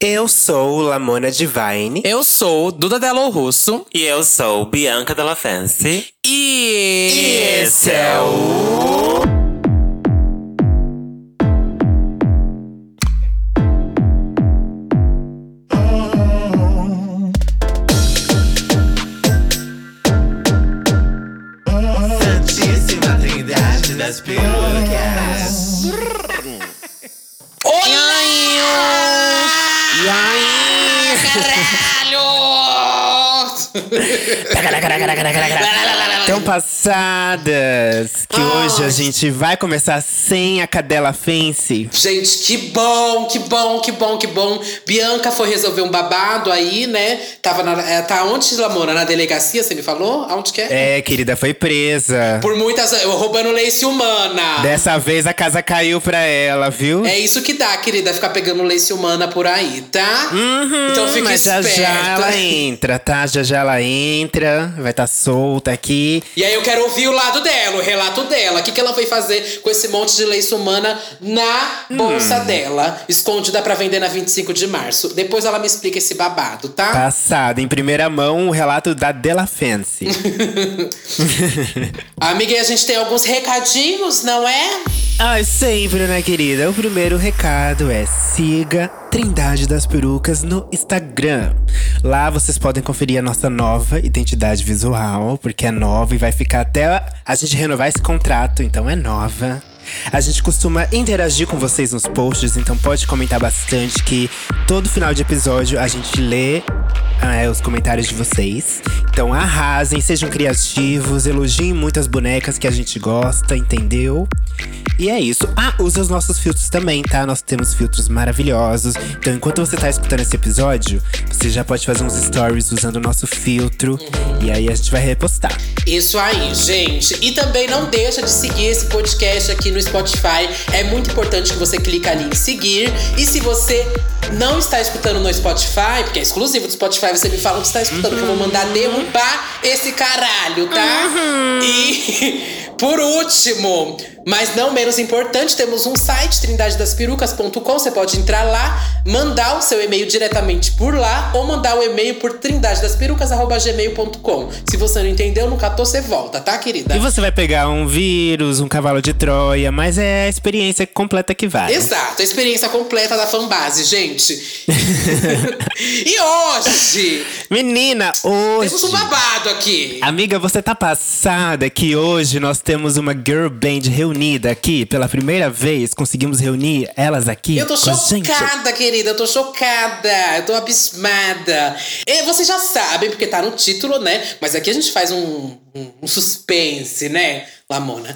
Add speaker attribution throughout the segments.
Speaker 1: Eu sou Lamona Divine.
Speaker 2: Eu sou Duda Delo Russo.
Speaker 3: E eu sou Bianca Della Fancy.
Speaker 2: E,
Speaker 3: esse é o.
Speaker 4: Santíssima Trindade das Perucas.
Speaker 1: Então, passadas, que
Speaker 5: Ah.
Speaker 1: hoje a gente vai começar sem a cadela Fancy.
Speaker 5: Gente, que bom, que bom, que bom, que bom. Bianca foi resolver um babado aí, né? Tava na, eh, tá onde, Lamona? Na delegacia, você me falou? Aonde que é?
Speaker 1: É, querida, foi presa.
Speaker 5: Por muitas. eu roubando lace humana.
Speaker 1: Dessa vez a casa caiu pra ela, viu?
Speaker 5: É isso que dá, querida, ficar pegando lace humana por aí, tá?
Speaker 1: Uhum,
Speaker 5: então fica
Speaker 1: mas já
Speaker 5: esperta.
Speaker 1: já ela entra, tá? Já já ela entra, vai estar tá solta aqui.
Speaker 5: E aí eu quero ouvir o lado dela, o relato dela. O que, que ela foi fazer com esse monte de lace humana na bolsa dela, escondida pra vender na 25 de março. Depois ela me explica esse babado, tá?
Speaker 1: Passado, em primeira mão, o relato da Della Fancy.
Speaker 5: Amiga, e a gente tem alguns recadinhos, não é?
Speaker 1: Ai, sempre, né, querida? O primeiro recado é siga Trindade das Perucas no Instagram. Lá vocês podem conferir a nossa nova identidade visual, porque é nova e vai ficar até a gente renovar esse contrato, então é nova. A gente costuma interagir com vocês nos posts, então pode comentar bastante que todo final de episódio a gente lê ah, é, os comentários de vocês. Então arrasem, sejam criativos, elogiem muitas bonecas que a gente gosta, entendeu? E é isso. Ah, usa os nossos filtros também, tá? Nós temos filtros maravilhosos. Então, enquanto você tá escutando esse episódio, você já pode fazer uns stories usando o nosso filtro. E aí a gente vai repostar.
Speaker 5: Isso aí, gente. E também não deixa de seguir esse podcast aqui no Spotify. É muito importante que você clica ali em seguir. E se você não está escutando no Spotify, porque é exclusivo do Spotify, você me fala que está escutando, que eu vou mandar derrubar esse caralho, tá? E por último, mas não menos importante, temos um site trindadedaspirucas.com. Você pode entrar lá, mandar o seu e-mail diretamente por lá ou mandar o e-mail por trindadedaspirucas@gmail.com. Se você não entendeu, no catou, você volta, tá, querida?
Speaker 1: E você vai pegar um vírus, um cavalo de Troia, mas é a experiência completa que vale.
Speaker 5: Exato, a experiência completa da fanbase, gente. e hoje,
Speaker 1: Menina,
Speaker 5: temos um
Speaker 1: hoje.
Speaker 5: babado aqui.
Speaker 1: Amiga, você tá passada que hoje nós temos uma girl band reunida aqui pela primeira vez. Conseguimos reunir elas aqui.
Speaker 5: Eu tô
Speaker 1: com a gente.
Speaker 5: chocada, querida. Eu tô chocada. Eu tô abismada. E vocês já sabem, porque tá no título, né? Mas aqui a gente faz um, um- um suspense, né, Lamona?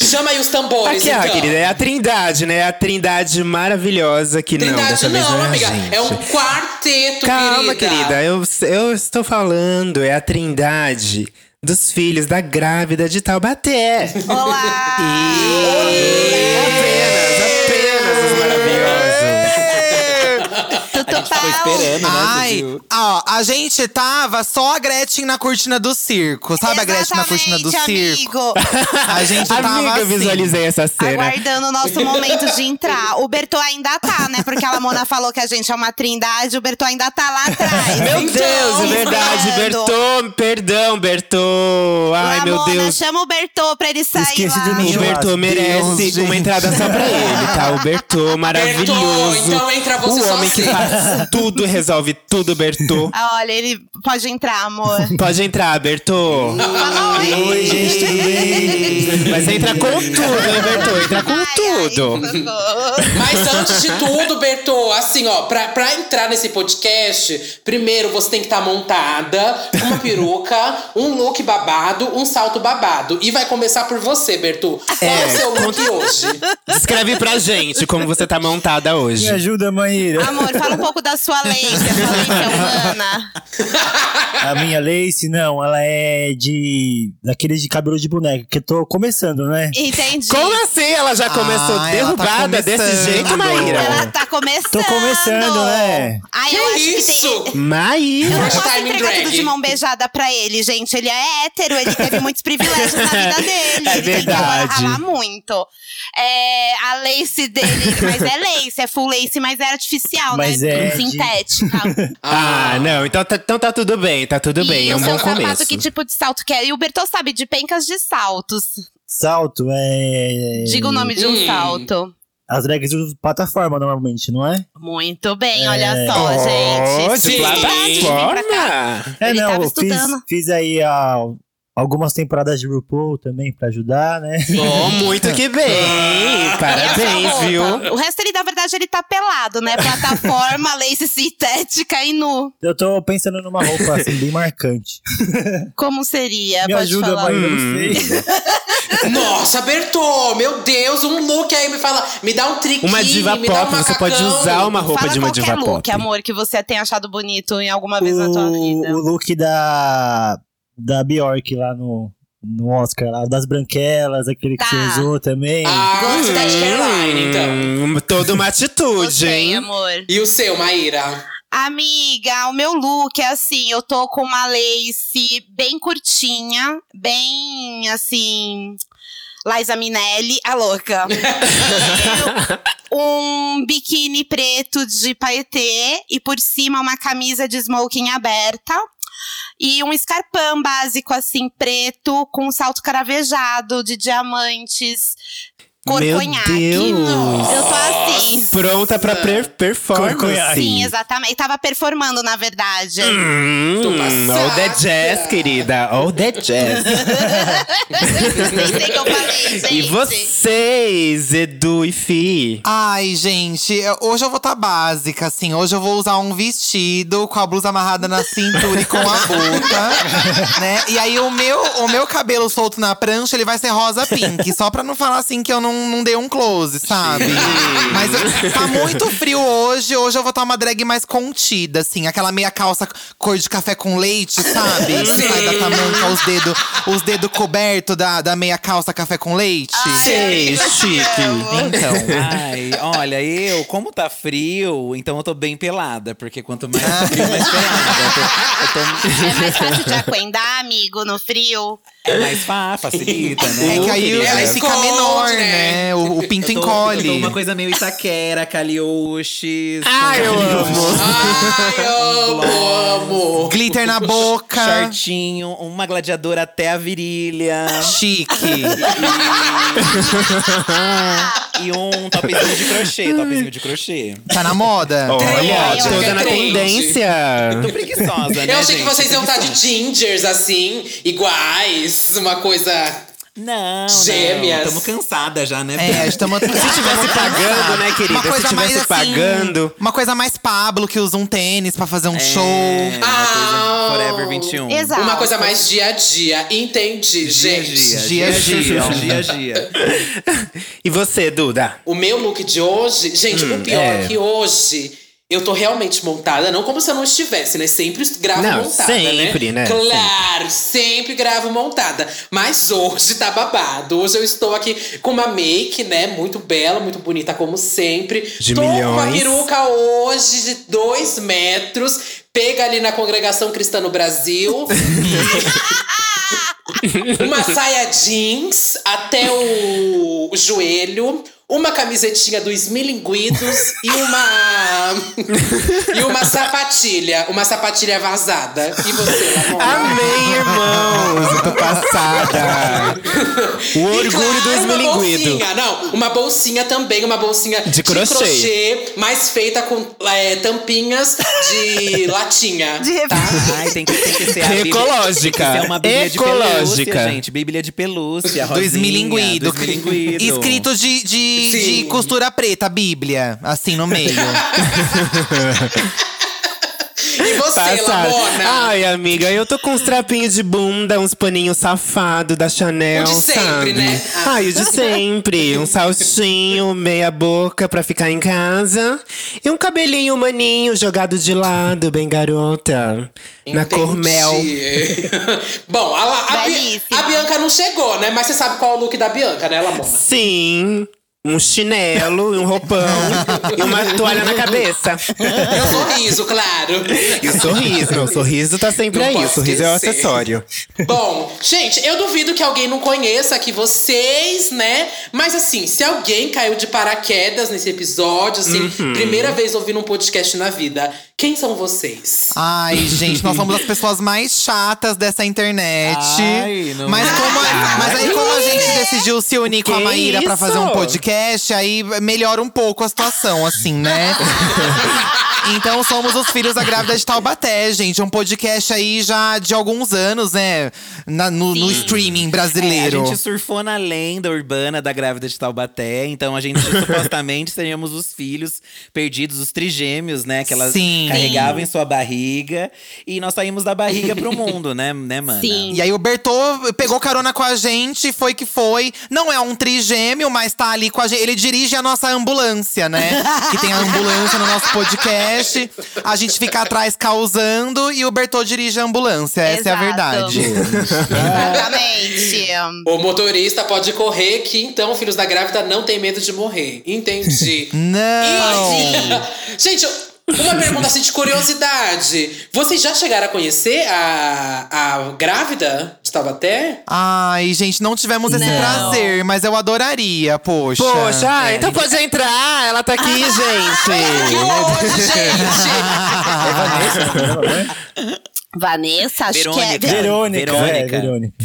Speaker 5: Chama aí os tambores,
Speaker 1: Aqui, ó,
Speaker 5: então.
Speaker 1: querida, é a Trindade, né? É a Trindade maravilhosa que não,
Speaker 5: Trindade
Speaker 1: dessa vez
Speaker 5: não,
Speaker 1: não é a
Speaker 5: amiga.
Speaker 1: gente.
Speaker 5: É um quarteto,
Speaker 1: Calma,
Speaker 5: querida.
Speaker 1: querida, eu, eu estou falando, é a Trindade dos filhos da grávida de Taubaté. Olá! E... Apenas, apenas os maravilhosos.
Speaker 6: Tutu pau.
Speaker 3: Esperando, né?
Speaker 2: Ai,
Speaker 3: Dudu?
Speaker 2: ó, a gente tava só a Gretchen na cortina do circo. Sabe a Gretchen na cortina do
Speaker 6: Exatamente,
Speaker 2: circo?
Speaker 6: amigo.
Speaker 2: A gente tava
Speaker 1: Amiga, eu
Speaker 2: assim.
Speaker 1: visualizei essa cena.
Speaker 6: Aguardando o nosso momento de entrar. O Bertô ainda tá, né? Porque a Lamona falou que a gente é uma trindade, o Bertô ainda tá lá atrás. Então,
Speaker 1: Meu Deus, é verdade,
Speaker 6: esperando.
Speaker 1: Bertô, perdão, Bertô. Ai, meu
Speaker 6: Lamona,
Speaker 1: Deus.
Speaker 6: chama o Bertô pra ele sair
Speaker 7: Esqueci
Speaker 6: lá.
Speaker 7: de mim.
Speaker 1: O Bertô
Speaker 7: Deus,
Speaker 1: merece
Speaker 7: gente.
Speaker 1: uma entrada só pra ele, tá? O Bertô, maravilhoso.
Speaker 5: então entra você
Speaker 1: o homem que
Speaker 5: sozinho.
Speaker 1: faz tudo, resolve tudo, Bertô.
Speaker 6: Ah, Olha, ele pode entrar, amor.
Speaker 1: Pode entrar, Bertô.
Speaker 6: Fala oi.
Speaker 7: Oi, gente, tudo bem?
Speaker 1: Mas entra com tudo, né, Bertô? Entra com
Speaker 6: Ai, ai,
Speaker 1: tudo.
Speaker 6: socorro.
Speaker 5: Mas antes de tudo, Bertô, assim, ó, pra, pra entrar nesse podcast, primeiro você tem que estar montada, com uma peruca, um look babado, um salto babado. E vai começar por você, Bertô. Qual é o
Speaker 1: É,
Speaker 5: seu look hoje?
Speaker 1: Descreve pra gente como você tá montada hoje.
Speaker 7: Me ajuda, Maíra.
Speaker 6: Amor, fala um pouco da sua lei, da sua lei humana.
Speaker 7: A minha lace, não, ela é de. daqueles de cabelo de boneca, que eu tô começando, né?
Speaker 6: Entendi.
Speaker 1: Como assim? Ela já começou
Speaker 2: Ah, ela tá
Speaker 1: derrubada desse
Speaker 2: começando.
Speaker 1: jeito,
Speaker 6: Ela
Speaker 1: Maíra?
Speaker 6: tá começando.
Speaker 7: Tô começando, né?
Speaker 6: Ai,
Speaker 5: Que
Speaker 6: eu acho que tem,
Speaker 5: isso?
Speaker 6: Eu não
Speaker 1: Maíra.
Speaker 6: posso
Speaker 5: Hashtag
Speaker 6: entregar
Speaker 5: drag.
Speaker 6: tudo de mão beijada pra ele, gente. Ele é hétero, ele teve muitos privilégios na vida dele.
Speaker 1: É
Speaker 6: ele tem que
Speaker 1: verdade.
Speaker 6: ralar muito. É, a lace dele, mas é lace, é full lace, mas é artificial,
Speaker 7: Mas
Speaker 6: né?
Speaker 7: é
Speaker 6: Se
Speaker 7: de
Speaker 6: estética.
Speaker 1: Ah, não. Então tá, então tá tudo bem, tá tudo bem.
Speaker 6: e
Speaker 1: É
Speaker 6: o
Speaker 1: um
Speaker 6: seu
Speaker 1: bom
Speaker 6: sapato,
Speaker 1: começo.
Speaker 6: que tipo de salto que é? E o Bertol sabe de pencas de saltos.
Speaker 7: Salto é.
Speaker 6: Diga o nome de um
Speaker 5: Hum.
Speaker 6: salto.
Speaker 7: As drags usam plataforma normalmente, não é?
Speaker 6: Muito bem,
Speaker 1: É.
Speaker 6: olha só, gente.
Speaker 1: Oh,
Speaker 5: Sim.
Speaker 1: de plataforma!
Speaker 7: É,
Speaker 6: Ele
Speaker 7: não.
Speaker 6: tava
Speaker 7: eu fiz,
Speaker 6: estudando.
Speaker 7: fiz aí a- algumas temporadas de RuPaul também pra ajudar, né?
Speaker 1: Oh, muito que bem!
Speaker 6: E a sua
Speaker 1: Parabéns,
Speaker 6: roupa?
Speaker 1: viu?
Speaker 6: O resto, ele, na verdade, ele tá pelado, né? Plataforma, lace sintética e nu.
Speaker 7: Eu tô pensando numa roupa assim, bem marcante.
Speaker 6: Como seria?
Speaker 7: Me
Speaker 6: É, Pode
Speaker 7: ajuda,
Speaker 6: falar.
Speaker 7: mãe, eu
Speaker 2: Hum.
Speaker 7: não sei.
Speaker 1: né?
Speaker 5: Nossa, Bertô, meu Deus, um look aí me fala, me dá um triquinho,
Speaker 1: Uma diva
Speaker 5: me dá um
Speaker 1: pop, você pode
Speaker 5: macacão.
Speaker 1: usar uma roupa
Speaker 6: Fala
Speaker 1: de uma
Speaker 6: qualquer
Speaker 1: diva
Speaker 6: look,
Speaker 1: pop.
Speaker 6: é amor, que você tenha achado bonito em alguma vez na tua
Speaker 7: o,
Speaker 6: vida.
Speaker 7: o look da, da Bjork lá no, no Oscar, lá, das branquelas, aquele que
Speaker 6: Tá.
Speaker 7: você usou também.
Speaker 5: Ah, você tá de Caroline, então.
Speaker 1: Hum, toda uma atitude,
Speaker 6: Gostei,
Speaker 1: hein?
Speaker 6: amor.
Speaker 5: E o seu, Maíra?
Speaker 6: Amiga, o meu look é assim, eu tô com uma lace bem curtinha, bem assim, Liza Minelli, a louca. Eu- um biquíni preto de paetê e por cima uma camisa de smoking aberta. E um escarpão básico, assim, preto, com um salto caravejado de diamantes, cor
Speaker 1: Meu
Speaker 6: conhaque.
Speaker 1: Deus.
Speaker 6: Eu tô assim,
Speaker 1: Pronta pra per-
Speaker 7: Corcoia.
Speaker 1: performance.
Speaker 6: Sim, exatamente. E tava performando, na verdade.
Speaker 1: Hum,
Speaker 5: Tô passada.
Speaker 1: all the jazz, querida. All the jazz.
Speaker 6: Pensei que eu falei, gente.
Speaker 1: e vocês, Edu e Fi?
Speaker 2: Ai, gente, eu- hoje eu vou estar básica, assim. Hoje eu vou usar um vestido com a blusa amarrada na cintura e com a boca, né? E aí o meu, o meu cabelo solto na prancha, ele vai ser rosa pink. Só pra não falar assim que eu não, não dei um close, sabe? Mas eu- tá muito frio hoje. Hoje eu vou estar uma drag mais contida, assim. Aquela meia calça cor de café com leite, sabe? Que Sai da tamanca, os dedos os dedo cobertos da, da meia calça café com leite.
Speaker 1: Sei,
Speaker 6: é
Speaker 1: chique.
Speaker 8: Então, ai, olha, eu, como tá frio, então eu tô bem pelada, porque quanto mais frio, mais pelada. Eu tô- eu
Speaker 6: É mais fácil de aquendar, amigo, no frio.
Speaker 8: tô- é mais fá, facilita, né?
Speaker 2: É que aí
Speaker 8: Querida,
Speaker 2: ela
Speaker 5: Ela
Speaker 2: fica
Speaker 5: esconde,
Speaker 2: menor,
Speaker 5: né?
Speaker 2: né? O, o pinto
Speaker 8: eu tô-
Speaker 2: encolhe.
Speaker 8: Eu tô uma coisa meio Itaquera, Calioches.
Speaker 1: Ai, Ah, eu amo.
Speaker 5: Ai, amo, amo.
Speaker 2: Glitter na
Speaker 1: Ah.
Speaker 2: boca.
Speaker 8: Shortinho, uma gladiadora até a virilha.
Speaker 2: Chique.
Speaker 8: e um topzinho de crochê, topzinho de crochê.
Speaker 2: Tá na moda?
Speaker 1: Olha,
Speaker 5: Trend,
Speaker 1: toda na
Speaker 5: trend.
Speaker 1: tendência.
Speaker 8: Tô preguiçosa, né,
Speaker 5: Eu achei que
Speaker 8: gente?
Speaker 5: vocês iam estar de gingers, assim, iguais, uma coisa…
Speaker 8: Não,
Speaker 5: Gêmeas.
Speaker 8: não. Tamo cansada já, né?
Speaker 2: É, estamos. Se
Speaker 1: tivesse pagando, né, querida? Se tivesse pagando.
Speaker 2: assim, Uma coisa mais Pablo que usa um tênis pra fazer um show.
Speaker 8: É, uma
Speaker 5: Ah.
Speaker 8: coisa Forever 21.
Speaker 6: Exato.
Speaker 5: Uma coisa mais dia a dia, entendi,
Speaker 8: Dia a
Speaker 5: gente.
Speaker 8: dia, dia a
Speaker 2: Dia a
Speaker 8: dia, dia
Speaker 2: dia.
Speaker 8: a dia.
Speaker 1: E você, Duda?
Speaker 5: O meu look de hoje, gente, o pior é.
Speaker 1: é.
Speaker 5: que hoje eu tô realmente montada, não como se eu não estivesse, né? Sempre gravo
Speaker 1: Não,
Speaker 5: montada.
Speaker 1: sempre, né?
Speaker 5: Claro, sempre gravo montada. Mas hoje tá babado. Hoje eu estou aqui com uma make, né? Muito bela, muito bonita, como sempre.
Speaker 1: De
Speaker 5: tô com uma
Speaker 1: milhões.
Speaker 5: peruca hoje de dois metros. Pega ali na congregação cristã no Brasil. uma saia jeans até o, o joelho, uma camisetinha dos milinguidos e uma e uma sapatilha, uma sapatilha vazada. E você, Lamona?
Speaker 1: Amém, irmãos! Eu tô passada! O
Speaker 5: E,
Speaker 1: orgulho
Speaker 5: claro,
Speaker 1: dos
Speaker 5: uma
Speaker 1: milinguidos.
Speaker 5: bolsinha, não, uma bolsinha também, uma bolsinha de,
Speaker 1: crochê.
Speaker 5: mas feita com é, tampinhas de latinha.
Speaker 6: De
Speaker 1: Tá,
Speaker 6: repente.
Speaker 8: Ai, tem que, tem que ser é a Bíblia.
Speaker 1: Ecológica.
Speaker 8: Tem que ser uma Bíblia de
Speaker 1: Ecológica.
Speaker 8: pelúcia, gente. Bíblia de pelúcia,
Speaker 2: Dois
Speaker 8: rosinha,
Speaker 2: milinguido.
Speaker 8: dois milinguido.
Speaker 2: Escrito de, de,
Speaker 5: Sim.
Speaker 2: de costura preta, Bíblia. Assim, no meio.
Speaker 5: E você,
Speaker 1: Passada.
Speaker 5: Lamona?
Speaker 1: Ai, amiga, eu tô com uns trapinhos de bunda, uns paninhos safado da Chanel,
Speaker 5: O de sempre,
Speaker 1: sabe?
Speaker 5: né? Ah.
Speaker 1: Ai, o de sempre. Um saltinho, meia boca pra ficar em casa. E um cabelinho maninho jogado de lado, bem garota. Na cor
Speaker 5: Entendi.
Speaker 1: mel.
Speaker 5: Bom, a, La- a Bi-
Speaker 6: Belíssima.
Speaker 5: a Bianca não chegou, né? Mas você sabe qual é o look da Bianca, né, Lamona?
Speaker 1: Sim. Um chinelo, e um roupão e uma toalha na cabeça.
Speaker 5: É o sorriso, claro.
Speaker 1: E o sorriso. não, O sorriso tá sempre
Speaker 5: Não
Speaker 1: aí. O
Speaker 5: pode
Speaker 1: sorriso é o
Speaker 5: esquecer.
Speaker 1: acessório.
Speaker 5: Bom, gente, eu duvido que alguém não conheça aqui vocês, né? Mas assim, se
Speaker 1: Uhum.
Speaker 5: alguém caiu de paraquedas nesse episódio, assim, primeira vez ouvindo um podcast na vida, Quem são vocês?
Speaker 2: Ai, gente, nós somos as pessoas mais chatas dessa internet.
Speaker 8: Ai, não- é? Ah,
Speaker 2: mas, como a- mas aí, como a gente decidiu se unir com a
Speaker 1: Que
Speaker 2: Maíra pra fazer um
Speaker 1: isso?
Speaker 2: podcast, aí melhora um pouco a situação, assim, né? Então somos os filhos da grávida de Taubaté, gente. Um podcast aí já de alguns anos, né? Na- no, no streaming
Speaker 8: É, a
Speaker 2: brasileiro.
Speaker 8: gente surfou na lenda urbana da grávida de Taubaté, então a gente supostamente teríamos os filhos perdidos, os trigêmeos, né? Que elas
Speaker 2: Sim.
Speaker 8: carregavam em sua barriga. E nós saímos da barriga pro mundo, né, né, mana?
Speaker 6: Ah, Sim.
Speaker 2: E aí o Bertô pegou carona com a gente, foi que foi. Não é um trigêmeo, mas tá ali com a gente. Ele dirige a nossa ambulância, né? que tem a ambulância no nosso podcast. A gente fica atrás causando e o Bertô dirige a ambulância. Essa é a
Speaker 6: Exato.
Speaker 2: verdade.
Speaker 6: Exatamente.
Speaker 5: O motorista pode correr que então filhos da grávida não tem medo de morrer. Entendi.
Speaker 2: Não!
Speaker 5: E- Gente, uma pergunta assim de curiosidade. Vocês já chegaram a conhecer a, a grávida de Taubaté?
Speaker 2: Ai, gente, não tivemos esse
Speaker 6: Não.
Speaker 2: prazer, mas eu adoraria, poxa.
Speaker 1: Poxa, ah, então pode entrar, ela tá aqui,
Speaker 6: é
Speaker 5: Que
Speaker 1: gente.
Speaker 5: horror, gente!
Speaker 6: Vanessa, acho
Speaker 8: Verônica.
Speaker 6: que é.
Speaker 7: Verônica.
Speaker 8: Verônica.
Speaker 7: Verônica. É,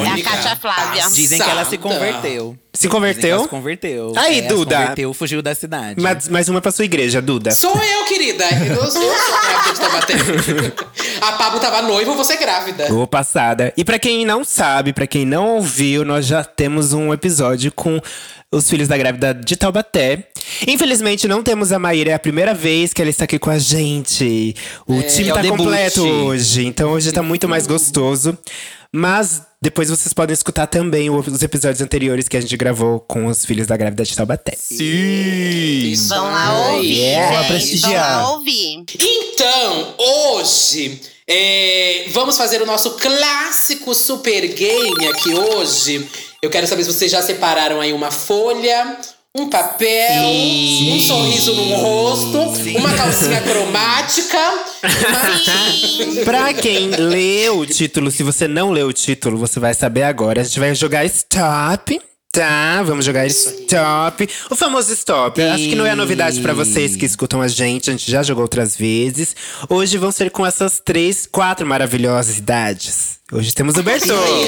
Speaker 6: É
Speaker 1: Verônica.
Speaker 6: a Cátia Flávia.
Speaker 8: Dizem que ela se
Speaker 5: Santa.
Speaker 8: converteu.
Speaker 1: Se
Speaker 8: Dizem que ela se
Speaker 1: converteu?
Speaker 8: converteu.
Speaker 1: Aí,
Speaker 8: É, ela se
Speaker 1: Duda.
Speaker 8: converteu, fugiu da cidade.
Speaker 1: Mais, mais uma pra sua igreja, Duda.
Speaker 5: Sou eu, querida. Eu sou a grávida de Taubaté. A Pablo tava noiva, você é grávida.
Speaker 1: Boa passada. E pra quem não sabe, pra quem não ouviu, nós já temos um episódio com os filhos da grávida de Taubaté. Infelizmente não temos a Maíra, é a primeira vez que ela está aqui com a gente. O time
Speaker 2: é o
Speaker 1: tá
Speaker 2: debut.
Speaker 1: completo hoje, então hoje tá muito mais gostoso. Mas depois vocês podem escutar também o- os episódios anteriores que a gente gravou com os filhos da grávida de Taubaté.
Speaker 2: Sim!
Speaker 6: Vão lá ouvir.
Speaker 5: é.
Speaker 7: Yeah.
Speaker 6: gente.
Speaker 7: Vão prestigiar.
Speaker 6: Vão lá ouvir.
Speaker 5: Então, hoje é, vamos fazer o nosso clássico super game aqui hoje. Eu quero saber se vocês já separaram aí uma folha, um papel, um sorriso no rosto, uma calcinha cromática. uma-
Speaker 1: Pra quem leu o título, se você não leu o título, você vai saber agora. A gente vai jogar stop, tá? Vamos jogar stop. O famoso stop. Eu Acho que não é novidade pra vocês que escutam a gente, a gente já jogou outras vezes. Hoje vão ser com essas três, quatro maravilhosas idades. Hoje temos o Bertô. Não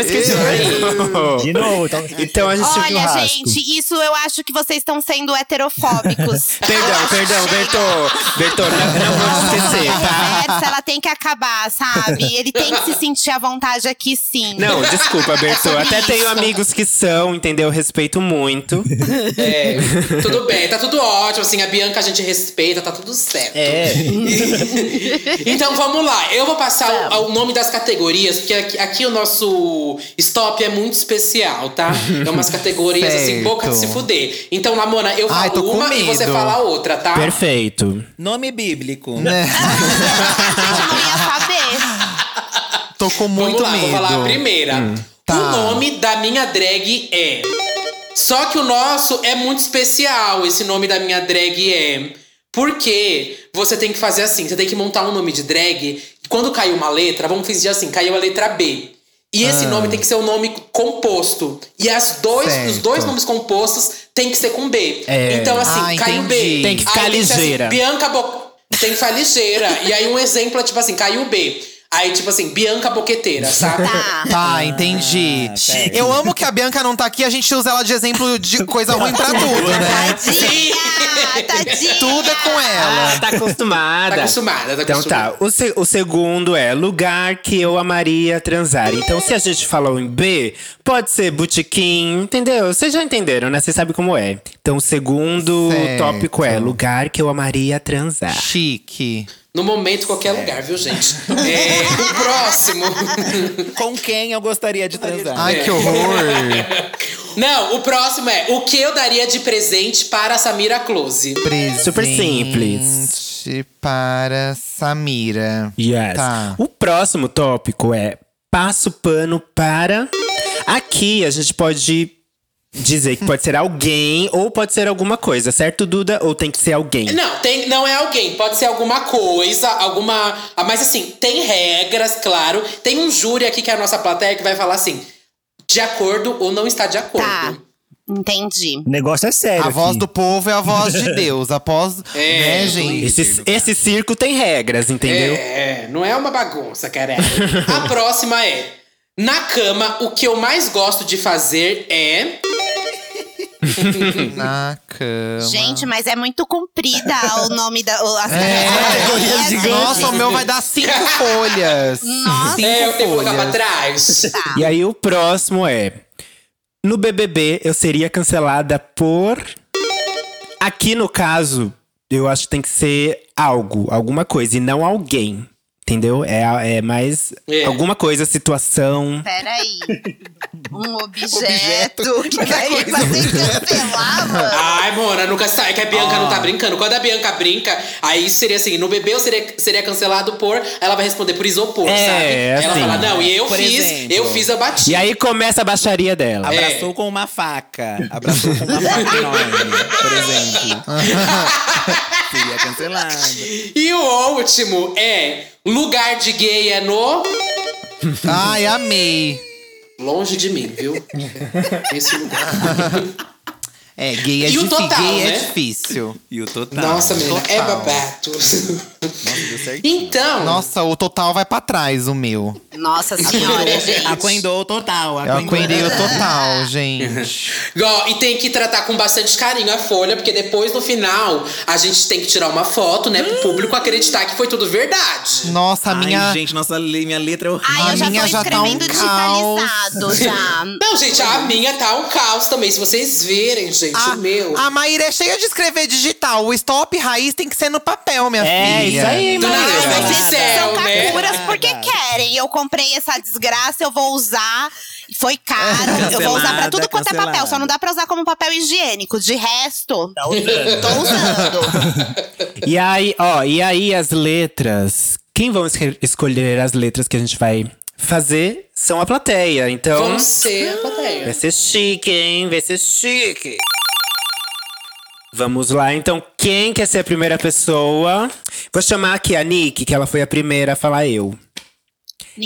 Speaker 1: esqueci o
Speaker 7: De
Speaker 1: Bertô.
Speaker 7: novo. Então,
Speaker 1: Então a gente teve um
Speaker 6: Olha,
Speaker 1: rasgo.
Speaker 6: gente, isso eu acho que vocês estão sendo heterofóbicos.
Speaker 1: Perdão, perdão, Bertô. Bertô, não, não vou te esquecer, tá?
Speaker 6: Essa, ela tem que acabar, sabe? Ele tem que se sentir à vontade aqui, sim.
Speaker 1: Não, desculpa, Bertô.
Speaker 6: sobre
Speaker 1: Até tenho
Speaker 6: isso.
Speaker 1: amigos que são, entendeu? Respeito muito.
Speaker 5: É, tudo bem, tá tudo ótimo. Assim, a Bianca a gente respeita, tá tudo certo.
Speaker 2: É.
Speaker 5: então vamos lá, eu vou passar o-
Speaker 2: Tá.
Speaker 5: o, nome das categorias, porque aqui, aqui o nosso stop é muito especial, tá? É umas categorias assim,
Speaker 2: Certo.
Speaker 5: boca de se fuder. Então, Lamona, eu
Speaker 2: Ai,
Speaker 5: falo
Speaker 2: tô com
Speaker 5: uma e você
Speaker 2: medo.
Speaker 5: fala a outra, tá?
Speaker 1: Ah. Perfeito.
Speaker 8: Nome bíblico.
Speaker 2: Né?
Speaker 6: A gente não ia saber.
Speaker 2: Tô com
Speaker 5: Vamos
Speaker 2: muito
Speaker 5: lá,
Speaker 2: medo.
Speaker 5: vou falar a primeira.
Speaker 2: tá.
Speaker 5: O nome da minha drag é. Só que o nosso é muito especial, esse nome da minha drag é. Porque você tem que fazer assim, você tem que montar um nome de drag. Quando caiu uma letra, vamos fingir assim, caiu a letra B. E esse
Speaker 2: Ah.
Speaker 5: nome tem que ser um nome composto. E as dois, os dois
Speaker 2: Certo.
Speaker 5: nomes compostos tem que ser com B.
Speaker 1: É.
Speaker 5: Então, assim,
Speaker 2: Ah,
Speaker 5: caiu B.
Speaker 2: entendi.
Speaker 1: Tem que ficar
Speaker 5: Aí ser assim,
Speaker 1: ligeira.
Speaker 5: Bianca Bo... Tem que ficar ligeira. e aí um exemplo é tipo assim, caiu B. Aí tipo assim, Bianca Boqueteira, sabe?
Speaker 6: Tá.
Speaker 2: Tá, entendi.
Speaker 8: certo.
Speaker 2: eu amo que a Bianca não tá aqui, a gente usa ela de exemplo de coisa ruim pra tudo, né?
Speaker 5: Sim.
Speaker 6: Tadinha! Tadinha!
Speaker 2: Tudo é com ela.
Speaker 1: Ah, tá acostumada.
Speaker 5: Tá acostumada, tá
Speaker 1: Então
Speaker 5: acostumada.
Speaker 1: tá, o, se- o segundo é lugar que eu amaria transar. Então, se a gente falou em B, pode ser botequim, entendeu? Vocês já entenderam, né? Vocês sabem como é. Então, o segundo
Speaker 2: Certo.
Speaker 1: tópico é lugar que eu amaria transar.
Speaker 2: Chique.
Speaker 5: No momento, qualquer lugar, viu, gente? É, o próximo.
Speaker 8: Com quem eu gostaria de transar?
Speaker 2: Ai, que horror.
Speaker 5: Não, o próximo é o que eu daria de presente para a Samira Close.
Speaker 1: Super simples.
Speaker 2: Presente Para Samira.
Speaker 1: Yes.
Speaker 2: Tá.
Speaker 1: O próximo tópico é passo pano para. Aqui a gente pode dizer que pode ser alguém ou pode ser alguma coisa, certo, Duda? Ou tem que ser alguém?
Speaker 5: Não, tem, não é alguém. Pode ser alguma coisa, alguma. ah, Mas assim, tem regras, claro. Tem um júri aqui que é a nossa plateia que vai falar assim: de acordo ou não está de acordo.
Speaker 6: Tá. Entendi.
Speaker 7: O negócio é sério.
Speaker 2: A voz
Speaker 7: aqui.
Speaker 2: do povo é a voz de Deus. Após.
Speaker 5: É,
Speaker 2: né, gente?
Speaker 1: Esse, esse circo tem regras, entendeu?
Speaker 5: É, não é uma bagunça, caralho. A próxima é: Na cama, o que eu mais gosto de fazer é.
Speaker 2: Na cama.
Speaker 6: Gente, mas é muito comprida o nome da. O, as
Speaker 2: é,
Speaker 6: categorias, gente.
Speaker 2: Nossa, o meu vai dar cinco folhas.
Speaker 6: Nossa.
Speaker 2: Cinco
Speaker 5: é, eu tenho que colocar pra
Speaker 2: folhas.
Speaker 5: trás.
Speaker 6: Tá.
Speaker 1: E aí o próximo é. No BBB eu seria cancelada por. Aqui no caso, eu acho que tem que ser algo, alguma coisa, e não alguém. Entendeu? É, a- é mais
Speaker 5: É.
Speaker 1: alguma coisa, situação.
Speaker 6: Peraí. Um objeto, que daí vai ser cancelado.
Speaker 5: Ai, Mona, nunca sai. É que a Bianca não tá brincando. Quando a Bianca brinca, aí seria assim: no bebê eu seria, seria cancelado por. Ela vai responder por isopor,
Speaker 1: É,
Speaker 5: sabe? Ela
Speaker 1: assim.
Speaker 5: fala: não, e eu
Speaker 8: Por
Speaker 5: fiz,
Speaker 8: exemplo.
Speaker 5: eu fiz a batida.
Speaker 1: E aí começa a baixaria dela.
Speaker 5: É.
Speaker 8: Abraçou com uma faca. Abraçou com uma faca enorme, por exemplo. Seria cancelado.
Speaker 5: E o último é: lugar de gay é no.
Speaker 2: Ai, amei.
Speaker 5: Longe de mim, viu? Esse lugar.
Speaker 2: É, gay é
Speaker 5: E o
Speaker 2: difícil.
Speaker 5: total,
Speaker 2: gay
Speaker 5: né?
Speaker 2: é difícil.
Speaker 8: E o total.
Speaker 5: Nossa, menina, é
Speaker 2: total.
Speaker 5: babado. então,
Speaker 2: Nossa, o total vai pra trás, o meu.
Speaker 6: Nossa senhora, gente.
Speaker 8: Aquendou total.
Speaker 2: Eu
Speaker 8: Aquendou.
Speaker 2: aquendei o total, gente.
Speaker 5: ó, e tem que tratar com bastante carinho a folha, porque depois no final a gente tem que tirar uma foto, né, pro público acreditar que foi tudo verdade.
Speaker 2: Nossa, a
Speaker 8: Ai,
Speaker 2: minha.
Speaker 8: gente, nossa, le- minha letra é horrível.
Speaker 6: Ai,
Speaker 2: A
Speaker 6: eu já tô
Speaker 2: minha já tá
Speaker 6: escrevendo
Speaker 2: um
Speaker 6: digitalizado já.
Speaker 5: Não, gente, a minha tá um caos também. Se vocês verem, gente,
Speaker 2: A,
Speaker 5: o meu.
Speaker 2: a Maíra é cheia de escrever digital. O stop raiz tem que ser no papel, minha
Speaker 1: É,
Speaker 2: filha.
Speaker 1: isso aí,
Speaker 5: Do
Speaker 1: mano.
Speaker 5: nada,
Speaker 6: Ai, mas
Speaker 5: do
Speaker 6: esses
Speaker 5: céu,
Speaker 6: são
Speaker 5: né?
Speaker 6: Kakuras porque
Speaker 8: Nada.
Speaker 6: querem. Eu comprei essa desgraça, eu vou usar. Foi caro. eu vou usar pra tudo quanto é
Speaker 8: Cancelada,
Speaker 6: papel. Só não dá pra usar como papel higiênico. De resto, ah,
Speaker 7: Tá usando.
Speaker 6: tô usando.
Speaker 1: E aí, ó, e aí as letras. Quem vão esque- escolher as letras que a gente vai fazer são a plateia. Então.
Speaker 5: Vamos ser a plateia.
Speaker 1: Vai ser chique, hein? Vai ser chique. Vamos lá, então, quem quer ser a primeira pessoa? Vou chamar aqui a Nick, que ela foi a primeira a falar eu.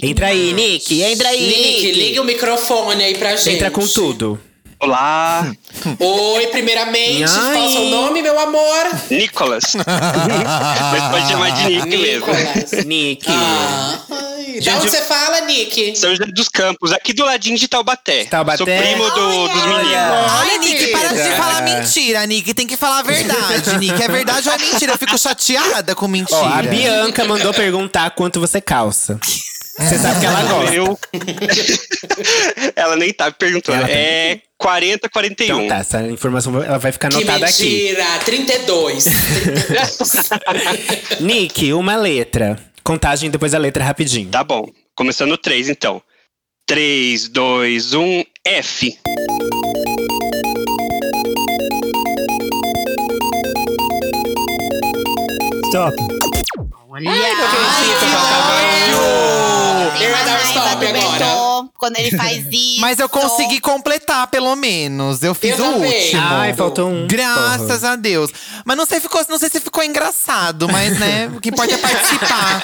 Speaker 1: Entra aí, Nick, entra aí, Nick.
Speaker 5: Nick, liga o microfone aí pra gente.
Speaker 1: Entra com tudo.
Speaker 9: Olá,
Speaker 5: Oi, primeiramente,
Speaker 1: Ai.
Speaker 5: qual o seu nome, meu amor?
Speaker 9: Nicolas. Mas pode chamar de Nick mesmo.
Speaker 5: Nicolas.
Speaker 1: Nick.
Speaker 5: né? Ah. Ai, de
Speaker 9: Gente,
Speaker 5: onde
Speaker 9: eu-
Speaker 5: você fala, Nick?
Speaker 9: São José dos Campos, aqui do ladinho de Taubaté.
Speaker 1: Taubaté.
Speaker 9: Sou primo do- dos meninos.
Speaker 2: Olha, Nick, para de
Speaker 1: querida.
Speaker 2: falar mentira, Nick. Tem que falar a verdade, Nick. É verdade ou é mentira? Eu fico chateada com mentira.
Speaker 1: Ó, a Bianca mandou perguntar quanto você calça.
Speaker 2: É.
Speaker 1: Você sabe que ela gosta.
Speaker 9: Eu... Ela nem tá perguntando.
Speaker 1: Ela tá-
Speaker 9: É 40, 41.
Speaker 1: Então tá, essa informação ela vai ficar
Speaker 5: Que
Speaker 1: anotada aqui.
Speaker 5: mentira! 32.
Speaker 1: Nick, uma letra. Contagem depois da letra rapidinho.
Speaker 9: Tá bom. Começando o 3, então. 3, 2, 1, F.
Speaker 7: Stop.
Speaker 5: Eu ia dar um
Speaker 6: Ai,
Speaker 5: stop
Speaker 6: vai do
Speaker 5: agora.
Speaker 6: Beto, Quando ele faz isso.
Speaker 2: Mas eu consegui completar, pelo menos. Eu fiz
Speaker 5: Eu
Speaker 2: o
Speaker 5: também.
Speaker 2: último.
Speaker 1: Ai, faltou um.
Speaker 2: Graças
Speaker 1: Porra.
Speaker 2: a Deus. Mas não sei, ficou, não sei se ficou engraçado, mas né, o que importa é participar.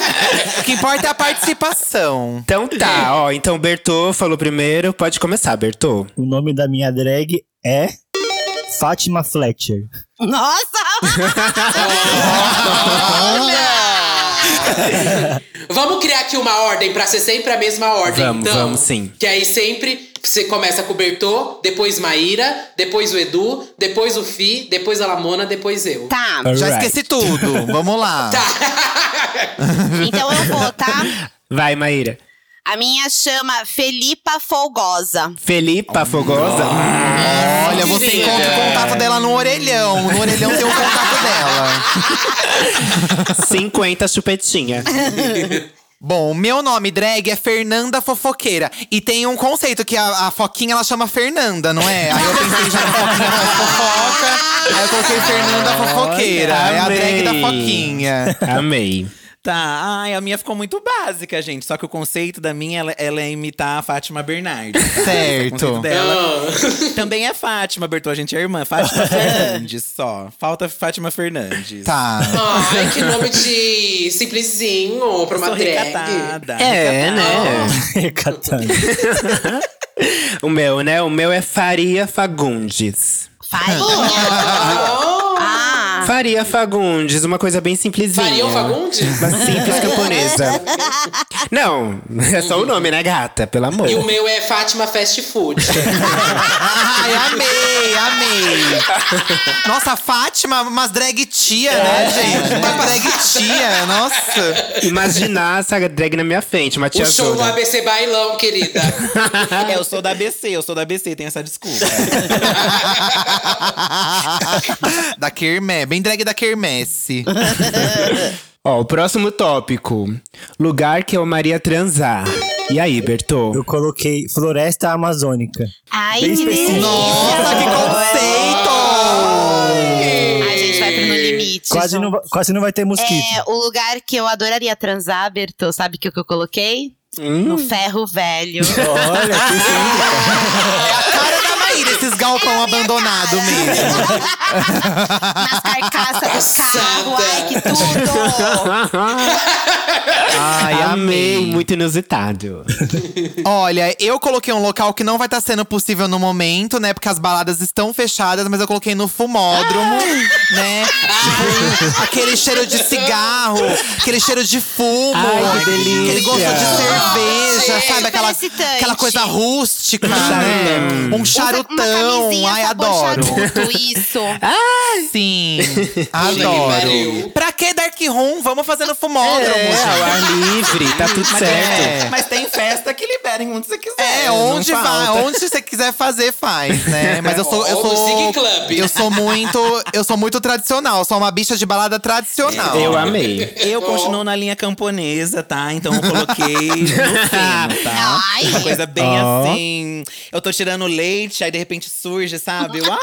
Speaker 2: o que importa é a participação.
Speaker 1: Então tá, ó. Então o Bertô falou primeiro. Pode começar, Bertô.
Speaker 7: O nome da minha drag é Fátima Fletcher.
Speaker 6: Nossa!
Speaker 5: vamos criar aqui uma ordem pra ser sempre a mesma ordem,
Speaker 1: Vamos,
Speaker 5: então.
Speaker 1: vamos sim.
Speaker 5: Que aí sempre você começa com o Bertô, depois Maíra, depois o Edu, depois o Fi, depois a Lamona, depois eu.
Speaker 6: Tá,
Speaker 1: Alright.
Speaker 2: Já esqueci tudo. Vamos
Speaker 5: Tá
Speaker 2: lá.
Speaker 6: então eu vou, tá?
Speaker 1: Vai, Maíra.
Speaker 6: A minha chama Felipa Folgosa.
Speaker 1: Felipa Fogosa.
Speaker 2: Olha, você
Speaker 5: Mentira.
Speaker 2: encontra o
Speaker 1: um
Speaker 2: contato dela no orelhão. No orelhão tem o contato dela.
Speaker 1: 50 chupetinha.
Speaker 2: Bom, meu nome drag é Fernanda Fofoqueira. E tem um conceito que a, a Foquinha ela chama Fernanda, não é? Aí eu pensei já na Foquinha faz fofoca. Aí eu coloquei Fernanda Fofoqueira. é a drag
Speaker 1: amei.
Speaker 2: da Foquinha.
Speaker 1: Amei.
Speaker 8: Tá, ai, a minha ficou muito básica, gente. Só que o conceito da minha, ela, ela é imitar a Fátima Bernardes. tá? O conceito
Speaker 2: Certo.
Speaker 8: dela
Speaker 5: Ah.
Speaker 8: também é Fátima, Bertô, a gente é irmã. Fátima Fernandes, só. Falta Fátima Fernandes.
Speaker 2: Tá.
Speaker 5: Ai, que nome de simplesinho pra uma
Speaker 8: Sou
Speaker 5: drag.
Speaker 8: recatada.
Speaker 1: É, né?
Speaker 7: Recatando.
Speaker 1: O meu, né? O meu é Faria Fagundes.
Speaker 6: Farinha. ah,
Speaker 1: Faria Fagundes, uma coisa bem simplesinha.
Speaker 5: Faria o Fagundes?
Speaker 1: Uma simples camponesa. Não, é só o nome, né, gata? Pelo amor.
Speaker 5: E o meu é Fátima Fast Food.
Speaker 2: Ai, amei, amei. Nossa, a Fátima, umas drag tia, né, gente? Uma drag tia, nossa.
Speaker 1: Imaginar essa drag na minha frente, uma
Speaker 5: o show do
Speaker 1: tiazona.
Speaker 5: ABC Bailão, querida.
Speaker 8: É, eu sou da ABC, eu sou da ABC, tem essa desculpa.
Speaker 2: da Kermé, bem drag da Kermesse.
Speaker 1: Ó, o próximo tópico. Lugar que eu amaria transar. E aí, Bertô?
Speaker 7: Eu coloquei Floresta Amazônica.
Speaker 6: ai,
Speaker 7: Bem
Speaker 6: que
Speaker 7: específico.
Speaker 6: delícia.
Speaker 2: Nossa, que conceito!
Speaker 6: A gente vai pro No Limite.
Speaker 7: Quase
Speaker 6: gente.
Speaker 7: não, va- quase não vai ter mosquito.
Speaker 6: É, o lugar que eu adoraria transar, Bertô, sabe o que, que eu coloquei?
Speaker 2: Hum.
Speaker 6: No ferro velho.
Speaker 7: Olha, que
Speaker 2: É a cara da Maíra, esses galpão abandonado mesmo.
Speaker 6: Nas carcaças do carro,
Speaker 5: Passada.
Speaker 6: ai, que tudo!
Speaker 1: Ai, amei. Muito inusitado.
Speaker 2: Olha, eu coloquei um local que não vai estar sendo possível no momento, né? Porque as baladas estão fechadas, mas eu coloquei no fumódromo,
Speaker 6: Ah!
Speaker 2: né? Tipo, aquele cheiro de cigarro, aquele cheiro de fumo,
Speaker 1: Ai, que delícia.
Speaker 2: aquele gosto de cerveja,
Speaker 6: Ai,
Speaker 2: sabe? Aquela,
Speaker 6: excitante.
Speaker 2: aquela coisa rústica,
Speaker 1: Charutão.
Speaker 2: né? Um charutão.
Speaker 6: camisinha
Speaker 2: Ai,
Speaker 6: sabor
Speaker 2: adoro. Tá.
Speaker 6: charuto, isso.
Speaker 2: Sim,
Speaker 5: que pariu.
Speaker 2: adoro. Pra que Dark Room? Vamos fazer no fumódromo,
Speaker 1: É, ao
Speaker 2: gente.
Speaker 1: ar livre, tá tudo certo.
Speaker 2: É.
Speaker 8: Mas tem festa que liberem onde você quiser.
Speaker 2: É,
Speaker 8: não
Speaker 2: onde
Speaker 8: falta.
Speaker 2: vai, onde você quiser fazer, faz, né? Mas eu sou. Eu
Speaker 5: Ou no Zig
Speaker 2: sou,
Speaker 5: Club.
Speaker 2: eu sou muito. Eu sou muito tradicional. Eu sou uma bicha de balada tradicional.
Speaker 1: Eu amei.
Speaker 8: Eu continuo na linha camponesa, tá? Então eu coloquei no feno, tá?
Speaker 6: Ai.
Speaker 8: Uma coisa bem
Speaker 1: Ó.
Speaker 8: assim. Eu tô tirando leite, aí de repente surge, sabe? Eu, ah,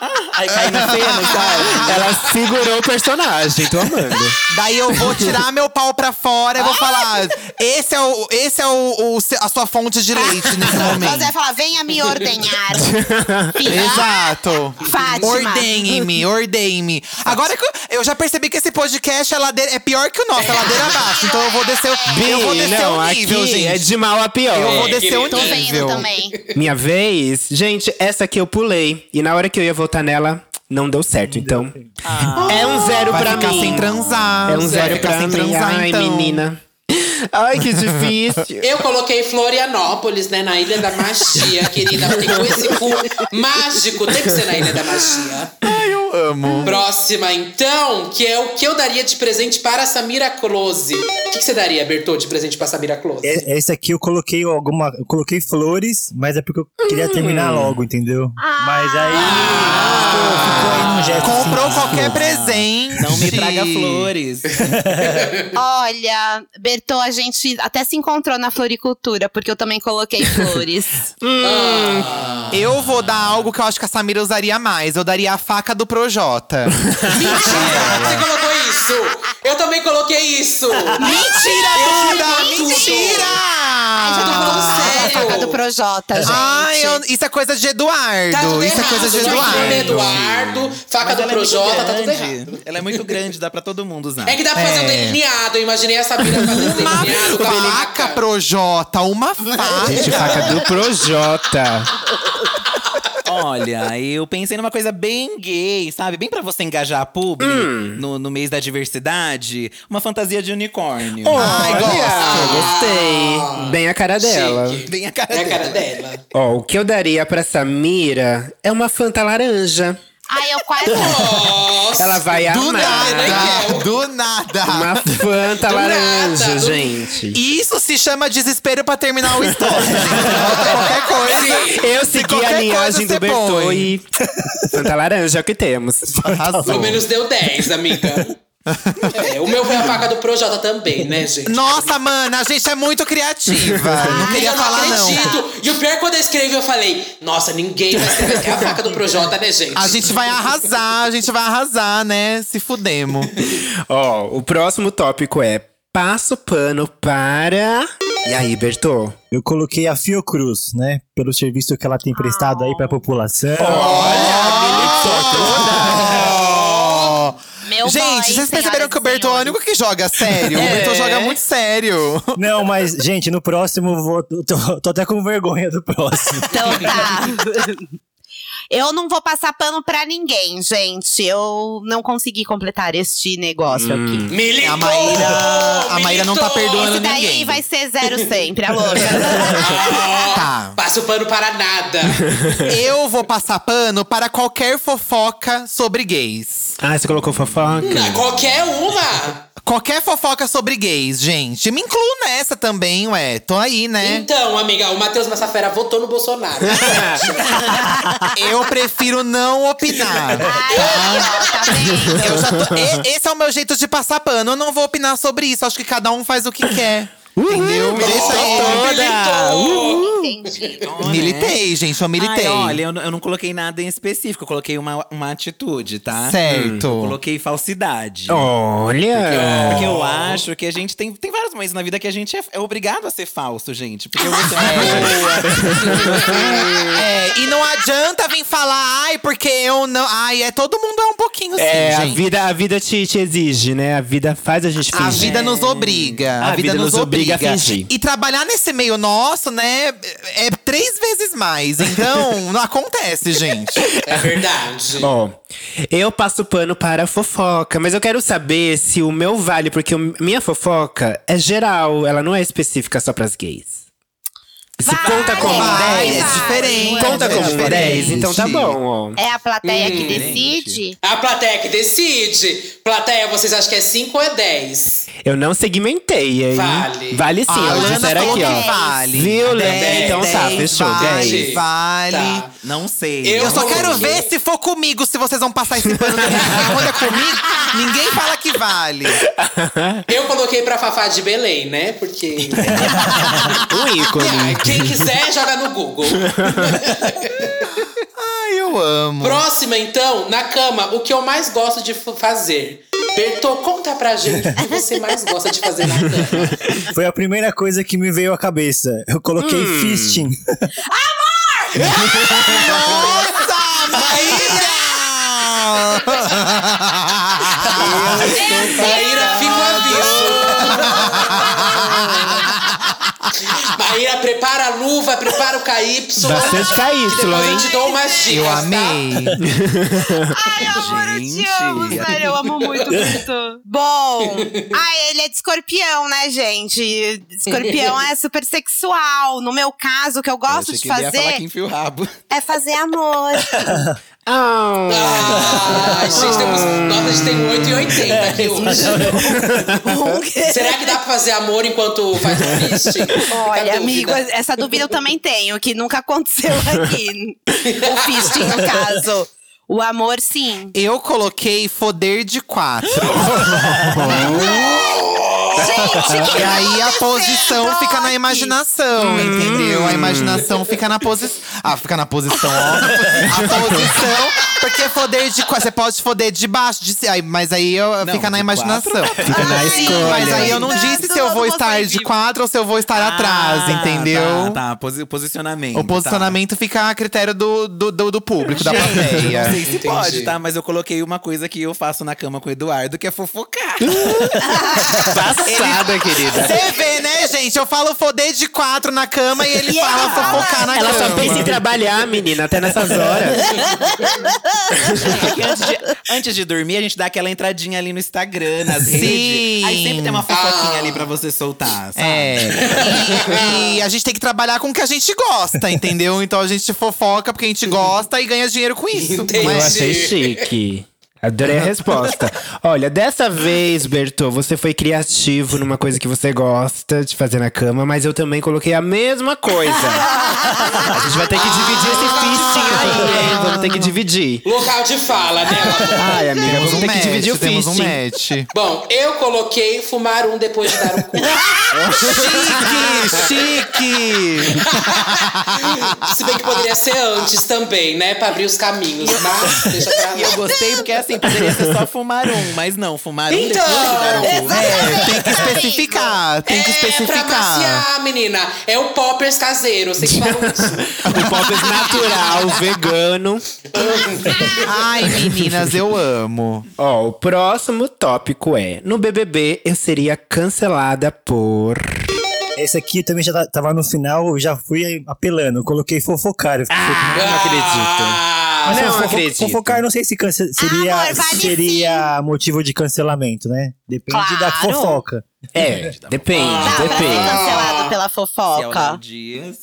Speaker 8: ah, aí cai no feno, sabe?
Speaker 1: Ela segurou o personagem, tô amando.
Speaker 2: Daí eu vou tirar meu pau pra fora e vou falar: esse é, o, esse é o, o se- a sua fonte de leite nesse
Speaker 6: Você vai
Speaker 2: momento.
Speaker 6: falar, venha me ordenhar. Filha.
Speaker 2: Exato.
Speaker 6: Fátima.
Speaker 2: Ordenhe-me, ordenhe-me. Agora que eu, eu já percebi que esse podcast é, ladeira- é pior que o nosso, é ladeira abaixo. Então eu vou descer, o- eu vou descer
Speaker 1: não,
Speaker 2: o nível,
Speaker 1: aqui
Speaker 2: gente.
Speaker 1: é de mal a pior.
Speaker 2: Eu vou
Speaker 5: É,
Speaker 2: descer o
Speaker 5: querido.
Speaker 6: Tô
Speaker 2: nível.
Speaker 6: vendo também.
Speaker 1: Minha vez? Gente, essa aqui eu pulei. E na hora que eu ia voltar nela, não deu certo. Então,
Speaker 5: Ah.
Speaker 1: é um zero
Speaker 2: Vai
Speaker 1: pra
Speaker 2: ficar
Speaker 1: mim.
Speaker 2: sem transar.
Speaker 1: É um
Speaker 2: Vai
Speaker 1: zero
Speaker 2: ficar
Speaker 1: pra
Speaker 2: sem
Speaker 1: mim.
Speaker 2: transar,
Speaker 1: Ai,
Speaker 2: então.
Speaker 1: menina. Ai, que difícil.
Speaker 5: Eu coloquei Florianópolis, né? Na Ilha da Magia, querida. Porque com esse cu mágico tem que ser na Ilha da Magia.
Speaker 2: Eu amo.
Speaker 5: Próxima, então, que é o que eu daria de presente para a Samira Close. O que, que você daria, Bertô, de presente para a Samira Close?
Speaker 7: é, esse aqui eu coloquei alguma. Eu coloquei flores, mas é porque eu queria
Speaker 2: Hum.
Speaker 7: terminar logo, entendeu? Mas aí. Ficou, ficou aí um gesto.
Speaker 2: Ah. Comprou
Speaker 7: simples.
Speaker 2: qualquer presente.
Speaker 8: Não me traga flores.
Speaker 6: Olha, Bertô, a gente até se encontrou na floricultura, porque eu também coloquei flores.
Speaker 5: Ah,
Speaker 2: Hum. Eu vou dar algo que eu acho que a Samira usaria mais. Eu daria a faca do Projota.
Speaker 5: Mentira! Você colocou isso! Eu também coloquei isso!
Speaker 2: mentira, Duda! Mentira!
Speaker 6: Ai, já tô falando sério. A faca do Projota, gente.
Speaker 2: Ah, tá Ai, eu- isso é coisa de Eduardo.
Speaker 5: Tá tudo
Speaker 2: isso
Speaker 5: errado. Tá
Speaker 2: é coisa de
Speaker 5: já foi
Speaker 2: Eduardo.
Speaker 5: Eduardo, faca
Speaker 8: Mas
Speaker 5: do
Speaker 8: ela é muito
Speaker 5: Projota, tá tudo
Speaker 8: grande.
Speaker 5: errado.
Speaker 8: Ela é muito grande, dá pra todo mundo usar.
Speaker 5: É que dá pra fazer um delineado. Eu imaginei a Samira fazendo um delineado com a
Speaker 2: Faca
Speaker 5: faca.
Speaker 2: Projota, uma
Speaker 1: Gente,
Speaker 2: faca.
Speaker 1: faca do Projota.
Speaker 8: Olha, eu pensei numa coisa bem gay, sabe? Bem pra você engajar a publi
Speaker 5: Hum.
Speaker 8: no, no mês da diversidade. Uma fantasia de unicórnio.
Speaker 1: Ai,
Speaker 2: gosto.
Speaker 1: Gostei. Bem a cara dela.
Speaker 5: Chique.
Speaker 8: Bem a cara
Speaker 5: É a cara
Speaker 8: dela.
Speaker 5: dela.
Speaker 1: Ó, o que eu daria pra Samira é uma fanta laranja.
Speaker 6: Ai, eu quase.
Speaker 5: Nossa!
Speaker 1: Ela vai
Speaker 2: Do
Speaker 1: amar.
Speaker 2: nada, do nada.
Speaker 1: Uma fanta
Speaker 5: Do
Speaker 1: laranja,
Speaker 5: nada, do-
Speaker 1: gente.
Speaker 2: Isso se chama desespero pra terminar o story. Bota qualquer coisa.
Speaker 1: Eu
Speaker 2: Se
Speaker 1: segui
Speaker 2: qualquer
Speaker 1: a
Speaker 2: coisa
Speaker 1: linhagem do
Speaker 2: você
Speaker 1: Bertô
Speaker 2: põe.
Speaker 1: e. Fanta laranja é o que temos.
Speaker 2: Arrasou.
Speaker 5: Pelo menos deu 10, amiga. É, o meu foi a faca do Projota também, né, gente?
Speaker 2: Nossa, mano, a gente é muito criativa. não
Speaker 5: Ai,
Speaker 2: queria
Speaker 5: eu
Speaker 2: falar,
Speaker 5: não
Speaker 2: não.
Speaker 5: acredito. E o pior, é quando eu escrevi, eu falei: Nossa, ninguém vai escrever. É a faca do Projota, né, gente?
Speaker 2: A gente vai arrasar, a gente vai arrasar, né? Se fudemos.
Speaker 1: Ó, o próximo tópico é passo pano para. E aí, Bertô?
Speaker 7: Eu coloquei a Fiocruz, né? Pelo serviço que ela tem
Speaker 2: Oh.
Speaker 7: prestado aí pra população.
Speaker 2: Olha,
Speaker 6: Meu boy,
Speaker 2: Gente, vocês perceberam
Speaker 6: senhoras
Speaker 2: que o
Speaker 6: e
Speaker 2: Bertô é o
Speaker 6: senhores.
Speaker 2: único que joga sério. O
Speaker 8: É.
Speaker 2: Bertô joga muito sério.
Speaker 7: Não, mas, gente, no próximo eu vou. Tô, tô até com vergonha do próximo.
Speaker 6: Então tá. Eu não vou passar pano pra ninguém, gente. Eu não consegui completar este negócio
Speaker 2: Hum.
Speaker 6: aqui.
Speaker 5: Militou!
Speaker 2: A Maíra- a Maíra não tá
Speaker 5: Militou!
Speaker 2: perdoando
Speaker 6: Esse daí
Speaker 2: ninguém.
Speaker 6: vai ser zero sempre, a louca.
Speaker 5: Ah,
Speaker 2: Tá.
Speaker 5: Passa o pano para nada.
Speaker 2: Eu vou passar pano para qualquer fofoca sobre gays.
Speaker 1: Ah, você colocou fofoca?
Speaker 5: Não, qualquer uma.
Speaker 2: Qualquer fofoca sobre gays, gente. Me incluo nessa também, ué. Tô aí, né?
Speaker 5: Então, amiga, o Matheus Massafera votou no Bolsonaro.
Speaker 2: Eu prefiro não opinar.
Speaker 6: Ai, ó, tá vendo?
Speaker 2: Eu já tô- e- Esse é o meu jeito de passar pano. Eu não vou opinar sobre isso. Acho que cada um faz o que quer. Entendeu? Me deixa aí toda.
Speaker 5: Militou!
Speaker 6: Entendi.
Speaker 2: Militei, gente. Eu militei.
Speaker 8: Ai, olha, eu, não- eu não coloquei nada em específico, eu coloquei uma, uma atitude, tá?
Speaker 2: Certo.
Speaker 8: Eu coloquei falsidade.
Speaker 1: Oh. Olha!
Speaker 8: Porque eu acho que a gente tem. Tem vários momentos na vida que a gente é, é obrigado a ser falso, gente. Porque você
Speaker 2: É, e não adianta vir falar, ai, porque eu não. Ai, é todo mundo é um pouquinho assim,
Speaker 1: É, a
Speaker 2: gente.
Speaker 1: vida, a vida te, te exige, né? A vida faz a gente fingir.
Speaker 2: A vida nos obriga. A, vida, nos obriga.
Speaker 1: a fingir.
Speaker 2: E trabalhar nesse meio nosso, né, é três vezes mais. Então, não acontece, gente.
Speaker 5: É verdade.
Speaker 1: Bom, eu passo pano para a fofoca, mas eu quero saber se o meu vale, porque o- minha fofoca é geral, ela não é específica só pras gays. Se
Speaker 6: Vale,
Speaker 1: conta como
Speaker 6: vale,
Speaker 1: 10,
Speaker 2: é
Speaker 6: vale.
Speaker 2: diferente.
Speaker 1: conta
Speaker 2: é
Speaker 1: como
Speaker 2: diferente.
Speaker 1: 10, então tá bom, ó.
Speaker 6: É a plateia que decide?
Speaker 5: A plateia que decide. Plateia, vocês acham que é 5 ou é 10?
Speaker 1: Eu não segmentei, hein?
Speaker 5: Vale.
Speaker 1: Vale sim,
Speaker 2: A
Speaker 1: ó,
Speaker 2: Alana
Speaker 1: disseram
Speaker 2: falou
Speaker 1: aqui,
Speaker 2: que
Speaker 1: ó.
Speaker 2: vale.
Speaker 1: Viu, Lana?
Speaker 2: Dez,
Speaker 1: Então tá,
Speaker 2: dez,
Speaker 1: fechou,
Speaker 2: Vale,
Speaker 1: 10.
Speaker 2: vale.
Speaker 5: Tá.
Speaker 8: não sei.
Speaker 5: Eu
Speaker 2: Eu só
Speaker 5: Não,
Speaker 2: quero
Speaker 5: não.
Speaker 2: ver se for comigo, se vocês vão passar esse pano. Quando é comigo, ninguém fala que vale.
Speaker 5: Eu coloquei pra Fafá de Belém, né? Porque.
Speaker 2: É
Speaker 1: O Um ícone.
Speaker 5: Ah, Quem quiser, joga no Google.
Speaker 2: Ai, eu amo.
Speaker 5: Próxima, então, na cama, o que eu mais gosto de f- fazer? Bertô, conta pra gente o que você mais gosta de fazer na cama.
Speaker 7: Foi a primeira coisa que me veio à cabeça. Eu coloquei
Speaker 6: Hum.
Speaker 7: fisting.
Speaker 2: Nossa, Maíra!
Speaker 5: Maíra, fica o aviso. Maíra, prepara a luva, prepara o KY.
Speaker 1: Bastante KY,
Speaker 5: que depois eu
Speaker 1: hein?
Speaker 5: te dou umas dicas,
Speaker 2: Eu
Speaker 5: tá?
Speaker 2: amei.
Speaker 6: Ai, amor, eu te
Speaker 8: Gente.
Speaker 6: amo, sério. Eu amo muito, muito. Bom, ai, ele é de escorpião, né, gente? Escorpião é super sexual. No meu caso, o que eu gosto de
Speaker 8: falar
Speaker 6: fazer
Speaker 8: que enfia o rabo.
Speaker 6: é fazer amor.
Speaker 5: Ah, gente, temos, nossa, a gente tem 8 e 80 aqui hoje. Será que dá pra fazer amor enquanto faz o fist? Fica a
Speaker 6: Olha,
Speaker 5: dúvida.
Speaker 6: amigo, essa dúvida eu também tenho, que nunca aconteceu aqui. O fisting, no caso. O amor, sim.
Speaker 2: Eu coloquei foder de quatro.
Speaker 6: Gente,
Speaker 2: e aí a posição
Speaker 6: acontecendo
Speaker 2: fica na
Speaker 6: aqui?
Speaker 2: imaginação,
Speaker 8: Hum.
Speaker 2: entendeu? A imaginação fica na posição. Ah, fica na posição, ó. A posição. Porque foder de quatro. Você pode foder de baixo, de ci- aí- mas aí eu,
Speaker 8: Não,
Speaker 2: fica na
Speaker 8: de
Speaker 2: imaginação.
Speaker 1: Fica na
Speaker 6: Ai,
Speaker 1: escolha.
Speaker 2: Mas aí eu não
Speaker 6: Olha.
Speaker 2: disse se eu
Speaker 6: Tá,
Speaker 2: vou
Speaker 6: Todo
Speaker 2: estar
Speaker 6: você
Speaker 2: de
Speaker 6: vive.
Speaker 2: quatro ou se eu vou estar atrás,
Speaker 8: Ah,
Speaker 2: entendeu?
Speaker 8: Tá, tá. Posi- posicionamento.
Speaker 2: O posicionamento fica a critério do, do, do, do público, da
Speaker 8: Tá. Não
Speaker 2: plateia.
Speaker 8: sei se
Speaker 5: Entendi.
Speaker 8: pode, tá? Mas eu coloquei uma coisa que eu faço na cama com o Eduardo, que é fofocar.
Speaker 1: Passada, querida.
Speaker 2: Você vê, né, gente? Eu falo foder de quatro na cama e ele
Speaker 6: E
Speaker 2: fala
Speaker 6: ele fala-
Speaker 2: fofocar na
Speaker 1: Ela
Speaker 2: cama.
Speaker 1: só pensa em trabalhar, menina, até nessas horas.
Speaker 8: Porque antes de, antes de dormir, a gente dá aquela entradinha ali no Instagram, nas
Speaker 2: Sim.
Speaker 8: redes. Aí sempre tem uma fofoquinha
Speaker 5: Ah.
Speaker 8: ali pra você soltar, sabe?
Speaker 2: É. E a gente tem que trabalhar com o que a gente gosta, entendeu? Então a gente fofoca porque a gente gosta e ganha dinheiro com isso.
Speaker 5: Entendi.
Speaker 1: Eu
Speaker 2: Mas
Speaker 1: achei chique. Adorei a resposta. Olha, dessa vez, Bertô, você foi criativo numa coisa que você gosta de fazer na cama, mas eu também coloquei a mesma coisa. A gente vai ter que dividir esse fisting aí, hein? Vamos ter que dividir.
Speaker 5: Local de fala, né? amor?
Speaker 1: Ai, amiga,
Speaker 2: temos
Speaker 1: vamos ter
Speaker 2: um
Speaker 1: que
Speaker 2: match,
Speaker 1: dividir o
Speaker 2: temos um
Speaker 1: fisting.
Speaker 2: match.
Speaker 5: Bom, eu coloquei fumar um depois de dar um cu.
Speaker 2: chique, chique!
Speaker 5: Se bem que poderia ser antes também, né? Pra abrir os caminhos. Mas deixa pra
Speaker 8: E eu
Speaker 5: lá.
Speaker 8: gostei porque assim, poderia ser só fumar um, mas não, fumar um
Speaker 5: Então,
Speaker 8: depois de dar um cu.
Speaker 2: É, tem que especificar, tem que
Speaker 5: É pra
Speaker 2: especificar.
Speaker 5: maciar, menina. É o poppers caseiro, eu sei que falam isso.
Speaker 1: O pop é natural, vegano.
Speaker 2: Ai, meninas, eu amo.
Speaker 1: Ó, o próximo tópico é: No BBB eu seria cancelada por.
Speaker 7: Esse aqui eu também já tá- tava no final, eu já fui apelando. Eu coloquei fofocar. Eu fiquei-
Speaker 6: Ah,
Speaker 8: não acredito.
Speaker 5: Ah,
Speaker 7: Mas é
Speaker 1: não
Speaker 7: fofo-
Speaker 1: acredito.
Speaker 7: Fofocar, eu não sei se cance- seria,
Speaker 6: Amor, vale
Speaker 7: seria motivo de cancelamento, né? Depende da
Speaker 6: Claro.
Speaker 7: fofoca.
Speaker 1: É, depende,
Speaker 6: Dá pra Tá, ser
Speaker 1: depende.
Speaker 6: cancelado pela
Speaker 2: né?
Speaker 6: fofoca.
Speaker 8: Dias.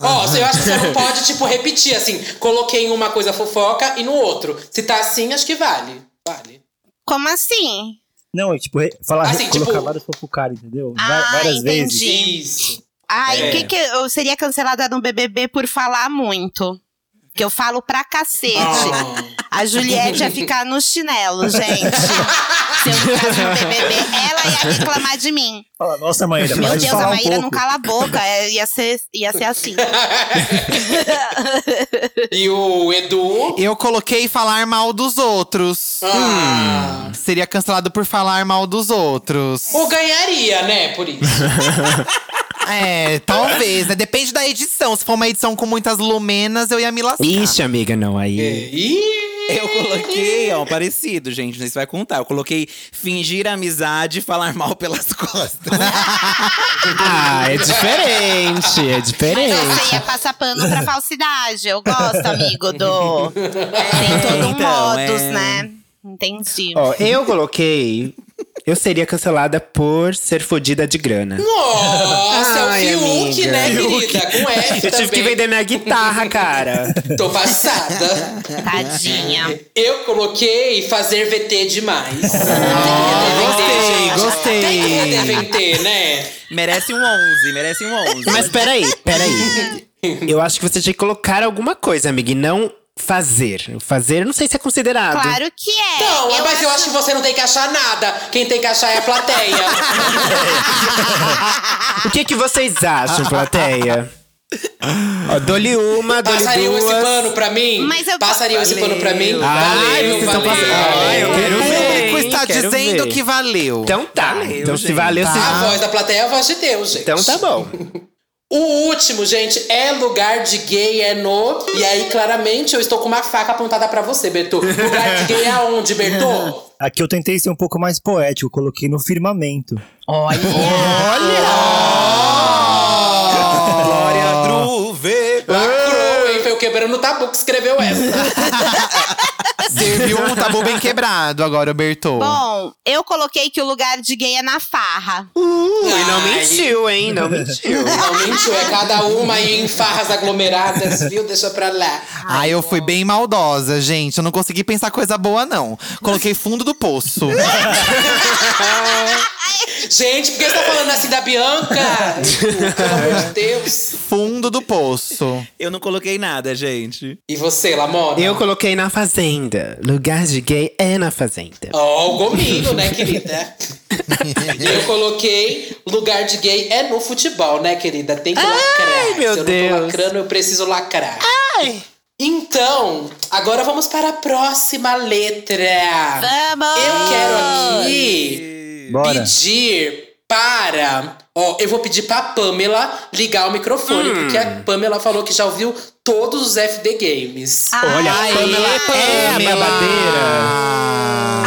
Speaker 5: Ó, eu acho que você não pode, tipo, repetir, assim. Coloquei em uma coisa fofoca e no outro. Se tá assim, acho que vale. Vale.
Speaker 6: Como assim?
Speaker 7: Não, é tipo, re- falar,
Speaker 5: Assim,
Speaker 7: re- colocar
Speaker 5: tipo-
Speaker 7: vários fofocar, entendeu?
Speaker 6: Ah,
Speaker 7: Vai- várias
Speaker 6: entendi.
Speaker 7: vezes.
Speaker 5: Isso.
Speaker 6: Ai,
Speaker 5: É.
Speaker 6: o que que eu seria cancelada no BBB por falar muito? Que eu falo pra cacete.
Speaker 5: Ah.
Speaker 6: A Juliette ia ficar no chinelo, gente. Se eu um ficasse no BBB, ela ia reclamar de mim.
Speaker 7: Fala, nossa, Maíra,
Speaker 6: Meu
Speaker 7: para de
Speaker 6: Deus, a
Speaker 7: falar um
Speaker 6: Maíra
Speaker 7: pouco.
Speaker 6: não cala a boca. É, ia, ser, ia ser assim.
Speaker 5: e o Edu.
Speaker 2: Eu coloquei falar mal dos outros. Hum.
Speaker 5: Ah.
Speaker 2: Seria cancelado por falar mal dos outros.
Speaker 1: Hum.
Speaker 5: Ou ganharia, né? Por isso.
Speaker 2: É, talvez, né? Depende da edição. Se for uma edição com muitas lumenas, eu ia me lascar.
Speaker 1: Ixi, amiga, não,
Speaker 2: É.
Speaker 1: aí.
Speaker 5: Ih!
Speaker 8: Eu coloquei, ó, parecido, gente. Não sei se vai contar. Eu coloquei fingir amizade e falar mal pelas costas.
Speaker 1: Ah, é diferente, é
Speaker 5: assim,
Speaker 6: Você
Speaker 1: diferente.
Speaker 6: ia passar pano pra falsidade. Eu gosto, amigo, do. Tem todo um
Speaker 8: Então,
Speaker 6: modus,
Speaker 8: é.
Speaker 6: né? Entendi.
Speaker 1: Ó, eu coloquei. Eu seria cancelada por ser fodida de grana.
Speaker 5: Nossa,
Speaker 1: Ai,
Speaker 5: é o Fiuk,
Speaker 1: amiga.
Speaker 5: né, querida? Com F
Speaker 1: Eu tive que
Speaker 5: é, também.
Speaker 1: vender minha guitarra, cara.
Speaker 5: Tô passada.
Speaker 6: Tadinha.
Speaker 5: Eu coloquei fazer VT demais.
Speaker 1: Ah,
Speaker 2: gostei, gostei.
Speaker 5: Tem que vender VT, Tem que vender VT, né?
Speaker 8: merece um 11, merece um 11.
Speaker 1: Mas peraí, peraí. Eu acho que você tinha que colocar alguma coisa, amiga, e não fazer. O Fazer, eu não sei se é considerado.
Speaker 6: Claro que é.
Speaker 5: Não, mas eu acho que você não tem que achar nada. Quem tem que achar é a plateia.
Speaker 1: O que, que vocês acham, plateia? Ó, dou-lhe uma, dou-lhe
Speaker 5: Passariam Ah, esse
Speaker 1: duas.
Speaker 5: pano pra mim?
Speaker 6: Mas eu-
Speaker 5: Passariam esse pano pra mim?
Speaker 1: Ai, vocês estão passando. Ai, eu quero
Speaker 2: O
Speaker 1: ver.
Speaker 2: público está
Speaker 1: quero
Speaker 2: dizendo
Speaker 1: ver.
Speaker 2: que valeu.
Speaker 1: Então tá.
Speaker 5: Ah,
Speaker 1: então se
Speaker 8: gente.
Speaker 1: valeu, se...
Speaker 5: A voz da plateia é a voz de Deus, gente.
Speaker 1: Então tá bom.
Speaker 5: O último, gente, é lugar de gay, é no. E aí, claramente, eu estou com uma faca apontada pra você, Bertô. Lugar de gay é aonde, Bertô?
Speaker 7: Aqui eu tentei ser um pouco mais poético, eu coloquei no firmamento.
Speaker 2: Ah!
Speaker 8: Glória Druve.
Speaker 5: Lacrou, Ah, hein? Foi o quebrando o tabu que escreveu essa.
Speaker 2: Serviu um tabu bem quebrado agora, Bertô.
Speaker 6: Bom, eu coloquei que o lugar de gay é na farra.
Speaker 1: Uh, E não
Speaker 5: Ai,
Speaker 1: mentiu, hein? Não mentiu.
Speaker 5: Não mentiu, é cada uma aí em farras aglomeradas, viu? Deixa pra lá.
Speaker 2: Ai, eu fui bem maldosa, gente. Eu não consegui pensar coisa boa, não. Coloquei fundo do poço.
Speaker 5: Gente, por que você tá falando assim da Bianca? Pelo amor de Deus.
Speaker 2: fundo do poço.
Speaker 8: Eu não coloquei nada, gente.
Speaker 5: E você, Lamona?
Speaker 1: Eu coloquei na fazenda. Lugar de gay é na fazenda.
Speaker 5: Ó, o gominho, né, querida? E eu coloquei lugar de gay é no futebol, né, querida? Tem que lacrar.
Speaker 1: meu
Speaker 5: Se eu não
Speaker 1: Deus.
Speaker 5: tô lacrando, eu preciso lacrar. Então, agora vamos para a próxima letra.
Speaker 6: Vamos!
Speaker 5: Eu quero aqui
Speaker 7: Bora.
Speaker 5: pedir para. Ó, eu vou pedir pra Pamela ligar o
Speaker 10: Hum.
Speaker 5: microfone, porque a Pamela falou que já ouviu todos os FD Games.
Speaker 1: Olha, a
Speaker 6: Ai,
Speaker 1: Pamela é a babadeira.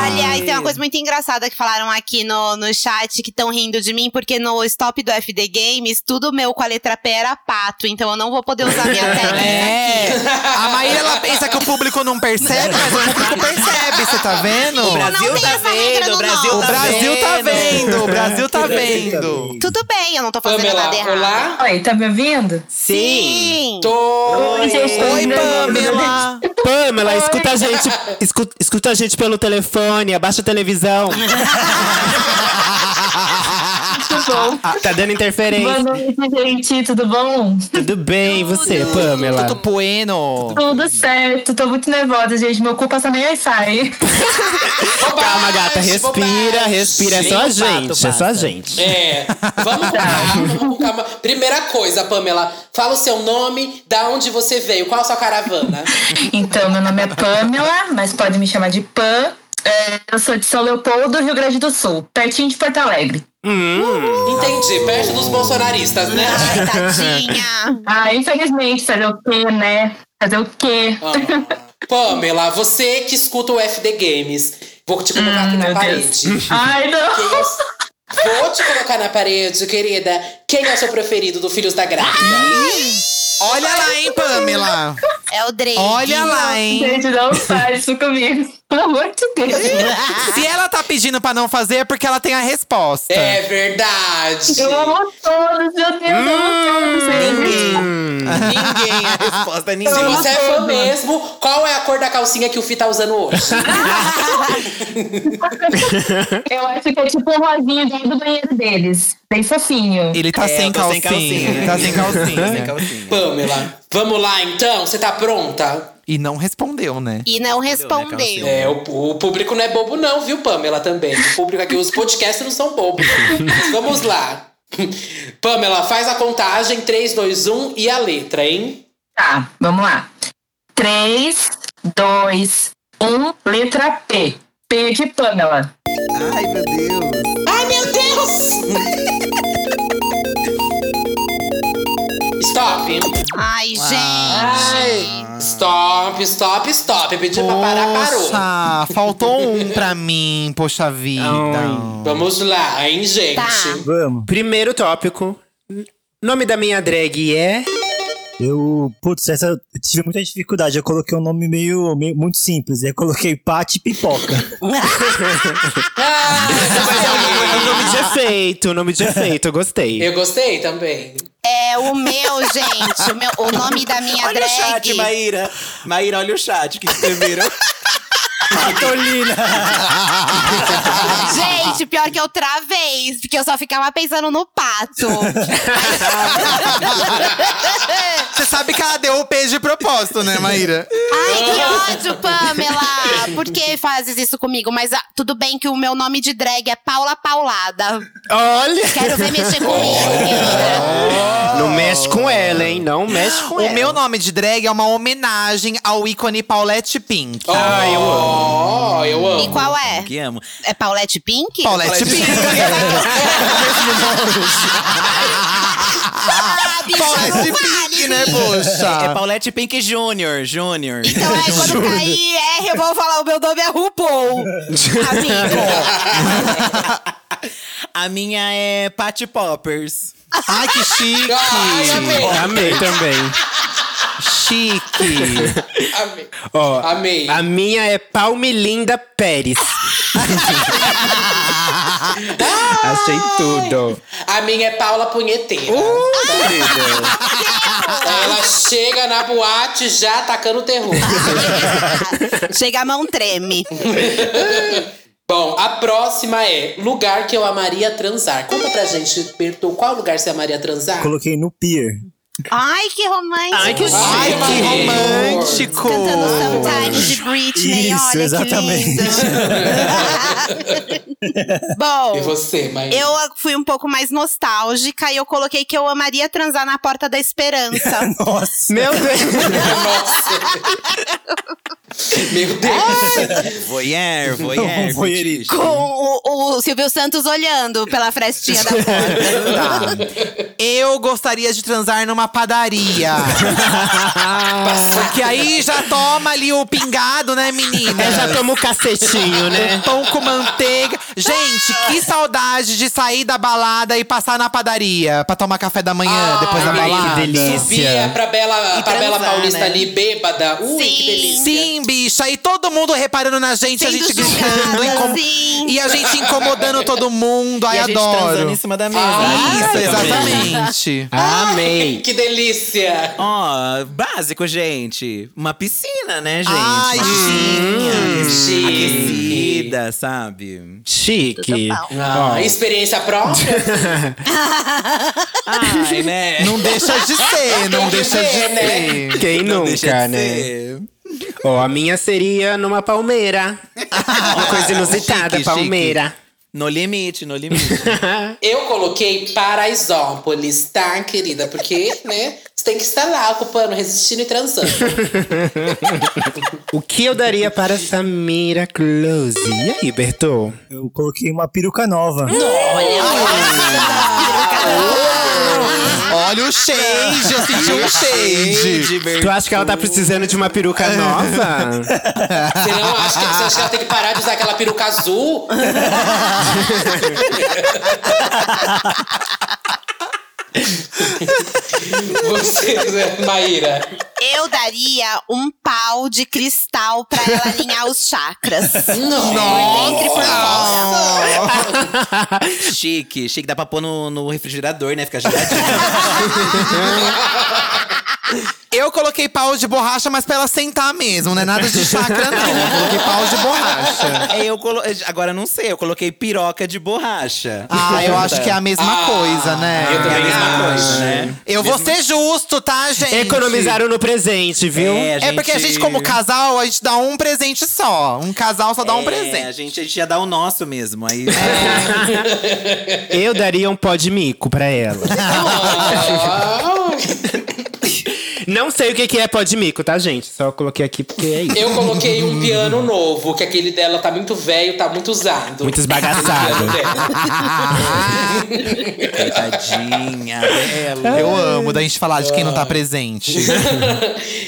Speaker 6: Aliás, tem uma coisa muito engraçada que falaram aqui no, no chat que estão rindo de mim, porque no stop do FD Games, tudo meu com a letra P era pato, então eu não vou poder usar minha técnica
Speaker 2: É.
Speaker 6: aqui.
Speaker 2: A Maíra, ela pensa que o público não percebe, mas o público percebe, você tá vendo?
Speaker 8: O Brasil
Speaker 6: tem
Speaker 8: tá
Speaker 6: essa regra
Speaker 8: vendo,
Speaker 6: no
Speaker 8: o Brasil
Speaker 6: nome.
Speaker 2: O
Speaker 8: tá
Speaker 2: Brasil tá vendo, o Brasil tá vendo.
Speaker 7: vendo.
Speaker 6: Tudo bem, eu não tô fazendo
Speaker 5: Pamela,
Speaker 6: nada errado.
Speaker 5: olá?
Speaker 10: Oi, tá me ouvindo?
Speaker 1: Sim.
Speaker 5: Tô.
Speaker 10: Oi, gente, tô
Speaker 2: Oi,
Speaker 10: ouvindo agora.
Speaker 2: Pamela!
Speaker 1: Pamela,
Speaker 10: Oi.
Speaker 1: escuta a gente. Escuta, escuta a gente pelo telefone, abaixa a televisão.
Speaker 10: Tudo bom?
Speaker 1: Tá dando
Speaker 10: Boa
Speaker 1: interferência.
Speaker 10: noite, gente, tudo bom?
Speaker 1: Tudo bem, e você,
Speaker 2: Tudo
Speaker 1: Pamela?
Speaker 2: bueno!
Speaker 10: Tudo certo, tô muito nervosa, gente, meu cu passa nem Wi-Fi.
Speaker 1: Calma, gata, respira, respira. É só a gente, é só a gente.
Speaker 5: É, vamos com
Speaker 10: Tá.
Speaker 5: calma, vamos com calma. Primeira coisa, Pamela, fala o seu nome, da onde você veio, qual a sua caravana?
Speaker 10: Então, meu nome é Pamela, mas pode me chamar de Pam. É, eu sou de São Leopoldo, Rio Grande do Sul, pertinho de Porto Alegre.
Speaker 5: Entendi, perto dos bolsonaristas, né?
Speaker 10: Hum.
Speaker 6: Ai, tadinha.
Speaker 10: Ah, infelizmente, fazer o quê, né? Fazer o quê?
Speaker 5: Pamela, você que escuta o FD Games, vou te colocar aqui na
Speaker 10: Hum, meu
Speaker 5: parede.
Speaker 10: Ai, não.
Speaker 5: Quem é o- Vou te colocar na parede, querida. Quem é o seu preferido do Filhos da Grávida?
Speaker 2: Olha lá, hein, Pamela.
Speaker 6: É o Drake.
Speaker 2: Olha lá, hein.
Speaker 10: Gente, não faz isso comigo. Pelo amor de Deus.
Speaker 2: Se ela tá pedindo pra não fazer, é porque ela tem a resposta.
Speaker 5: É verdade.
Speaker 10: Eu amo todos, meu Deus, eu amo todos. gente.
Speaker 8: Ninguém, a resposta é
Speaker 5: Se
Speaker 8: ninguém.
Speaker 5: você é fã mesmo, qual é a cor da calcinha que o Fi tá usando hoje?
Speaker 10: Eu acho que é tipo um rosinho dentro do banheiro deles. Bem fofinho.
Speaker 2: Ele tá
Speaker 8: É,
Speaker 2: sem,
Speaker 8: eu tô
Speaker 2: calcinha.
Speaker 8: sem calcinha. né?
Speaker 2: Ele tá sem calcinha.
Speaker 8: Sem calcinha.
Speaker 5: Pamela, vamos lá então? Você tá pronta?
Speaker 2: E não respondeu, né?
Speaker 6: E não respondeu.
Speaker 5: É, o, o público não é bobo, não, viu, Pamela? Também. O público aqui, os podcasts não são bobos. vamos lá. Pamela, faz a contagem 3, 2, 1 e a letra, hein?
Speaker 10: Tá, vamos lá. 3, 2, 1, letra P. P de Pamela.
Speaker 5: Ai, meu Deus! Stop!
Speaker 6: Ai, gente.
Speaker 5: Ai, stop, stop, stop. Pediu pra parar, parou.
Speaker 2: Poxa, faltou um pra mim, poxa vida.
Speaker 5: Vamos lá, hein, gente?
Speaker 6: Tá.
Speaker 7: Vamos.
Speaker 1: Primeiro tópico. N- Nome da minha drag é.
Speaker 7: Eu, putz, essa eu tive muita dificuldade. Eu coloquei um nome meio, meio- muito simples. Eu coloquei Pati Pipoca.
Speaker 5: Ah,
Speaker 1: O nome de efeito, o nome de efeito, eu gostei.
Speaker 5: eu gostei também.
Speaker 6: É o meu, gente. O, meu, o nome da minha
Speaker 8: Olha o
Speaker 6: drag.
Speaker 8: chat, Maíra. Maíra, olha o chat que escreveram.
Speaker 6: Gente, pior é que eu travei, porque eu só ficava pensando no pato.
Speaker 2: Você sabe que ela deu o P de propósito, né, Maíra?
Speaker 8: É.
Speaker 6: Ai, que ódio, Pamela! Por que fazes isso comigo? Mas ah, tudo bem que o meu nome de drag é Paula Paulada.
Speaker 1: Olha!
Speaker 6: Quero ver mexer comigo, querida.
Speaker 1: Não mexe com ela, hein? Não mexe com
Speaker 2: O
Speaker 1: ela.
Speaker 2: meu nome de drag é uma homenagem ao ícone Paulette Pink.
Speaker 5: Ah, eu amo. Oh, eu
Speaker 6: E
Speaker 5: amo.
Speaker 6: qual é?
Speaker 8: que amo.
Speaker 6: É Paulette Pink?
Speaker 2: Paulette Pink.
Speaker 6: Ah, bicho,
Speaker 2: Paulette
Speaker 6: não
Speaker 2: Pink,
Speaker 6: vale.
Speaker 2: né,
Speaker 8: É
Speaker 2: poxa?
Speaker 8: Paulette Pink Jr. Jr.
Speaker 6: Então é, quando cair R, eu vou falar, o meu nome é RuPaul. Amigo.
Speaker 8: A minha é Patty Poppers.
Speaker 2: Ai, que chique!
Speaker 5: Ai,
Speaker 6: é?
Speaker 5: amei.
Speaker 1: Amei também.
Speaker 2: Chique!
Speaker 5: Amei.
Speaker 1: Ó,
Speaker 5: Amei.
Speaker 1: A minha é Palmilinda Pérez. Achei tudo.
Speaker 5: A minha é Paula Punheteira. Tá Ela chega na boate já atacando terror.
Speaker 6: Chega a mão treme.
Speaker 5: Bom, a próxima é lugar que eu amaria transar. Conta pra gente, Bertô, qual lugar você amaria transar?
Speaker 7: coloquei no Pier.
Speaker 6: Ai, que romântico.
Speaker 1: Ai, que
Speaker 2: Ai,
Speaker 1: chique.
Speaker 2: que
Speaker 5: amor.
Speaker 2: romântico!
Speaker 6: Cantando Sometimes de Britney,
Speaker 7: Isso,
Speaker 6: olha
Speaker 7: exatamente.
Speaker 6: que lindo.
Speaker 5: E
Speaker 6: Bom,
Speaker 5: você, mãe?
Speaker 6: eu fui um pouco mais nostálgica e eu coloquei que eu amaria transar na Porta da Esperança.
Speaker 7: Nossa!
Speaker 1: Meu Deus.
Speaker 5: Nossa. Meu Deus.
Speaker 8: Voyeur,
Speaker 7: Um
Speaker 8: voyeur.
Speaker 7: voyeurismo.
Speaker 6: com o, o Silvio Santos olhando pela frestinha da porta.
Speaker 2: Eu gostaria de transar numa padaria. Porque aí já toma ali o pingado, né, menina?
Speaker 1: Eu já tomo o cacetinho, né?
Speaker 2: Um pão com manteiga. Gente, que saudade de sair da balada e passar na padaria pra tomar café da manhã
Speaker 5: Ai,
Speaker 2: depois da
Speaker 5: que
Speaker 2: balada.
Speaker 5: Subia pra Bela,
Speaker 8: E
Speaker 5: pra Bela
Speaker 8: transar,
Speaker 5: Paulista
Speaker 8: né?
Speaker 5: ali, bêbada. Ui, que
Speaker 6: Sim.
Speaker 5: delícia.
Speaker 2: Sim, bicha, e todo mundo reparando na gente, a
Speaker 6: Sendo
Speaker 2: gente gritando.
Speaker 6: julgada,
Speaker 2: incomo-
Speaker 6: sim.
Speaker 2: E a gente incomodando todo mundo. Ai,
Speaker 8: E a gente transando
Speaker 2: adoro.
Speaker 8: em cima da mesa.
Speaker 5: Ah,
Speaker 2: Isso,
Speaker 8: Ai,
Speaker 2: exatamente.
Speaker 1: Amei.
Speaker 5: Que delícia.
Speaker 8: Ó, básico, gente. Uma piscina, né, gente?
Speaker 2: Ai,
Speaker 8: Uma
Speaker 2: sim.
Speaker 8: piscina
Speaker 5: Sim.
Speaker 8: aquecida, sabe?
Speaker 1: Chique.
Speaker 5: Ah, experiência própria?
Speaker 8: Ai, né?
Speaker 2: Não deixa de ser, não deixa de ser.
Speaker 1: Quem
Speaker 8: Não
Speaker 1: nunca,
Speaker 8: deixa de
Speaker 1: né?
Speaker 8: ser.
Speaker 1: Ó, a minha seria numa palmeira. Uma coisa inusitada,
Speaker 8: Chique,
Speaker 1: palmeira.
Speaker 8: No limite, no limite.
Speaker 5: Eu coloquei Paraisópolis, tá, querida? Porque, né, você tem que estar lá ocupando, resistindo e transando.
Speaker 1: O que eu daria para Samira Close? E aí, Bertô?
Speaker 7: Eu coloquei uma peruca nova.
Speaker 5: Olha,
Speaker 2: o shade, eu senti um shade.
Speaker 1: Tu acha que ela tá precisando de uma peruca nova?
Speaker 5: Você não acha que, assim, você acha que ela tem que parar de usar aquela peruca azul? Você, né, Maíra.
Speaker 6: Eu daria um pau de cristal pra ela alinhar os chakras. Por dentro e por fora.
Speaker 8: Chique, chique. Dá pra pôr no, no refrigerador, né? Fica geladinho.
Speaker 2: Eu coloquei pau de borracha, mas pra ela sentar mesmo, não é nada de chakra, não. Eu coloquei pau de borracha.
Speaker 8: É, eu colo... Agora eu não sei, eu coloquei piroca de borracha. É.
Speaker 2: Ah, eu acho que é a mesma coisa, né?
Speaker 8: Eu também a mesma coisa, né?
Speaker 2: Eu vou ser justo, tá, gente?
Speaker 1: Economizaram no presente, viu?
Speaker 8: É, a
Speaker 2: É porque a gente, como casal, a gente dá um presente só. Um casal só dá um
Speaker 8: É, A
Speaker 2: presente. É.
Speaker 8: gente, a gente ia dar o nosso mesmo. Aí.
Speaker 1: Eu daria um pó de mico pra ela. Não sei o que que é pó de mico, tá, gente? Só coloquei aqui porque é isso.
Speaker 5: Eu coloquei um piano novo, que aquele dela tá muito velho, tá muito usado.
Speaker 1: Muito esbagaçado.
Speaker 5: Aquele piano dela.
Speaker 8: Coitadinha dela.
Speaker 2: Eu amo da gente falar de quem não tá presente.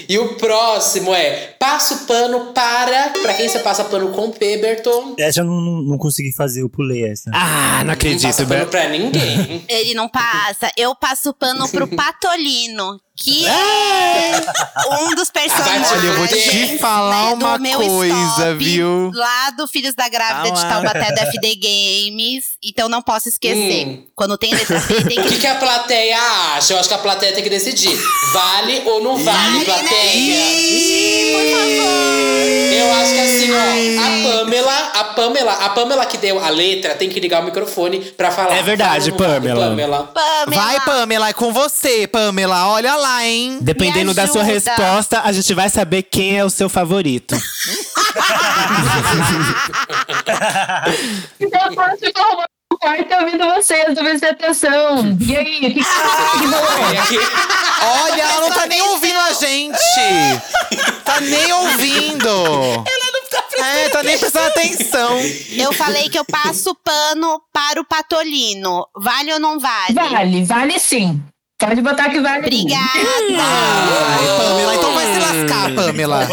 Speaker 5: e o próximo é passa o pano para. Pra quem você passa pano com P, Berton?
Speaker 7: Essa eu não, não, não consegui fazer, eu pulei essa.
Speaker 1: Ah, não
Speaker 5: Não passa
Speaker 1: acredito,
Speaker 5: pano
Speaker 1: Bel.
Speaker 5: pra ninguém.
Speaker 6: Ele não passa. Eu passo pano pro Patolino, que é um dos personagens.
Speaker 5: Olha, eu vou
Speaker 2: te falar
Speaker 6: né,
Speaker 2: uma
Speaker 6: do meu
Speaker 2: coisa,
Speaker 6: stop,
Speaker 2: viu?
Speaker 6: Lá do Filhos da Grávida
Speaker 8: Tá
Speaker 6: de
Speaker 8: lá.
Speaker 6: Taubaté da FD Games. Então não posso esquecer.
Speaker 5: Hum.
Speaker 6: Quando tem letra P, tem
Speaker 5: O que,
Speaker 6: que.
Speaker 5: que a plateia acha? Eu acho que a plateia tem que decidir. Vale ou não
Speaker 1: né?
Speaker 5: vale, plateia? Eu acho que assim, ó, a Pamela, a Pamela, a Pamela que deu a letra tem que ligar o microfone pra falar.
Speaker 1: É verdade,
Speaker 5: Vale ou não vale,
Speaker 1: Pamela.
Speaker 5: Pamela.
Speaker 6: Pamela.
Speaker 2: Vai, Pamela, é com você, Pamela. Olha lá, hein?
Speaker 1: Dependendo
Speaker 6: Me
Speaker 1: da sua
Speaker 6: ajuda.
Speaker 1: resposta, a gente vai saber quem é o seu favorito.
Speaker 10: Então, quando ficou arrumando o quarto, eu ouvindo vocês, eu prestei atenção. E aí, o que que tá
Speaker 5: E aqui,
Speaker 2: Olha, ela não tá nem ouvindo a gente. Tá nem ouvindo. Ela não tá prestando É, tá nem prestando atenção.
Speaker 6: Eu falei que eu passo pano para o Patolino. Vale ou não vale?
Speaker 10: Vale, vale sim. Pode botar que vale.
Speaker 6: Obrigada.
Speaker 2: Ai, Pamela, então vai se lascar, Pamela.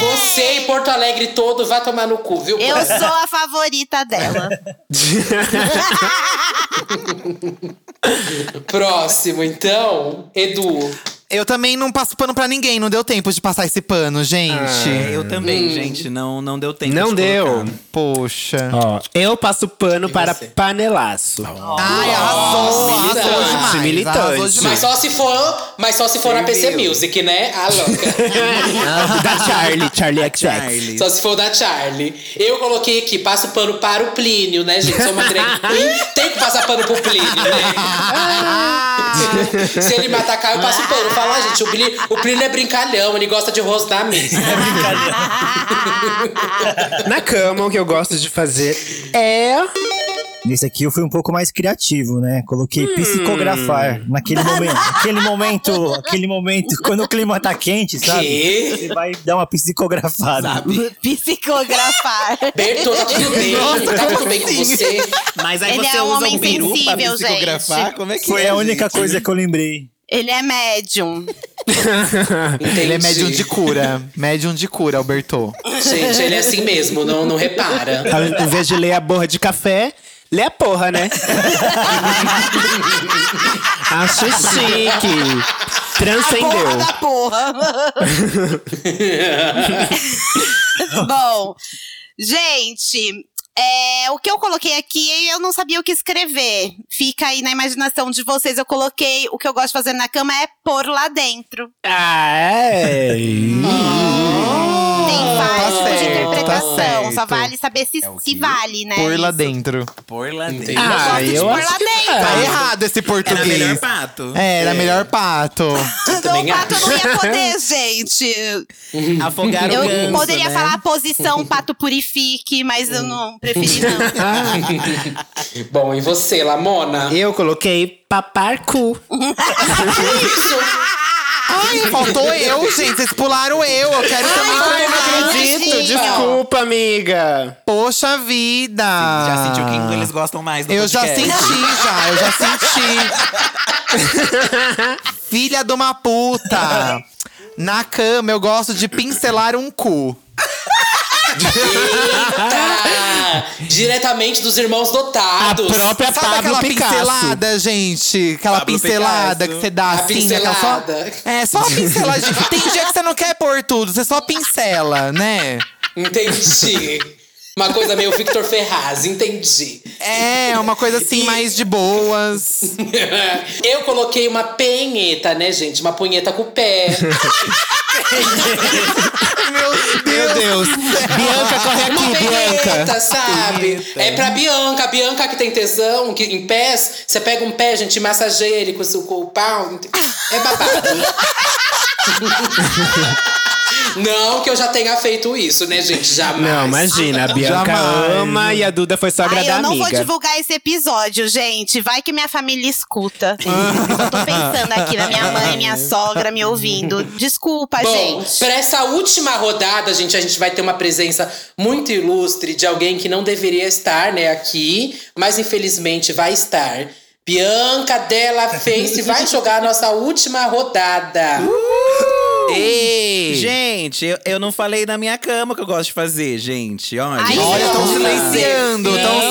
Speaker 5: Você e Porto Alegre todo vai tomar no cu, viu?
Speaker 6: Eu sou a favorita dela.
Speaker 5: Próximo, então, Edu.
Speaker 2: Eu também não passo pano pra ninguém, não deu tempo de passar esse pano, gente.
Speaker 8: Ah, Eu também,
Speaker 2: Hum.
Speaker 8: gente. Não, não deu tempo.
Speaker 1: Não
Speaker 8: de
Speaker 1: deu.
Speaker 8: colocar.
Speaker 2: Poxa.
Speaker 1: Ó, eu passo pano para
Speaker 5: você?
Speaker 1: panelaço.
Speaker 6: Oh.
Speaker 2: Ai, arrasou,
Speaker 5: militante,
Speaker 2: arrasou demais.
Speaker 1: militante.
Speaker 2: Arrasou demais.
Speaker 5: Mas só se for, mas só se for na PC Music, né? A louca.
Speaker 1: da Charlie, Charlie XX.
Speaker 8: Charlie.
Speaker 5: só se for da Charlie. Eu coloquei aqui, passo pano para o Plínio, né, gente? Sou uma drag queen, tem que passar pano pro Plínio,
Speaker 2: Ah!
Speaker 5: né? se ele me atacar, eu passo pano. Fala, ah, gente, o Plínio, o Plínio é brincalhão, ele gosta de rosnar mesmo.
Speaker 1: Na cama, o que eu gosto de fazer é.
Speaker 7: Nesse aqui eu fui um pouco mais criativo, né? Coloquei psicografar naquele momento. Aquele momento, aquele momento, quando o clima tá quente,
Speaker 2: É
Speaker 7: sabe?
Speaker 5: Que?
Speaker 7: Você vai dar uma psicografada.
Speaker 6: Psicografar.
Speaker 5: Bertô, tá tudo bem? tá tudo bem
Speaker 2: assim?
Speaker 5: com você?
Speaker 8: Mas aí
Speaker 6: Ele
Speaker 8: você
Speaker 6: é um
Speaker 8: usa
Speaker 6: homem
Speaker 8: um peru pra
Speaker 6: sensível,
Speaker 8: psicografar?
Speaker 6: gente.
Speaker 8: Como é que
Speaker 7: Foi
Speaker 8: é,
Speaker 7: a única
Speaker 8: gente?
Speaker 7: coisa que eu lembrei.
Speaker 6: Ele é médium.
Speaker 5: Entendi.
Speaker 2: Ele é médium de cura. Médium de cura, Alberto.
Speaker 5: Gente, ele é assim mesmo, não, não repara.
Speaker 1: Ao ao invés de ler a borra de café, lê a porra, né? Acho chique.
Speaker 6: Porra
Speaker 1: Transcendeu.
Speaker 6: da porra. Bom, gente, é, o que eu coloquei aqui, eu não sabia o que escrever. Fica aí na imaginação de vocês. Eu coloquei, o que eu gosto de fazer na cama é pôr lá dentro.
Speaker 1: Ai.
Speaker 7: Tá
Speaker 6: Tem vários tipos de
Speaker 2: Ah, tá certo,
Speaker 6: interpretação.
Speaker 2: tá
Speaker 6: Só
Speaker 2: certo.
Speaker 6: vale saber se, se vale, né?
Speaker 2: Por lá
Speaker 6: Isso.
Speaker 2: dentro.
Speaker 8: Por lá dentro.
Speaker 1: Ah,
Speaker 6: Gosto de
Speaker 1: eu
Speaker 6: pôr
Speaker 1: acho
Speaker 6: lá
Speaker 1: que
Speaker 6: dentro.
Speaker 2: Tá
Speaker 1: Ah.
Speaker 2: errado esse
Speaker 8: Era
Speaker 2: português.
Speaker 8: melhor pato.
Speaker 2: É, era melhor pato.
Speaker 5: também
Speaker 6: Meu pato
Speaker 5: acho.
Speaker 6: eu não ia poder, gente.
Speaker 2: É.
Speaker 8: Afogar o
Speaker 6: Eu
Speaker 8: ganso,
Speaker 6: poderia
Speaker 8: né?
Speaker 6: falar a posição pato purifique, mas eu não preferi não.
Speaker 2: Ah.
Speaker 5: Bom, e você, Lamona?
Speaker 1: Eu coloquei papar cu.
Speaker 2: Ai, faltou eu, gente. Vocês pularam eu. Eu
Speaker 6: Ah,
Speaker 2: quero também
Speaker 1: Ai, não acredito. Desculpa, amiga.
Speaker 2: Poxa vida!
Speaker 8: Já sentiu que eles gostam mais do
Speaker 2: Eu já
Speaker 8: podcast.
Speaker 2: senti, já, eu já senti. Filha de uma puta! Na cama eu gosto de pincelar um cu.
Speaker 5: Eita! Tá. Diretamente dos irmãos dotados.
Speaker 2: Ah. A própria Sabe aquela pincelada, gente? Aquela
Speaker 5: Pablo
Speaker 2: pincelada
Speaker 5: Picasso.
Speaker 2: que você dá
Speaker 5: A
Speaker 2: assim. aquela
Speaker 5: pincelada.
Speaker 2: Só, é, só a pinceladinha. Tem dia que você não quer pôr tudo, você só pincela, né?
Speaker 5: Entendi. Uma coisa meio Victor Ferraz, entendi.
Speaker 2: É, uma coisa assim, mais de boas.
Speaker 5: Eu coloquei uma penheta, né, gente? Uma punheta com o pé.
Speaker 2: Meu Deus. Bianca, corre aqui,
Speaker 5: uma
Speaker 2: Bianca.
Speaker 5: penheta, sabe? É pra Bianca. A Bianca que tem tesão, que em pés, você pega um pé, gente, e massageia ele com o seu- com o pau. É babado. Não que eu já tenha feito isso, né, gente? Jamais.
Speaker 1: Não, imagina, a Bianca
Speaker 2: Jamais.
Speaker 1: ama e a Duda foi sogra
Speaker 6: Ai,
Speaker 1: da
Speaker 6: eu não vou
Speaker 1: amiga.
Speaker 6: divulgar esse episódio, gente. Vai que minha família escuta. Eu Só tô pensando aqui na minha mãe, minha sogra me ouvindo. Desculpa,
Speaker 5: Bom,
Speaker 6: gente.
Speaker 5: para essa última rodada, gente, a gente vai ter uma presença muito ilustre de alguém que não deveria estar, né, aqui, mas infelizmente vai estar. Bianca Della Face vai jogar a nossa última rodada.
Speaker 2: Ei!
Speaker 8: Gente, eu, eu não falei na minha cama que eu gosto de fazer, gente. Olha,
Speaker 6: Ai,
Speaker 2: Olha,
Speaker 6: não.
Speaker 2: estão
Speaker 6: Não.
Speaker 2: silenciando, estão
Speaker 8: Não, é.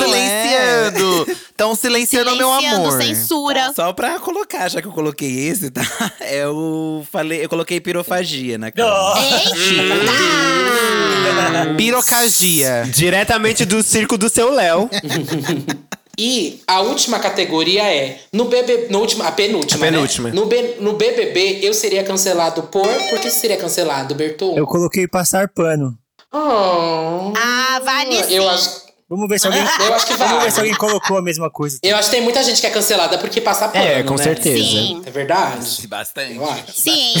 Speaker 2: silenciando. Estão silenciando, meu
Speaker 6: Silenciando,
Speaker 2: amor.
Speaker 6: censura.
Speaker 8: Só pra colocar, já que eu coloquei esse, tá? Eu falei, eu coloquei pirofagia na cama.
Speaker 6: tá. Eita!
Speaker 2: Pirocagia.
Speaker 1: Diretamente do circo do seu Léo.
Speaker 5: E a última categoria é no BBB, no último, a penúltima,
Speaker 1: A
Speaker 5: né?
Speaker 1: penúltima.
Speaker 5: No, B- no BBB eu seria cancelado por, por que seria cancelado, Berton?
Speaker 7: Eu coloquei passar pano.
Speaker 5: Oh.
Speaker 6: Ah, vale sim.
Speaker 5: eu acho,
Speaker 7: Vamos ver se alguém.
Speaker 5: eu acho que
Speaker 7: Vamos
Speaker 5: vale.
Speaker 7: ver se alguém colocou a mesma coisa.
Speaker 5: Eu acho que tem muita gente que é cancelada porque passa pano,
Speaker 1: É, com
Speaker 5: né?
Speaker 1: certeza.
Speaker 6: Sim,
Speaker 5: É verdade.
Speaker 8: Bastante.
Speaker 5: Eu acho.
Speaker 6: sim.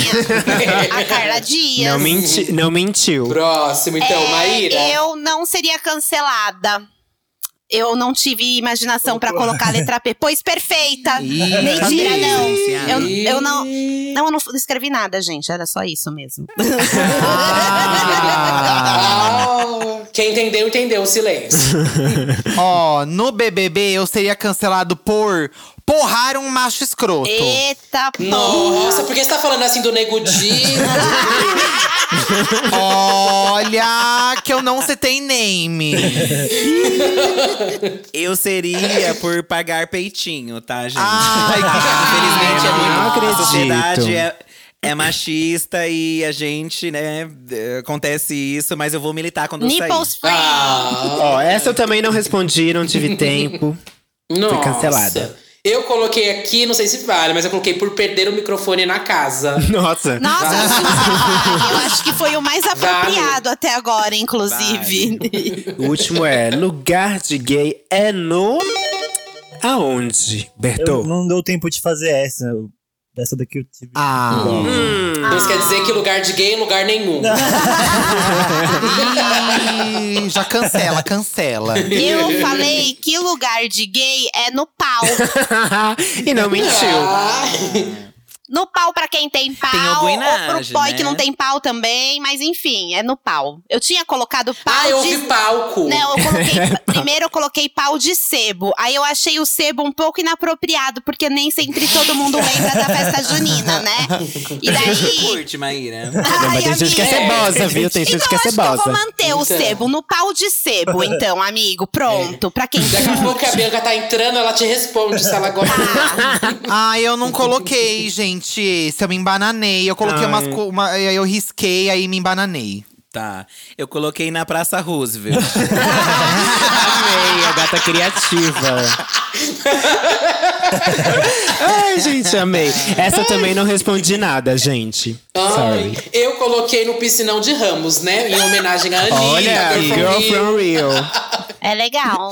Speaker 6: A Carla Dias.
Speaker 1: Não, menti não mentiu.
Speaker 5: Próximo, então,
Speaker 6: É,
Speaker 5: Maíra.
Speaker 6: Eu não seria cancelada. Eu não tive imaginação pra colocar a letra P. Pois perfeita! Mentira,
Speaker 8: tá
Speaker 6: não.
Speaker 8: bem,
Speaker 6: Eu,
Speaker 5: Ih.
Speaker 6: eu não. Não, eu não não escrevi nada, gente. Era só isso mesmo.
Speaker 5: Ah, quem entendeu, entendeu o silêncio.
Speaker 2: Ó, no BBB eu seria cancelado por porrar um macho escroto.
Speaker 6: Eita,
Speaker 5: Nossa,
Speaker 6: porra!
Speaker 5: por que você tá falando assim do Nego Di?
Speaker 2: Olha, que eu não citei name.
Speaker 8: Eu seria por pagar peitinho, tá, gente?
Speaker 2: Ai,
Speaker 8: Infelizmente é muito
Speaker 1: não acredito.
Speaker 8: A sociedade é, é machista e a gente, né, eh, acontece isso, mas eu vou militar quando eu sair.
Speaker 6: Nipples free!
Speaker 5: Ah,
Speaker 1: Ó, essa eu também não respondi, não tive tempo.
Speaker 5: nossa.
Speaker 1: cancelada.
Speaker 5: Eu coloquei aqui, não sei se vale, mas eu coloquei por perder o microfone na casa.
Speaker 1: Nossa.
Speaker 6: Nossa, eu acho que foi o mais
Speaker 5: Vale.
Speaker 6: apropriado até agora, inclusive.
Speaker 1: O último é: lugar de gay é no. Aonde,
Speaker 7: Eu
Speaker 1: Bertô?
Speaker 7: não deu tempo de fazer essa. Eu- Essa daqui eu tive.
Speaker 2: Ah,
Speaker 1: Hum.
Speaker 5: Então isso quer dizer que lugar de gay é lugar nenhum.
Speaker 2: ih, já cancela, cancela.
Speaker 6: Eu falei que lugar de gay é no pau.
Speaker 1: e não mentiu.
Speaker 5: Ah,
Speaker 6: No pau pra quem tem pau,
Speaker 8: Tem
Speaker 6: ou pro
Speaker 8: algoinagem,
Speaker 6: boy
Speaker 8: né?
Speaker 6: que não tem pau também, mas enfim, é no pau. Eu tinha colocado pau
Speaker 5: ah, eu
Speaker 6: de
Speaker 5: ouvi palco.
Speaker 6: Não, eu
Speaker 1: É,
Speaker 6: coloquei
Speaker 1: tá.
Speaker 6: primeiro eu coloquei pau de sebo. Aí eu achei o sebo um pouco inapropriado, porque nem sempre todo mundo lembra da festa junina, né? E daí
Speaker 8: Curte, Maíra.
Speaker 1: Não, mas
Speaker 6: Ai,
Speaker 1: tem gente que é
Speaker 6: amigo.
Speaker 1: cebosa, viu? Tem gente
Speaker 6: então,
Speaker 1: que é
Speaker 6: acho que eu
Speaker 1: cebosa.
Speaker 6: vou manter o
Speaker 5: Então.
Speaker 6: sebo no pau de sebo, então, amigo. Pronto, pra quem
Speaker 5: Daqui a pouco a Bianca tá entrando, ela te responde se ela gosta.
Speaker 1: Tá.
Speaker 2: Ah, eu não coloquei, gente, esse. Eu me embananei. Eu coloquei
Speaker 1: Ai.
Speaker 2: umas… co- Uma, aí eu risquei, aí me embananei.
Speaker 8: Tá. Eu coloquei na Praça Roosevelt.
Speaker 1: Amei, a gata criativa. Ai, gente, amei. Essa eu também não respondi nada, gente.
Speaker 5: Ai,
Speaker 1: Sorry.
Speaker 5: Então, eu coloquei no piscinão de Ramos, né? Em homenagem à Anitta.
Speaker 1: Olha,
Speaker 5: Girl from
Speaker 1: girl
Speaker 5: Rio.
Speaker 1: from Rio.
Speaker 6: É legal.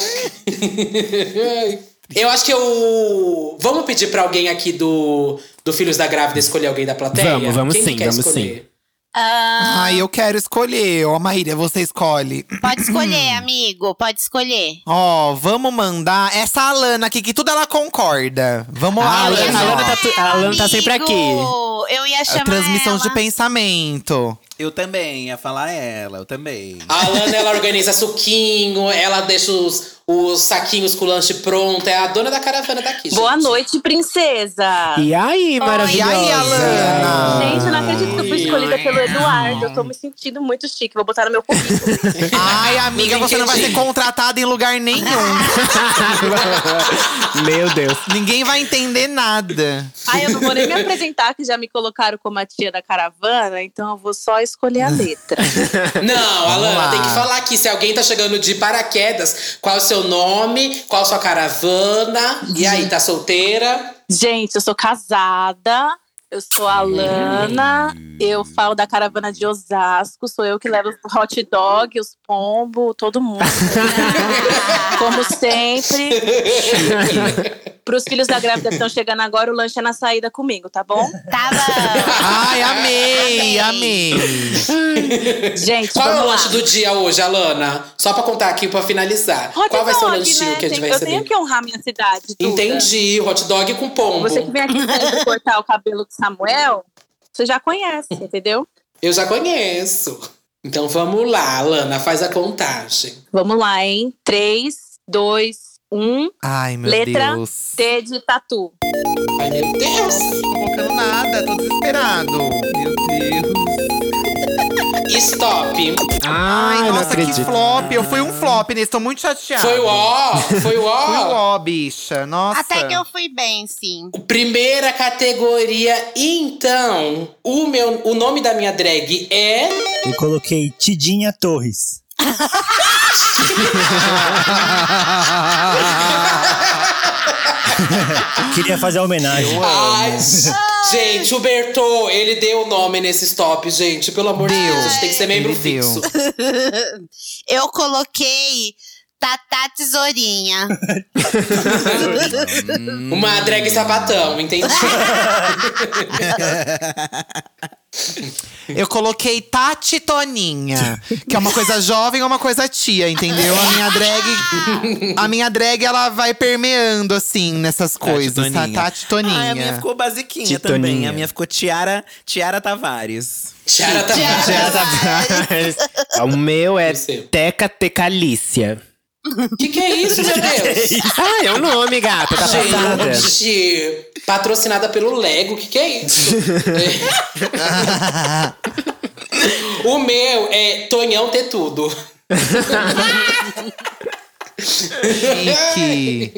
Speaker 5: Eu acho que eu. Vamos pedir pra alguém aqui do, do Filhos da Grávida escolher alguém da plateia?
Speaker 1: Vamos, vamos
Speaker 5: Quem que
Speaker 1: sim,
Speaker 5: quer
Speaker 1: vamos
Speaker 5: escolher?
Speaker 1: sim.
Speaker 2: Ai, eu quero escolher. Ó, Maíra, você escolhe.
Speaker 6: Pode
Speaker 1: Hum.
Speaker 6: escolher, amigo. Pode escolher.
Speaker 2: Ó, vamos mandar essa Alana aqui, que tudo ela concorda. Vamos lá,
Speaker 8: Ah,
Speaker 1: A Alana,
Speaker 2: Alana.
Speaker 1: a Alana tá, tu- a Alana tá sempre aqui.
Speaker 6: Amigo, eu ia chamar
Speaker 2: transmissão de
Speaker 6: ela.
Speaker 2: pensamento.
Speaker 8: Eu também, ia falar ela, eu também.
Speaker 5: A Alana, ela organiza suquinho, ela deixa os, os saquinhos com o lanche pronto. É a dona da caravana daqui,
Speaker 11: Boa noite, princesa!
Speaker 1: E aí, é maravilhosa?
Speaker 11: E aí,
Speaker 1: Alana?
Speaker 11: Gente, eu não acredito que eu fui escolhida pelo Eduardo. Eu tô me sentindo muito chique, vou botar no meu currículo.
Speaker 2: Ai, amiga, você não vai ser contratada em lugar nenhum. Ah.
Speaker 1: Meu Deus.
Speaker 2: Ninguém vai entender nada.
Speaker 11: Ai, eu não vou nem me apresentar, que já me colocaram como a tia da caravana, então eu vou só escolher a letra.
Speaker 5: Não,
Speaker 11: Vamos
Speaker 5: Alana,
Speaker 11: lá.
Speaker 5: tem que falar aqui se alguém tá chegando de paraquedas, qual o seu nome, qual a sua caravana. E aí, tá solteira?
Speaker 11: Gente, eu sou casada, eu sou a Lana, eu falo da caravana de Osasco, sou eu que levo os hot dog, os pombo, todo mundo. Como sempre. Pros filhos da grávida que estão chegando agora, o lanche é na saída comigo, tá bom? Tá
Speaker 2: Ai, amei, amei.
Speaker 11: Gente,
Speaker 5: qual é o
Speaker 11: vamos lá.
Speaker 5: lanche do dia hoje, Alana? Só pra contar aqui pra finalizar. qual vai ser o lanchinho que a gente vai
Speaker 11: né? eu
Speaker 5: receber?
Speaker 11: tenho que honrar minha cidade. Duda.
Speaker 5: Entendi, hot dog com pombo.
Speaker 11: Você que vem aqui sempre cortar o cabelo do Samuel, você já conhece, entendeu?
Speaker 5: Eu já conheço. Então vamos lá, Alana, faz a contagem.
Speaker 11: Vamos lá, hein? 3, 2, 1.
Speaker 2: Ai, meu
Speaker 11: Letra
Speaker 2: Deus.
Speaker 11: T de tatu.
Speaker 5: Ai, meu Deus!
Speaker 2: Não tô colocando nada, tô desesperado. Meu
Speaker 5: Deus. Stop.
Speaker 1: Ai,
Speaker 2: nossa, que
Speaker 1: acredito.
Speaker 2: flop. Eu fui um flop nesse, tô muito chateado.
Speaker 5: Foi o ó, foi o ó.
Speaker 2: Foi o ó, bicha. Nossa.
Speaker 6: Até que eu fui bem, sim.
Speaker 5: Primeira categoria, então, o meu, o nome da minha drag é
Speaker 7: Eu coloquei Tidinha Torres. Queria fazer a homenagem.
Speaker 5: Ai, j- gente, o Bertô, ele deu o nome nesse top, gente. Pelo amor de Deus, a gente tem que ser membro fixo.
Speaker 6: eu coloquei Tatá Tesourinha.
Speaker 5: Uma drag sapatão, entendi.
Speaker 2: Eu coloquei Tati Toninha, que é uma coisa jovem ou uma coisa tia, entendeu? A minha drag, a minha drag ela vai permeando assim nessas coisas, tá? Tati Toninha.
Speaker 8: Ai, a minha ficou basiquinha
Speaker 2: Titoninha.
Speaker 8: também. A minha ficou Tiara, Tiara Tavares.
Speaker 5: Tiara tá-
Speaker 1: Tavares. Tiara Tavares. O meu é Teca Tecalícia.
Speaker 5: O que, que é isso, meu Deus?
Speaker 1: ah, é o nome, gata. Tá passada.
Speaker 5: Gente, patrocinada pelo Lego, o que, que é isso? o meu é Tonhão Ter Tudo.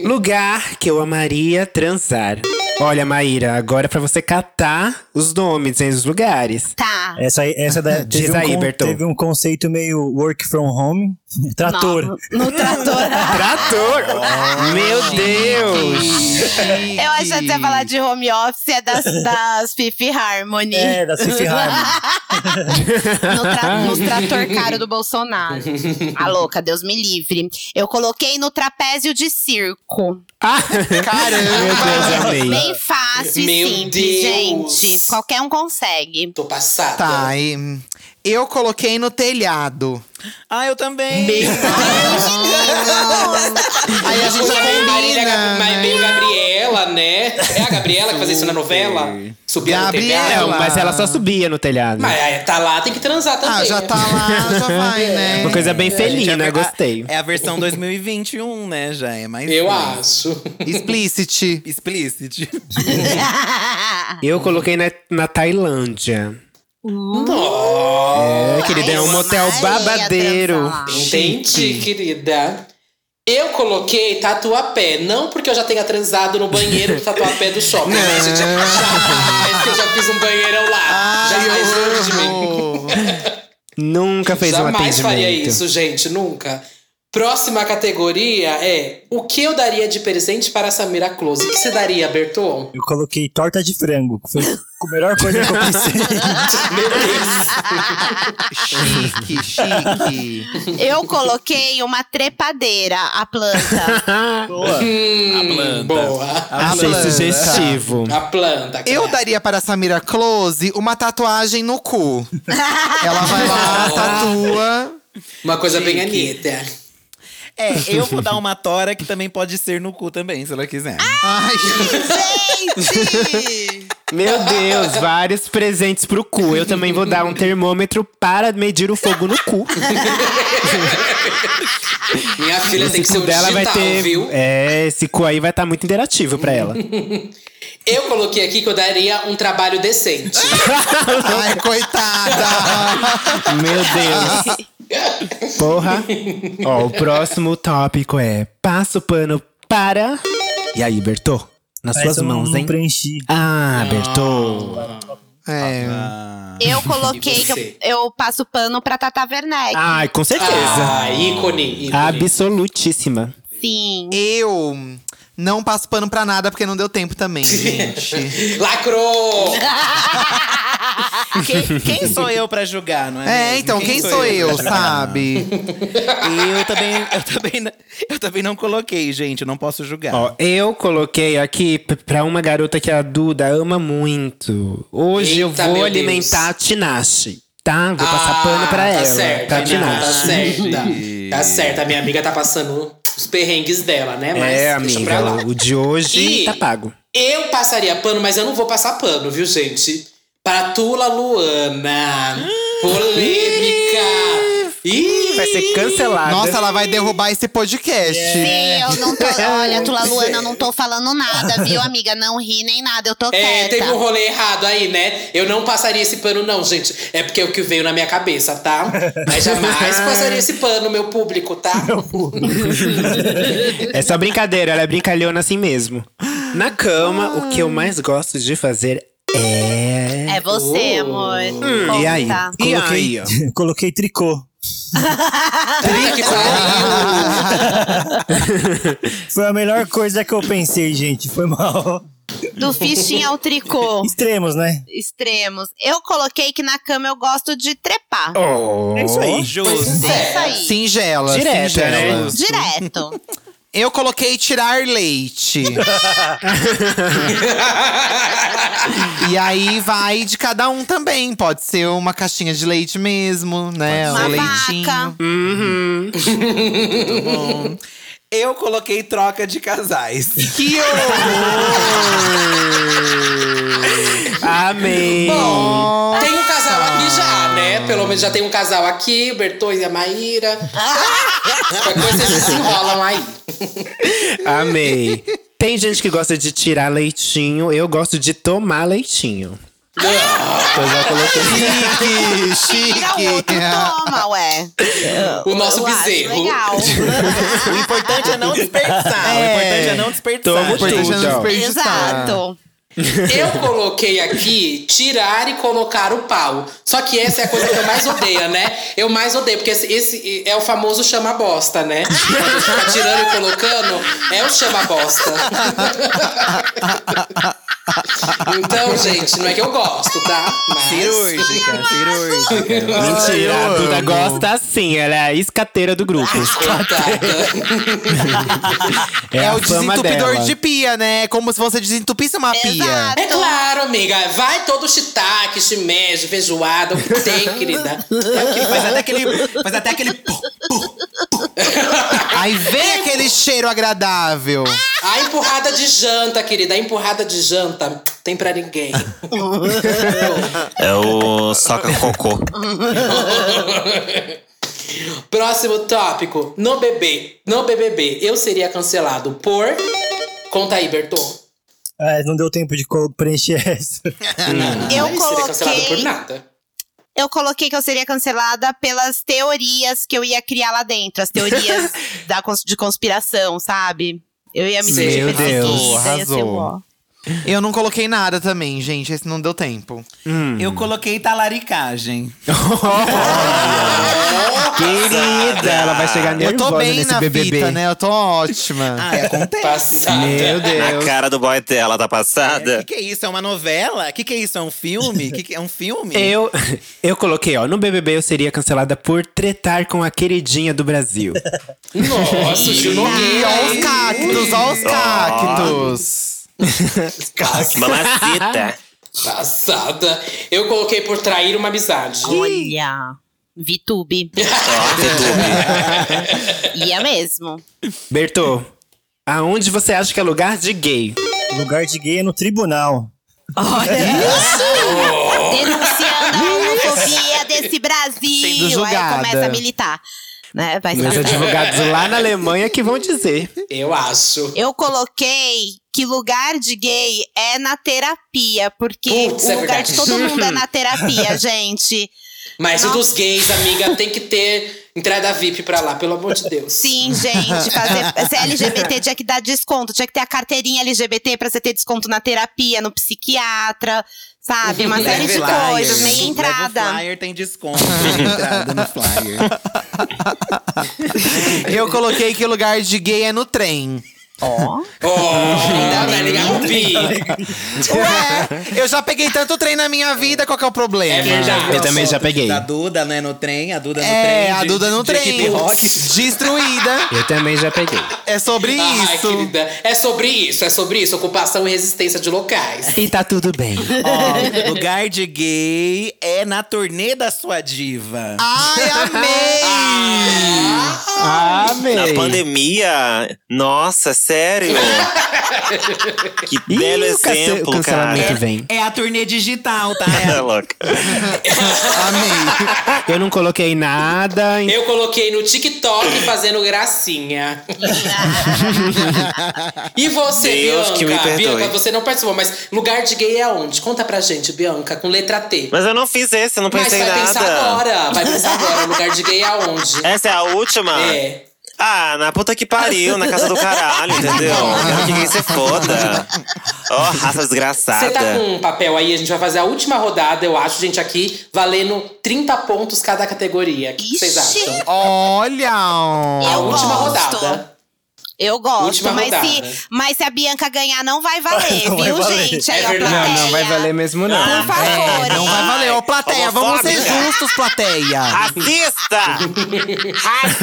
Speaker 1: Lugar que eu amaria transar. Olha, Maíra, agora é pra você catar os nomes hein, os lugares.
Speaker 6: Tá.
Speaker 7: Essa, aí- essa da,
Speaker 1: Diz
Speaker 7: teve,
Speaker 1: aí,
Speaker 7: um, con-
Speaker 1: Bertão.
Speaker 7: teve um conceito meio work from home. Trator.
Speaker 6: No trator.
Speaker 1: Trator! Meu Deus!
Speaker 6: Eu achei que você ia falar de home office, é das, das Fifi Harmony.
Speaker 7: É, das Fifi Harmony.
Speaker 6: no, tra- no trator caro do Bolsonaro. A louca, Deus me livre. Eu coloquei no trapézio de circo.
Speaker 1: Ah, Caramba! Meu Deus, amei.
Speaker 6: Bem fácil
Speaker 2: Meu
Speaker 6: e simples,
Speaker 2: Deus.
Speaker 6: gente. Qualquer um consegue.
Speaker 5: Tô passada.
Speaker 2: Tá, e eu coloquei no telhado.
Speaker 8: Ah, eu também.
Speaker 2: Aí a gente já
Speaker 5: Marília
Speaker 2: combina. né?
Speaker 5: Gab- Ma- meio Gabriela, né? É a Gabriela que fazia isso na novela? Subia no telhado.
Speaker 1: Não, mas ela só subia no telhado.
Speaker 5: Mas aí, tá lá, tem que transar também.
Speaker 2: Ah, já tá lá, já vai, né?
Speaker 1: Uma coisa bem felina, gostei.
Speaker 8: É a versão 2021, né? Já é mais.
Speaker 1: Eu
Speaker 5: acho.
Speaker 2: Explicit.
Speaker 8: Explicit.
Speaker 1: Eu coloquei na, na Tailândia.
Speaker 5: Nossa!
Speaker 1: É, querida, é um motel babadeiro.
Speaker 5: Entendi, querida. Eu coloquei tatuapé, não porque eu já tenha transado no banheiro do tatuapé do shopping. Não. Né, gente? Jamais que eu já fiz um banheirão lá. Jamais longe de mim.
Speaker 1: Nunca fez um
Speaker 5: Jamais
Speaker 1: atendimento.
Speaker 5: faria isso, gente, nunca. Próxima categoria é o que eu daria de presente para a Samira Close. O que você daria, Berton?
Speaker 7: Eu coloquei torta de frango. que Foi a melhor coisa que eu
Speaker 2: pensei. chique, chique.
Speaker 6: Eu coloquei uma trepadeira, a planta.
Speaker 2: Boa.
Speaker 5: a planta. Hum, Boa.
Speaker 1: A Ah, Achei planta. sugestivo.
Speaker 5: A planta.
Speaker 2: Eu daria para a Samira Close uma tatuagem no cu. Ela vai lá, tatua.
Speaker 5: Uma coisa bem
Speaker 8: Chique.
Speaker 5: Anitta.
Speaker 8: É, eu vou dar uma tora que também pode ser no cu também, se ela quiser.
Speaker 2: Ai,
Speaker 6: gente!
Speaker 1: Meu Deus, vários presentes pro cu. Eu também vou dar um termômetro para medir o fogo no cu.
Speaker 5: Minha filha tem que ser um
Speaker 1: Ah, dela
Speaker 5: digital,
Speaker 1: vai ter,
Speaker 5: viu?
Speaker 1: É, esse cu aí vai estar muito interativo pra ela.
Speaker 5: Eu coloquei aqui que eu daria um trabalho decente.
Speaker 2: Ai, coitada!
Speaker 1: Meu Deus. Porra. Ó, o próximo tópico é passa o pano para. E aí, Bertô? Nas
Speaker 7: Ah,
Speaker 1: suas
Speaker 7: essa eu não-
Speaker 1: mãos,
Speaker 7: não
Speaker 1: hein? Ah, Bertô.
Speaker 2: É.
Speaker 6: Eu coloquei que
Speaker 5: você?
Speaker 6: eu, eu passo pano pra Tata Werneck.
Speaker 1: Ai, com certeza.
Speaker 5: Ah, ícone, ícone.
Speaker 1: Absolutíssima.
Speaker 6: Sim.
Speaker 2: Eu não passo pano pra nada porque não deu tempo também, gente.
Speaker 5: Lacrou!
Speaker 8: Quem, quem sou eu pra julgar, não é?
Speaker 2: É,
Speaker 8: mesmo?
Speaker 2: então, quem sou eu,
Speaker 8: pra julgar?
Speaker 2: sabe?
Speaker 8: Eu também, eu também, n- eu também não coloquei, gente. Eu não posso julgar.
Speaker 1: Ó, eu coloquei aqui p- pra uma garota que a Duda ama muito. Hoje eu
Speaker 5: Eita,
Speaker 1: vou
Speaker 5: meu
Speaker 1: alimentar a Tinashe, tá? Vou passar pano pra
Speaker 5: tá
Speaker 1: ela.
Speaker 5: Certo,
Speaker 1: tá,
Speaker 5: Nina, tá
Speaker 1: Tinashe?
Speaker 5: certo, tá certo. A minha amiga tá passando os perrengues dela, né? Mas
Speaker 1: É,
Speaker 5: deixa pra lá.
Speaker 1: amiga, o de hoje
Speaker 5: E-
Speaker 1: tá pago.
Speaker 5: Eu passaria pano, mas eu não vou passar pano, viu, gente? Pra Tula Luana. Polêmica. Ih,
Speaker 1: Vai ser cancelada.
Speaker 2: Nossa, ela vai derrubar esse podcast.
Speaker 6: Sim, eu não tô. Olha, Tula Luana, eu não tô falando nada, viu, amiga? Não ri nem nada, eu tô
Speaker 5: É,
Speaker 6: quieta.
Speaker 5: teve um rolê errado aí, né? Eu não passaria esse pano, não, gente. É porque é o que veio na minha cabeça, tá? Mas jamais passaria esse pano, meu público, tá?
Speaker 1: É só brincadeira, ela é brincalhona assim mesmo. Na cama, o que eu mais gosto de fazer é.
Speaker 6: É você,
Speaker 5: Oh.
Speaker 6: amor.
Speaker 5: Hum.
Speaker 6: Conta.
Speaker 1: E aí? E aí? ó?
Speaker 7: Coloquei, coloquei tricô.
Speaker 5: Ai, que pariu.
Speaker 7: Foi a melhor coisa que eu pensei, gente. Foi mal.
Speaker 6: Do fichinha ao tricô.
Speaker 7: Extremos, né?
Speaker 6: Extremos. Eu coloquei que na cama eu gosto de trepar.
Speaker 1: Oh.
Speaker 7: É isso aí.
Speaker 8: Justo.
Speaker 6: É isso aí.
Speaker 2: Singela,
Speaker 1: Direta,
Speaker 2: singela.
Speaker 1: né?
Speaker 6: Direto.
Speaker 2: Eu coloquei tirar leite. e aí vai de cada um também. Pode ser uma caixinha de leite mesmo, né?
Speaker 6: Uma
Speaker 2: Um leitinho.
Speaker 6: vaca.
Speaker 8: Eu coloquei troca de casais.
Speaker 2: Que
Speaker 1: Amei!
Speaker 5: Bom, tem um casal aqui já, né? Pelo menos já tem um casal aqui, o Bertô e a Maíra. Qualquer coisa eles se enrolam aí.
Speaker 1: Amei. Tem gente que gosta de tirar leitinho, eu gosto de tomar leitinho.
Speaker 6: Ah,
Speaker 1: Então já coloquei.
Speaker 2: chique,
Speaker 6: Tira o outro,
Speaker 2: chique.
Speaker 6: toma, ué.
Speaker 5: O nosso
Speaker 6: Eu acho
Speaker 5: bezerro.
Speaker 6: Legal.
Speaker 8: O importante é não desperdiçar. O importante é não desperdiçar.
Speaker 1: Tomo
Speaker 8: gente.
Speaker 1: tudo.
Speaker 2: Protegendo os
Speaker 1: Então.
Speaker 2: perdiçados.
Speaker 6: Exato.
Speaker 5: Eu coloquei aqui tirar e colocar o pau. Só que essa é a coisa que eu mais odeio, né? Eu mais odeio, porque esse, esse é o famoso chama bosta, né? Quando Ficar tirando e colocando é o chama bosta. Então, gente, não é que eu gosto, tá? Mas...
Speaker 8: Cirúrgica, cirúrgica.
Speaker 1: Mentira, a Duda gosta assim, ela é a escateira do grupo.
Speaker 5: Coitada.
Speaker 1: É,
Speaker 2: É
Speaker 1: a
Speaker 2: o
Speaker 1: fama
Speaker 2: desentupidor
Speaker 1: dela.
Speaker 2: de pia, né? É Como se você desentupisse uma pia.
Speaker 6: Exato.
Speaker 5: É claro, amiga. Vai todo shiitake, shimeji, feijoada, o que tem, querida. É o que
Speaker 8: Faz até aquele. Faz até aquele. pum.
Speaker 2: Aí vem aquele cheiro agradável.
Speaker 5: A empurrada de janta, querida. A empurrada de janta tem pra ninguém.
Speaker 3: É o Soca Cocô.
Speaker 5: Próximo tópico. No bebê. No BBB, eu seria cancelado por. Conta aí, Bertô.
Speaker 7: É, não deu tempo de co- preencher essa.
Speaker 6: Eu
Speaker 5: Ah, Não seria cancelado por
Speaker 6: coloquei.
Speaker 5: nada.
Speaker 6: Eu coloquei que eu seria cancelada pelas teorias que eu ia criar lá dentro, as teorias da cons- de conspiração, sabe? Eu ia me
Speaker 5: Meu
Speaker 6: sentir assim, né?
Speaker 1: Deus,
Speaker 6: perseguida, ia ser
Speaker 2: arrasou.
Speaker 6: uó.
Speaker 2: Eu não coloquei nada também, gente. Esse não deu tempo.
Speaker 1: Hum.
Speaker 8: Eu coloquei talaricagem.
Speaker 1: Querida, ela vai chegar
Speaker 2: Eu
Speaker 1: Tá nervosa
Speaker 2: tô bem
Speaker 1: nesse
Speaker 2: na
Speaker 1: BBB.
Speaker 2: fita, né? Eu tô ótima.
Speaker 8: Ah, acontece.
Speaker 5: Passada.
Speaker 1: Meu
Speaker 3: É A
Speaker 1: Deus.
Speaker 3: cara do boy dela tá
Speaker 8: O que,
Speaker 3: passada.
Speaker 8: que é isso? É uma novela? O que, que é isso? É um filme? Que que- é um filme?
Speaker 1: Eu, eu coloquei, ó, no BBB eu seria cancelada por tretar com a queridinha do Brasil.
Speaker 5: Nossa, Gil
Speaker 2: E
Speaker 5: Nogueira.
Speaker 2: ó os cactos,
Speaker 8: É.
Speaker 2: ó os
Speaker 3: Ó.
Speaker 2: cactos.
Speaker 3: Mamacita.
Speaker 5: Passada. Eu coloquei por trair uma amizade.
Speaker 6: Olha, VTube.
Speaker 3: Ó, Vitube.
Speaker 6: Ia mesmo.
Speaker 1: Bertô, aonde você acha que é lugar de gay?
Speaker 7: Lugar de gay é no tribunal.
Speaker 6: Olha isso! Denunciando a homofobia desse Brasil.
Speaker 1: Sendo julgada.
Speaker 6: Aí começa a militar. Né? Vai
Speaker 1: Meus
Speaker 6: saber.
Speaker 1: advogados lá na Alemanha que vão dizer.
Speaker 5: Eu acho.
Speaker 6: Eu coloquei que lugar de gay é na terapia, porque
Speaker 5: Putz, é
Speaker 6: o lugar
Speaker 5: verdade.
Speaker 6: de todo mundo é na terapia, gente.
Speaker 5: Mas o
Speaker 6: Nossa.
Speaker 5: dos gays, amiga, tem que ter entrada VIP pra lá, pelo amor de Deus.
Speaker 6: Sim, gente, fazer ser LGBT tinha que dar desconto, tinha que ter a carteirinha LGBT pra você ter desconto na terapia, no psiquiatra, sabe? Uma série de
Speaker 8: Leva o
Speaker 6: coisas,
Speaker 8: flyer.
Speaker 6: meia
Speaker 8: Leva o
Speaker 6: entrada.
Speaker 8: flyer tem desconto. meia entrada no flyer.
Speaker 2: Eu coloquei que o lugar de gay é no trem. Ó.
Speaker 5: Oh, tá ligado, Pi?
Speaker 2: Ué, É. eu já peguei tanto trem na minha vida, qual que é o problema?
Speaker 1: Eu também já peguei.
Speaker 8: Da Duda, né? No trem, a Duda no trem.
Speaker 2: É, a
Speaker 8: de-
Speaker 2: Duda no
Speaker 8: de equipe
Speaker 2: trem.
Speaker 8: rock.
Speaker 2: Destruída.
Speaker 1: Eu também já peguei.
Speaker 2: É sobre
Speaker 5: Ai,
Speaker 2: isso.
Speaker 5: querida, é sobre isso, é sobre isso. Ocupação e resistência de locais.
Speaker 1: E tá tudo bem.
Speaker 8: Ó, lugar de gay é na turnê da sua diva.
Speaker 2: Ai, amei!
Speaker 1: Amei.
Speaker 3: Na pandemia? Nossa, sério? que
Speaker 1: Ih,
Speaker 3: belo
Speaker 1: o cance-
Speaker 3: exemplo,
Speaker 1: o cancelamento
Speaker 3: cara.
Speaker 1: vem.
Speaker 8: É a turnê digital, tá? É.
Speaker 3: É louca.
Speaker 2: amei.
Speaker 1: Eu não coloquei nada. então em-
Speaker 5: Eu coloquei no TikTok fazendo gracinha. e você,
Speaker 3: Deus
Speaker 5: Bianca?
Speaker 3: que me perdoe.
Speaker 5: Bianca, você não participou, mas lugar de gay é onde? Conta pra gente, Bianca, com letra T.
Speaker 3: Mas eu não fiz esse, eu não
Speaker 5: Mas
Speaker 3: pensei
Speaker 5: vai
Speaker 3: nada.
Speaker 5: pensar agora. Vai pensar agora. Lugar de gay é aonde?
Speaker 3: Essa é a última?
Speaker 5: É.
Speaker 3: Ah, na puta que pariu, na casa do caralho, entendeu? Eu queria que você foda. Ó, raça
Speaker 5: Você
Speaker 3: desgraçada.
Speaker 5: tá com um papel aí, a gente vai fazer a última rodada, eu acho, gente, aqui, valendo 30 pontos cada categoria. O que que vocês
Speaker 6: Ixi!
Speaker 5: acham?
Speaker 2: Olha!
Speaker 5: A
Speaker 6: Eu
Speaker 5: última
Speaker 6: gosto.
Speaker 5: rodada.
Speaker 6: Eu gosto,
Speaker 5: Última
Speaker 6: mas
Speaker 5: rodada.
Speaker 6: se, mas se a Bianca ganhar, não vai valer,
Speaker 7: Não vai
Speaker 6: viu,
Speaker 7: valer.
Speaker 6: gente?
Speaker 5: É
Speaker 6: Aí, ó,
Speaker 5: verdade.
Speaker 1: Não,
Speaker 6: plateia.
Speaker 1: não vai valer mesmo, não.
Speaker 6: Por favor,
Speaker 2: Não vai
Speaker 6: hein?
Speaker 2: valer. Ô, plateia, vamos ser
Speaker 8: né?
Speaker 3: Homofóbica.
Speaker 2: justos, plateia.
Speaker 3: Racista!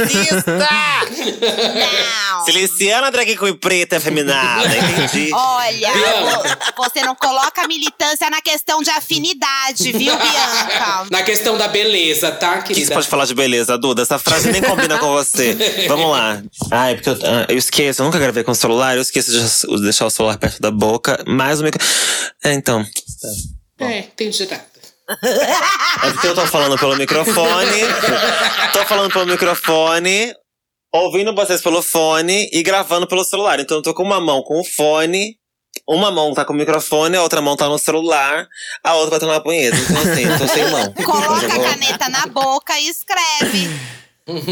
Speaker 3: Racista!
Speaker 6: Não.
Speaker 3: Siliciana drag queen preta feminada, entendi.
Speaker 6: Olha,
Speaker 5: Bianca.
Speaker 6: vo- você não coloca militância na questão de afinidade, viu, Bianca?
Speaker 5: Na questão da beleza, tá,
Speaker 3: O que, que
Speaker 5: querida?
Speaker 3: você pode falar de beleza, Duda? Essa frase nem combina com você. Vamos lá. Ai, porque eu, ah, eu esqueço, eu nunca gravei com o celular, eu esqueço de deixar o celular perto da boca, mais o micro. É, então.
Speaker 5: É, tem nada.
Speaker 3: É porque eu tô falando pelo microfone. tô falando pelo microfone, ouvindo vocês pelo fone e gravando pelo celular. Então eu tô com uma mão com o fone. Uma mão tá com o microfone, a outra mão tá no celular, a outra batendo na punheta. Então assim, eu tô sem mão.
Speaker 6: Coloca
Speaker 3: Eu
Speaker 6: a
Speaker 3: vou-
Speaker 6: caneta na boca e escreve.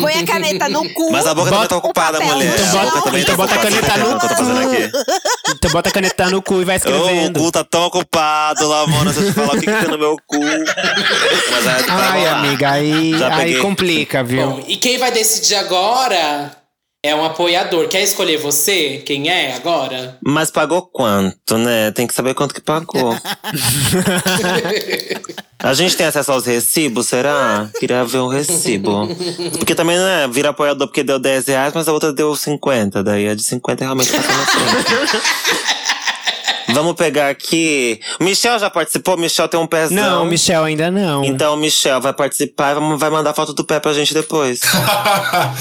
Speaker 6: Põe a caneta no cu.
Speaker 3: Mas a boca também
Speaker 1: Bota-
Speaker 3: tá ocupada,
Speaker 6: o papel
Speaker 3: mulher.
Speaker 6: no
Speaker 3: A
Speaker 1: chão.
Speaker 3: boca também
Speaker 1: Então
Speaker 3: tá
Speaker 1: bota a
Speaker 3: ocupada,
Speaker 1: caneta
Speaker 3: entendeu
Speaker 1: no
Speaker 3: o que eu tô fazendo
Speaker 1: cu.
Speaker 3: aqui.
Speaker 1: Então bota a caneta no cu e vai
Speaker 3: Ô, o
Speaker 1: escrevendo.
Speaker 3: cu tá tão ocupado, Lamona, se eu te falar o que, que tem no meu cu. Mas aí, tá,
Speaker 1: Ai,
Speaker 3: vamos lá.
Speaker 1: amiga, aí,
Speaker 3: Já
Speaker 1: aí
Speaker 3: peguei.
Speaker 1: complica, viu?
Speaker 5: Bom, e quem vai decidir agora é um apoiador. Quer escolher você? Quem é agora?
Speaker 3: Mas pagou quanto, né? Tem que saber quanto que pagou. A gente tem acesso aos recibos, será? Queria ver um recibo. Porque também, né, vira apoiador porque deu 10 reais, mas a outra deu 50. Daí a de 50 realmente passou na frente. Vamos pegar aqui. Michel já participou? Michel tem um pezão.
Speaker 1: Não, Michel, ainda não.
Speaker 3: Então, Michel, vai participar e vamo- vai mandar foto do pé pra gente depois. tá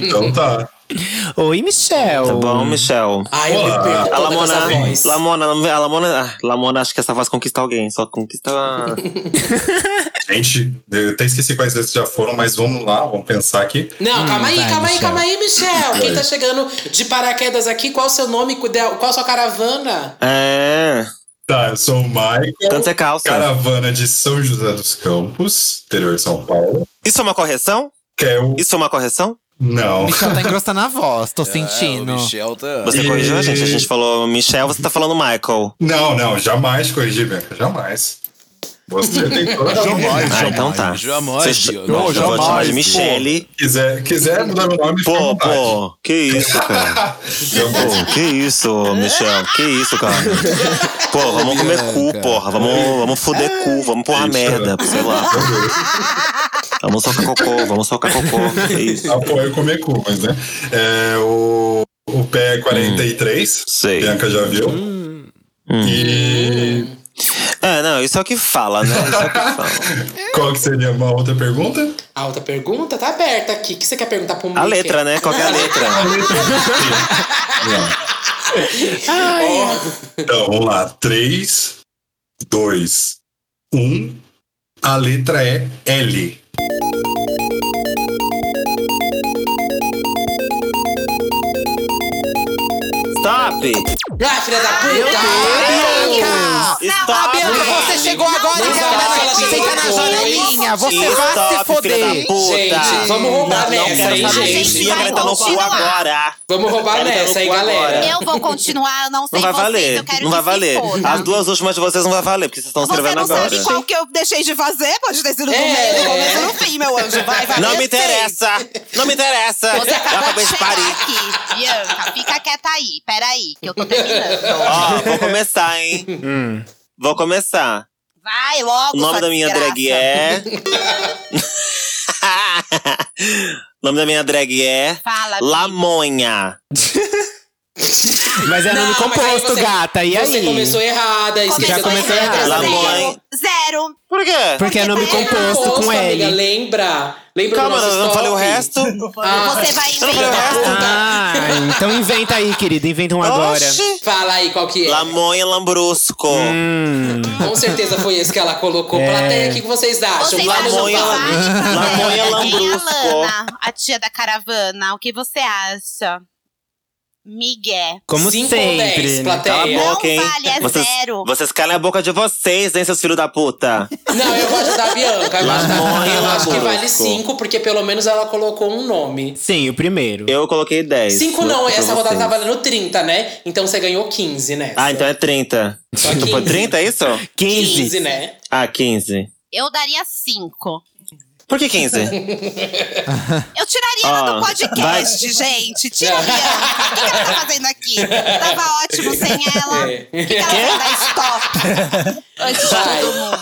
Speaker 4: então tá.
Speaker 1: Oi, Michel.
Speaker 3: bom, Michel?
Speaker 5: Ai, eu me perco
Speaker 3: A
Speaker 5: toda
Speaker 3: Lamona,
Speaker 5: essa voz.
Speaker 3: Lamona, não- a Lamona, ah, Lamona, acho que essa voz conquista alguém, só conquista.
Speaker 4: Gente, eu até esqueci quais vezes já foram, mas vamos lá, vamos pensar aqui.
Speaker 5: Não, calma aí,
Speaker 1: vai,
Speaker 5: calma aí,
Speaker 1: Michel.
Speaker 5: calma aí, Hum, Michel. Quem tá chegando de paraquedas aqui? Qual o seu nome? Qual a sua caravana?
Speaker 3: É.
Speaker 4: Tá, eu sou o Mike,
Speaker 3: Tanto é calça.
Speaker 4: caravana de São José dos Campos, interior de São Paulo.
Speaker 3: Isso é uma correção?
Speaker 4: Que é o.
Speaker 3: Isso é uma correção?
Speaker 4: Não.
Speaker 2: Michel tá engrossando a voz, tô sentindo.
Speaker 8: Michel tá.
Speaker 3: Você
Speaker 4: E-
Speaker 3: corrigiu a gente? A gente falou Michel, você tá falando Michael.
Speaker 4: Não, não, jamais corrigir, Bianca, jamais. Você tem toda a razão.
Speaker 3: Ah, então tá.
Speaker 8: Jamais,
Speaker 3: Você-
Speaker 8: Diogo.
Speaker 3: Não, eu vou te chamar
Speaker 4: Jamais,
Speaker 3: de
Speaker 4: pô.
Speaker 3: Michele.
Speaker 4: Quiser, quiser mudar meu nome, fica à
Speaker 3: Pô,
Speaker 4: vontade.
Speaker 3: pô, que isso, cara.
Speaker 4: Eu vou.
Speaker 3: Pô, que isso, Michel. Que isso, cara. Pô, vamos comer cu, porra. Vamos, vamos foder cu, vamos pôr a merda, sei lá. Vamos socar cocô, vamos socar cocô. Que isso.
Speaker 4: Apoio Ah, comer cu, mas né? É, o, o pé é 43,
Speaker 3: Sei.
Speaker 4: Bianca já viu. E
Speaker 3: É, não, isso é o que fala, né? Isso é o que fala.
Speaker 4: qual que seria uma outra pergunta?
Speaker 5: A outra pergunta tá aberta aqui. O que você quer perguntar pro
Speaker 3: A
Speaker 5: Mickey?
Speaker 3: letra, né? Qual que é a letra?
Speaker 4: Não. Então, vamos lá. 3, 2, 1. A letra é L.
Speaker 3: Stop!
Speaker 5: Ah, filha da puta!
Speaker 2: Meu Deus!
Speaker 3: Bianca!
Speaker 2: Ah, Bianca, você chegou agora e quer andar na- fica na janelinha. Você vai se foder.
Speaker 5: Gente, vamos roubar nessa, hein, gente?
Speaker 3: A Greta não falou agora.
Speaker 5: Vamos roubar
Speaker 3: Ela tá
Speaker 5: nessa,
Speaker 3: no
Speaker 5: hein,
Speaker 3: cu agora.
Speaker 5: galera?
Speaker 6: Eu vou continuar, eu não sei
Speaker 3: Não vai
Speaker 6: vocês,
Speaker 3: valer.
Speaker 6: eu quero
Speaker 3: Não
Speaker 6: que
Speaker 3: vai
Speaker 6: se
Speaker 3: valer.
Speaker 6: foda.
Speaker 3: As duas últimas de vocês não vai valer, porque vocês estão
Speaker 6: Você
Speaker 3: escrevendo
Speaker 6: não
Speaker 3: agora.
Speaker 6: sabe qual que eu deixei de fazer? Pode ter sido do
Speaker 5: É.
Speaker 6: meio, do começo no fim, meu anjo. Vai, vai.
Speaker 3: Não
Speaker 6: eu
Speaker 3: me
Speaker 6: sei.
Speaker 3: interessa! Não me interessa!
Speaker 6: Você
Speaker 3: Eu
Speaker 6: acabou
Speaker 3: acabei
Speaker 6: de
Speaker 3: de
Speaker 6: chegar
Speaker 3: parir.
Speaker 6: aqui, Bianca. Fica quieta aí, peraí, que eu tô terminando.
Speaker 3: Ó, vou começar, hein? Vou começar.
Speaker 6: Vai logo,
Speaker 3: O nome
Speaker 6: sua
Speaker 3: da minha
Speaker 6: desgraça.
Speaker 3: drag é. o nome da minha drag é.
Speaker 6: Fala,
Speaker 3: Lamonha.
Speaker 1: Mas é
Speaker 5: Não,
Speaker 1: nome
Speaker 5: mas
Speaker 1: composto,
Speaker 5: aí você-
Speaker 1: gata. E aí?
Speaker 5: Você começou tá errada. isso
Speaker 1: Já começou errado.
Speaker 3: Lamonha.
Speaker 6: Zero.
Speaker 3: Por quê?
Speaker 1: Porque é nome composto
Speaker 5: Composto,
Speaker 1: com
Speaker 5: amiga,
Speaker 1: L.
Speaker 5: lembra? Lembra
Speaker 3: Calma,
Speaker 5: do nosso
Speaker 3: eu não falei o
Speaker 5: stop?
Speaker 3: resto.
Speaker 5: Ah,
Speaker 6: Você vai
Speaker 3: não
Speaker 5: filha
Speaker 3: falei o
Speaker 5: da
Speaker 6: inventar.
Speaker 3: resto.
Speaker 5: puta.
Speaker 1: Ah, então inventa aí, querida. Inventa um agora.
Speaker 3: Oxi!
Speaker 5: Fala aí qual que é.
Speaker 3: Lamonha Lambrusco.
Speaker 1: Hum.
Speaker 5: Com certeza foi esse que ela colocou.
Speaker 1: É.
Speaker 5: Plateia, o que que vocês acham?
Speaker 6: Vocês
Speaker 5: Lá no
Speaker 6: acham que
Speaker 3: Lamonha
Speaker 5: Japão.
Speaker 3: Lam-
Speaker 6: vai?
Speaker 3: Lamonha
Speaker 6: Quem é
Speaker 3: Lambrusco.
Speaker 6: a Lana, a tia da caravana. O que você acha? Miguel.
Speaker 1: Como
Speaker 5: Cinco ou dez,
Speaker 1: sempre. né?
Speaker 5: plateia.
Speaker 3: Cala a
Speaker 5: É.
Speaker 3: boca, hein?
Speaker 6: Não vale, é
Speaker 3: vocês,
Speaker 6: zero.
Speaker 3: Vocês calem a boca de vocês, hein, seus filhos da puta.
Speaker 5: Não, eu vou ajudar a Bianca. Eu, vou ajudar a
Speaker 3: Lamonha
Speaker 5: Bianca. Eu acho que vale
Speaker 3: Lambrusco.
Speaker 5: cinco, porque pelo menos ela colocou um nome.
Speaker 1: Sim, o primeiro.
Speaker 3: Eu coloquei 10.
Speaker 5: Cinco não,
Speaker 3: É pra
Speaker 5: essa rodada tá
Speaker 3: vocês.
Speaker 5: valendo 30, né? Então você ganhou 15 nessa.
Speaker 3: Ah, então é 30.
Speaker 5: Só
Speaker 3: Não foi
Speaker 5: 15.
Speaker 3: 30 é isso?
Speaker 1: 15.
Speaker 5: 15, né?
Speaker 3: Ah, 15.
Speaker 6: Eu daria cinco.
Speaker 3: Por que 15?
Speaker 6: Eu tiraria ela
Speaker 3: Ah,
Speaker 6: do podcast, gente. Tira a Bianca. O que, que ela tá fazendo aqui? Tava ótimo sem ela.
Speaker 5: É.
Speaker 6: O que, que ela vai dar stop? Antes de
Speaker 5: Vai.
Speaker 6: todo mundo.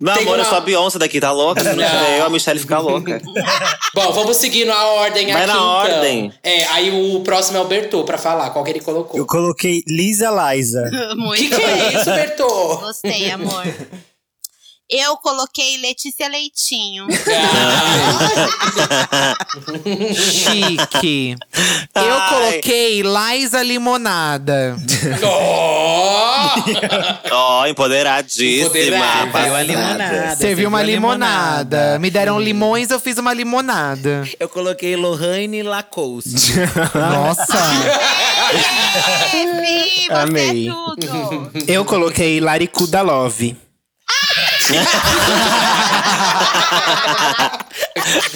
Speaker 3: Meu
Speaker 5: Tem
Speaker 3: amor, eu
Speaker 5: uma-
Speaker 3: sou a Beyoncé daqui, tá louca? Se não
Speaker 5: Não.
Speaker 3: tiver eu, a Michelle fica louca.
Speaker 5: Bom, vamos seguindo a ordem
Speaker 3: Vai
Speaker 5: aqui.
Speaker 3: na
Speaker 5: então.
Speaker 3: ordem.
Speaker 5: É, aí o próximo é o Bertô pra falar qual que ele colocou.
Speaker 7: Eu coloquei Lisa Liza.
Speaker 5: O
Speaker 6: Muito
Speaker 5: que, que é isso, Bertô?
Speaker 6: Gostei, amor. Eu coloquei Letícia Leitinho.
Speaker 2: Chique.
Speaker 3: Ai.
Speaker 2: Eu coloquei Liza Limonada.
Speaker 5: Ó!
Speaker 3: Ó, empoderadíssima. Uhum.
Speaker 5: Empoderada,
Speaker 3: passada.
Speaker 8: Veio a limonada.
Speaker 2: Serviu uma limonada. Me deram limões, eu fiz uma limonada.
Speaker 8: Eu coloquei Lohane Lacoste.
Speaker 2: Nossa.
Speaker 6: Pepe, você
Speaker 1: Amei.
Speaker 6: é tudo.
Speaker 1: Eu coloquei Laricuda Love.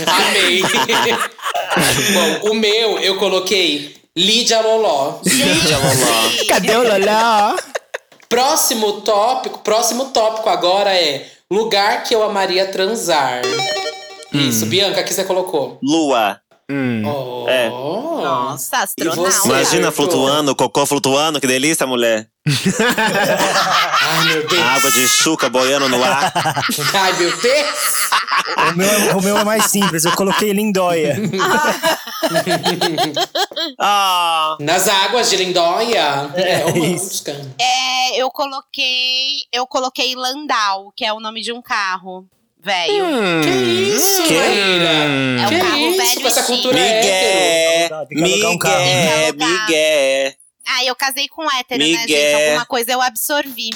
Speaker 5: Amei. Bom, o meu eu coloquei Lídia Loló.
Speaker 3: Lídia Loló.
Speaker 1: Cadê o Loló?
Speaker 5: Próximo tópico, próximo tópico agora é lugar que eu amaria transar. Isso, Bianca, o que você colocou?
Speaker 3: Hum. Lua.
Speaker 5: Oh.
Speaker 3: É.
Speaker 6: Nossa,
Speaker 5: você?
Speaker 6: astronauta.
Speaker 3: Imagina
Speaker 5: Arthur.
Speaker 3: flutuando, cocô flutuando, que delícia, mulher.
Speaker 5: Ai, meu Deus.
Speaker 3: Água de chuca boiando no ar.
Speaker 5: Ai, meu Deus.
Speaker 7: O meu, o meu é mais simples, eu coloquei Lindóia.
Speaker 3: Ah,
Speaker 5: Nas águas de Lindóia. É, romântica.
Speaker 6: É, eu coloquei. Eu coloquei Landau, que é o nome de um carro, velho.
Speaker 5: Que isso,
Speaker 3: Que?
Speaker 5: Maíra?
Speaker 6: É um
Speaker 5: que
Speaker 6: carro
Speaker 5: isso
Speaker 6: velho
Speaker 5: com essa
Speaker 6: e
Speaker 5: cultura
Speaker 6: chique.
Speaker 5: hétero?
Speaker 3: É, Miguel,
Speaker 7: Tem que alugar um carro.
Speaker 3: Miguel,
Speaker 6: Tem que alugar.
Speaker 3: Miguel.
Speaker 6: Ah, eu casei com hétero, né, gente?
Speaker 3: Miguel.
Speaker 6: Alguma coisa eu absorvi.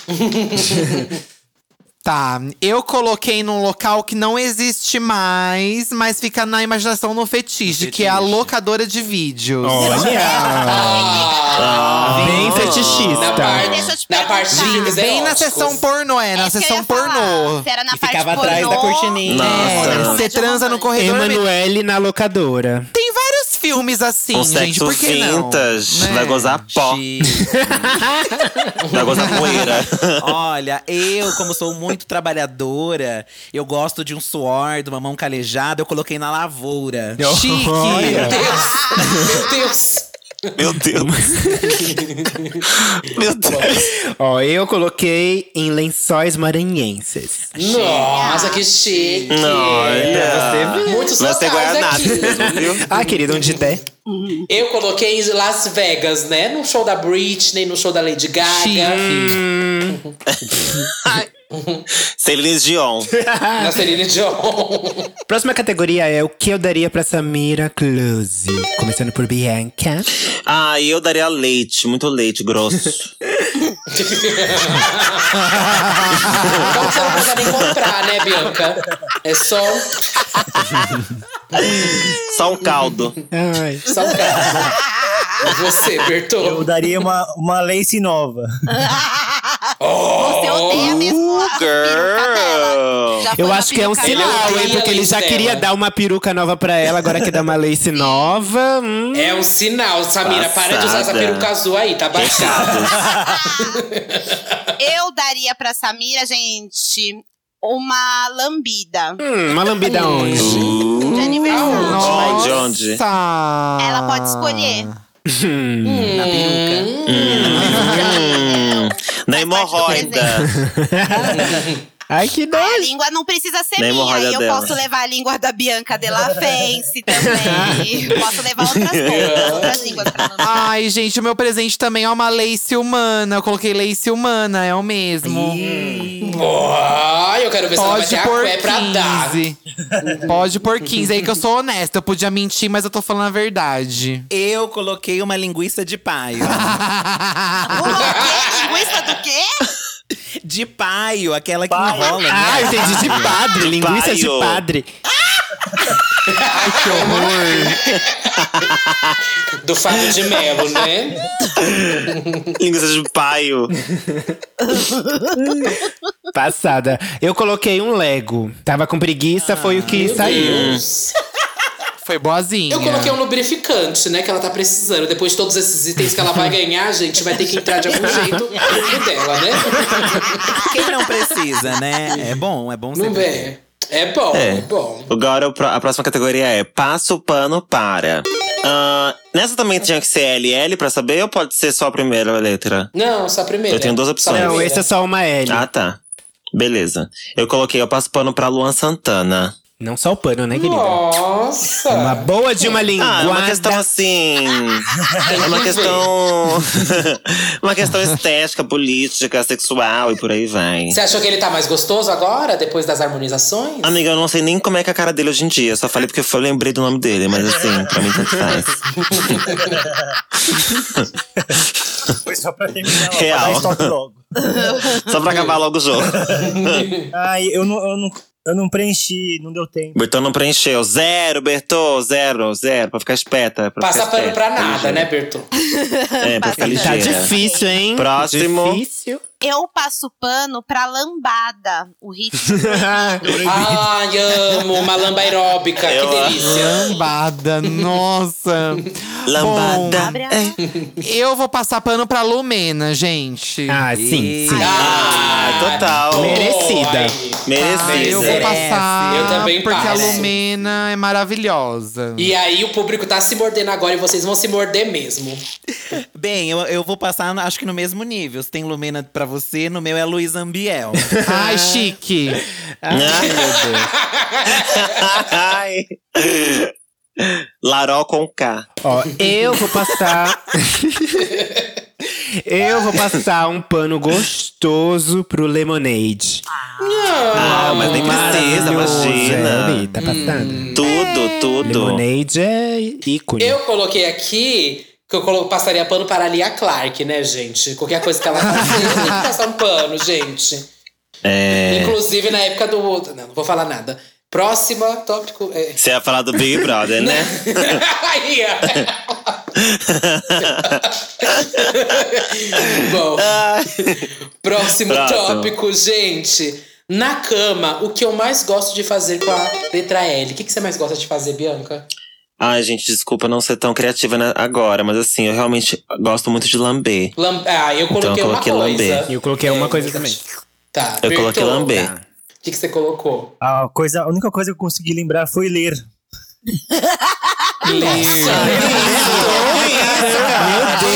Speaker 2: Tá, eu coloquei num local que não existe mais, mas fica na imaginação no fetiche, que é a locadora de vídeos.
Speaker 1: Olha!
Speaker 5: Ah,
Speaker 1: Bem
Speaker 5: na
Speaker 1: fetichista.
Speaker 5: parte,
Speaker 6: Deixa eu te
Speaker 5: na parte é de
Speaker 6: perguntar.
Speaker 5: filmes
Speaker 2: Bem na
Speaker 5: eróticos.
Speaker 2: sessão pornô, é, na
Speaker 6: Essa que eu ia
Speaker 2: sessão
Speaker 6: falar.
Speaker 2: pornô.
Speaker 6: Se era na
Speaker 8: E
Speaker 6: parte
Speaker 8: ficava
Speaker 6: pornô,
Speaker 8: atrás da cortininha.
Speaker 3: Nossa.
Speaker 2: É, você transa no corredor. menino.
Speaker 1: Emanuele na locadora.
Speaker 2: Tem vários filmes assim,
Speaker 3: Um
Speaker 2: gente,
Speaker 3: sexo
Speaker 2: por que não?
Speaker 3: vintage.
Speaker 2: Né?
Speaker 3: Vai gozar pó. Vai gozar poeira.
Speaker 8: Olha, eu, como sou muito trabalhadora, eu gosto de um suor, de uma mão calejada, eu coloquei na lavoura.
Speaker 1: Chique!
Speaker 3: É.
Speaker 5: Meu Deus. Meu Deus.
Speaker 3: Meu Deus. Meu Deus.
Speaker 1: Ó, eu coloquei em lençóis maranhenses.
Speaker 5: Nossa, que chique. É,
Speaker 3: Olha.
Speaker 5: Muitos
Speaker 3: Não sei
Speaker 5: locais
Speaker 3: guardar,
Speaker 5: aqui.
Speaker 3: viu?
Speaker 1: Ah, querida, onde der.
Speaker 5: Eu coloquei em Las Vegas, né? No show da Britney, no show da Lady Gaga.
Speaker 3: Celine Dion.
Speaker 5: Na Celine Dion.
Speaker 1: Próxima categoria é o que eu daria pra Samira Close. Começando por Bianca.
Speaker 3: Ah, e eu daria leite, muito leite grosso.
Speaker 5: Então você não precisa nem comprar, né, Bianca? É só um.
Speaker 3: Só um caldo.
Speaker 1: Ai.
Speaker 5: Só um caldo. Você, Bertô.
Speaker 7: Eu daria uma, uma lace nova.
Speaker 5: Oh.
Speaker 6: Você odeia mesmo a peruca dela. Já foi
Speaker 1: Eu
Speaker 6: uma
Speaker 1: acho que é um
Speaker 6: peruca
Speaker 1: sinal,
Speaker 6: nova.
Speaker 1: hein? Porque ele já queria dar uma peruca nova pra ela, agora quer dar uma lace nova. hum.
Speaker 5: É um sinal, Samira. Para de usar essa
Speaker 1: Passada.
Speaker 5: peruca azul aí, tá baixado.
Speaker 6: Eu daria pra Samira, gente, uma lambida.
Speaker 1: Hum, uma lambida onde?
Speaker 3: Hum.
Speaker 6: De aniversário.
Speaker 3: Onde, onde?
Speaker 6: Ela pode escolher.
Speaker 1: Na
Speaker 5: peruca.
Speaker 3: Hum, na hemorroida.
Speaker 1: Ai, que
Speaker 6: A língua não precisa ser
Speaker 3: Na
Speaker 6: minha.
Speaker 3: hemorroida
Speaker 6: E eu
Speaker 3: dela.
Speaker 6: posso levar a língua da Bianca de La Fence também. posso levar outras coisas, outras línguas pra não.
Speaker 2: Ai, gente, o meu presente também é uma lace humana. Eu coloquei lace humana, é o mesmo.
Speaker 5: Ai, eu quero ver
Speaker 2: Pode
Speaker 5: se ela
Speaker 2: por
Speaker 5: vai ter Hum. é a fé pra dar.
Speaker 2: 15. Pode por 15. Aí que eu sou honesta. Eu podia mentir, mas eu tô falando a verdade.
Speaker 8: Eu coloquei uma linguiça de paio.
Speaker 6: Linguiça do quê?
Speaker 8: De paio, aquela que enrola. Né?
Speaker 1: Ah, entendi. De padre. Linguiça de padre.
Speaker 5: Ai, que horror. Do Fábio de Melo, né?
Speaker 3: Linguiça de paio.
Speaker 1: Passada. Eu coloquei um Lego. Tava com preguiça, foi o que saiu.
Speaker 2: Foi boazinha.
Speaker 5: Eu coloquei um lubrificante, né? Que ela tá precisando. Depois de todos esses itens que ela vai ganhar, a gente vai ter que entrar de algum jeito no dela, né?
Speaker 8: Ah, Quem não precisa, né? É bom, é bom
Speaker 5: Não
Speaker 8: sempre.
Speaker 5: vem. É bom,
Speaker 3: É.
Speaker 5: é bom.
Speaker 3: Agora o pró- a próxima categoria é Passa o pano para. Ah, nessa também tinha que ser LL pra saber ou pode ser só a primeira letra?
Speaker 5: Não, só a primeira.
Speaker 3: Eu tenho duas
Speaker 5: Só a
Speaker 3: opções.
Speaker 1: Não,
Speaker 5: primeira.
Speaker 1: esse é só uma L.
Speaker 3: Ah, tá. Beleza. Eu coloquei, eu passo pano pra Luan Santana.
Speaker 1: Não só o pano, né, querida?
Speaker 5: Nossa!
Speaker 1: Uma boa de uma
Speaker 3: Ah, é
Speaker 1: linguada.
Speaker 3: uma questão assim. é uma questão. uma questão estética, política, sexual e por aí vai.
Speaker 5: Você achou que ele tá mais gostoso agora, depois das harmonizações?
Speaker 3: Amiga, eu não sei nem como é que é a cara dele hoje em dia. Eu só falei porque eu lembrei do nome dele, mas assim, pra mim tanto faz.
Speaker 7: Foi só pra terminar logo, pra dar
Speaker 3: Real.
Speaker 7: stop logo.
Speaker 3: Só pra acabar logo o jogo.
Speaker 7: Ai, eu não, eu, não, eu não preenchi, não deu tempo.
Speaker 3: Bertô não preencheu. Zero, Bertô. Zero, zero. Pra ficar esperta. Pra
Speaker 5: Passa
Speaker 3: ficar
Speaker 5: pano
Speaker 3: esperta,
Speaker 5: pra nada, né,
Speaker 3: ligeira.
Speaker 5: Bertô?
Speaker 3: É, pra ficar
Speaker 1: Tá
Speaker 3: ligeira.
Speaker 1: difícil, hein?
Speaker 3: Próximo.
Speaker 1: Difícil.
Speaker 6: Eu passo pano pra lambada. O ritmo.
Speaker 5: Ai, amo uma lamba aeróbica,
Speaker 3: Eu
Speaker 5: que delícia.
Speaker 2: Lambada, nossa.
Speaker 3: Lambada. É.
Speaker 2: Eu vou passar pano pra Lumena, gente.
Speaker 1: Ah, sim, sim.
Speaker 3: Ah, total.
Speaker 1: Merecida.
Speaker 2: Ah,
Speaker 3: Merecida.
Speaker 2: eu vou passar.
Speaker 5: Eu também
Speaker 2: porque a
Speaker 5: passo.
Speaker 2: Lumena é maravilhosa.
Speaker 5: E aí o público tá se mordendo agora e vocês vão se morder mesmo.
Speaker 8: Bem, eu, eu vou passar, acho que no mesmo nível. Se tem Lumena pra você, no meu é Luiz Ambiel.
Speaker 2: Ai, chique.
Speaker 1: Ai, meu Deus.
Speaker 3: Ai. Larol com K.
Speaker 1: Ó, eu vou passar. eu vou passar um pano gostoso pro Lemonade.
Speaker 3: Ah, mas
Speaker 5: Hum.
Speaker 3: nem precisa,
Speaker 1: Maravilhoso, é,
Speaker 3: imagina. Hum.
Speaker 1: ali, tá passando.
Speaker 3: né? Tudo, tudo.
Speaker 1: Lemonade é ícone.
Speaker 5: Eu coloquei aqui que eu colo- passaria pano para a Lia Clark, né, gente? Qualquer coisa que ela faça, tem que passar um pano, gente.
Speaker 3: É.
Speaker 5: Inclusive na época do outro. Não, não vou falar nada. Próxima tópico. É...
Speaker 3: Você ia falar do Big Brother, né?
Speaker 5: Aí, ó. Bom, próximo
Speaker 3: Próximo.
Speaker 5: tópico, gente. Na cama, o que eu mais gosto de fazer com a letra L? O que, que você mais gosta de fazer, Bianca?
Speaker 3: Ai, gente, desculpa não ser tão criativa na- agora, mas assim, eu realmente gosto muito de lamber.
Speaker 5: Lam- Ah, eu coloquei,
Speaker 3: Então, eu coloquei
Speaker 5: uma
Speaker 3: lamber.
Speaker 5: coisa.
Speaker 1: Eu coloquei uma
Speaker 5: É,
Speaker 1: coisa
Speaker 5: verdade.
Speaker 1: também.
Speaker 5: Tá,
Speaker 3: Eu coloquei
Speaker 5: Bertoldo,
Speaker 3: lamber.
Speaker 5: O que, que você colocou?
Speaker 7: A, coisa, a única coisa que eu consegui lembrar foi ler.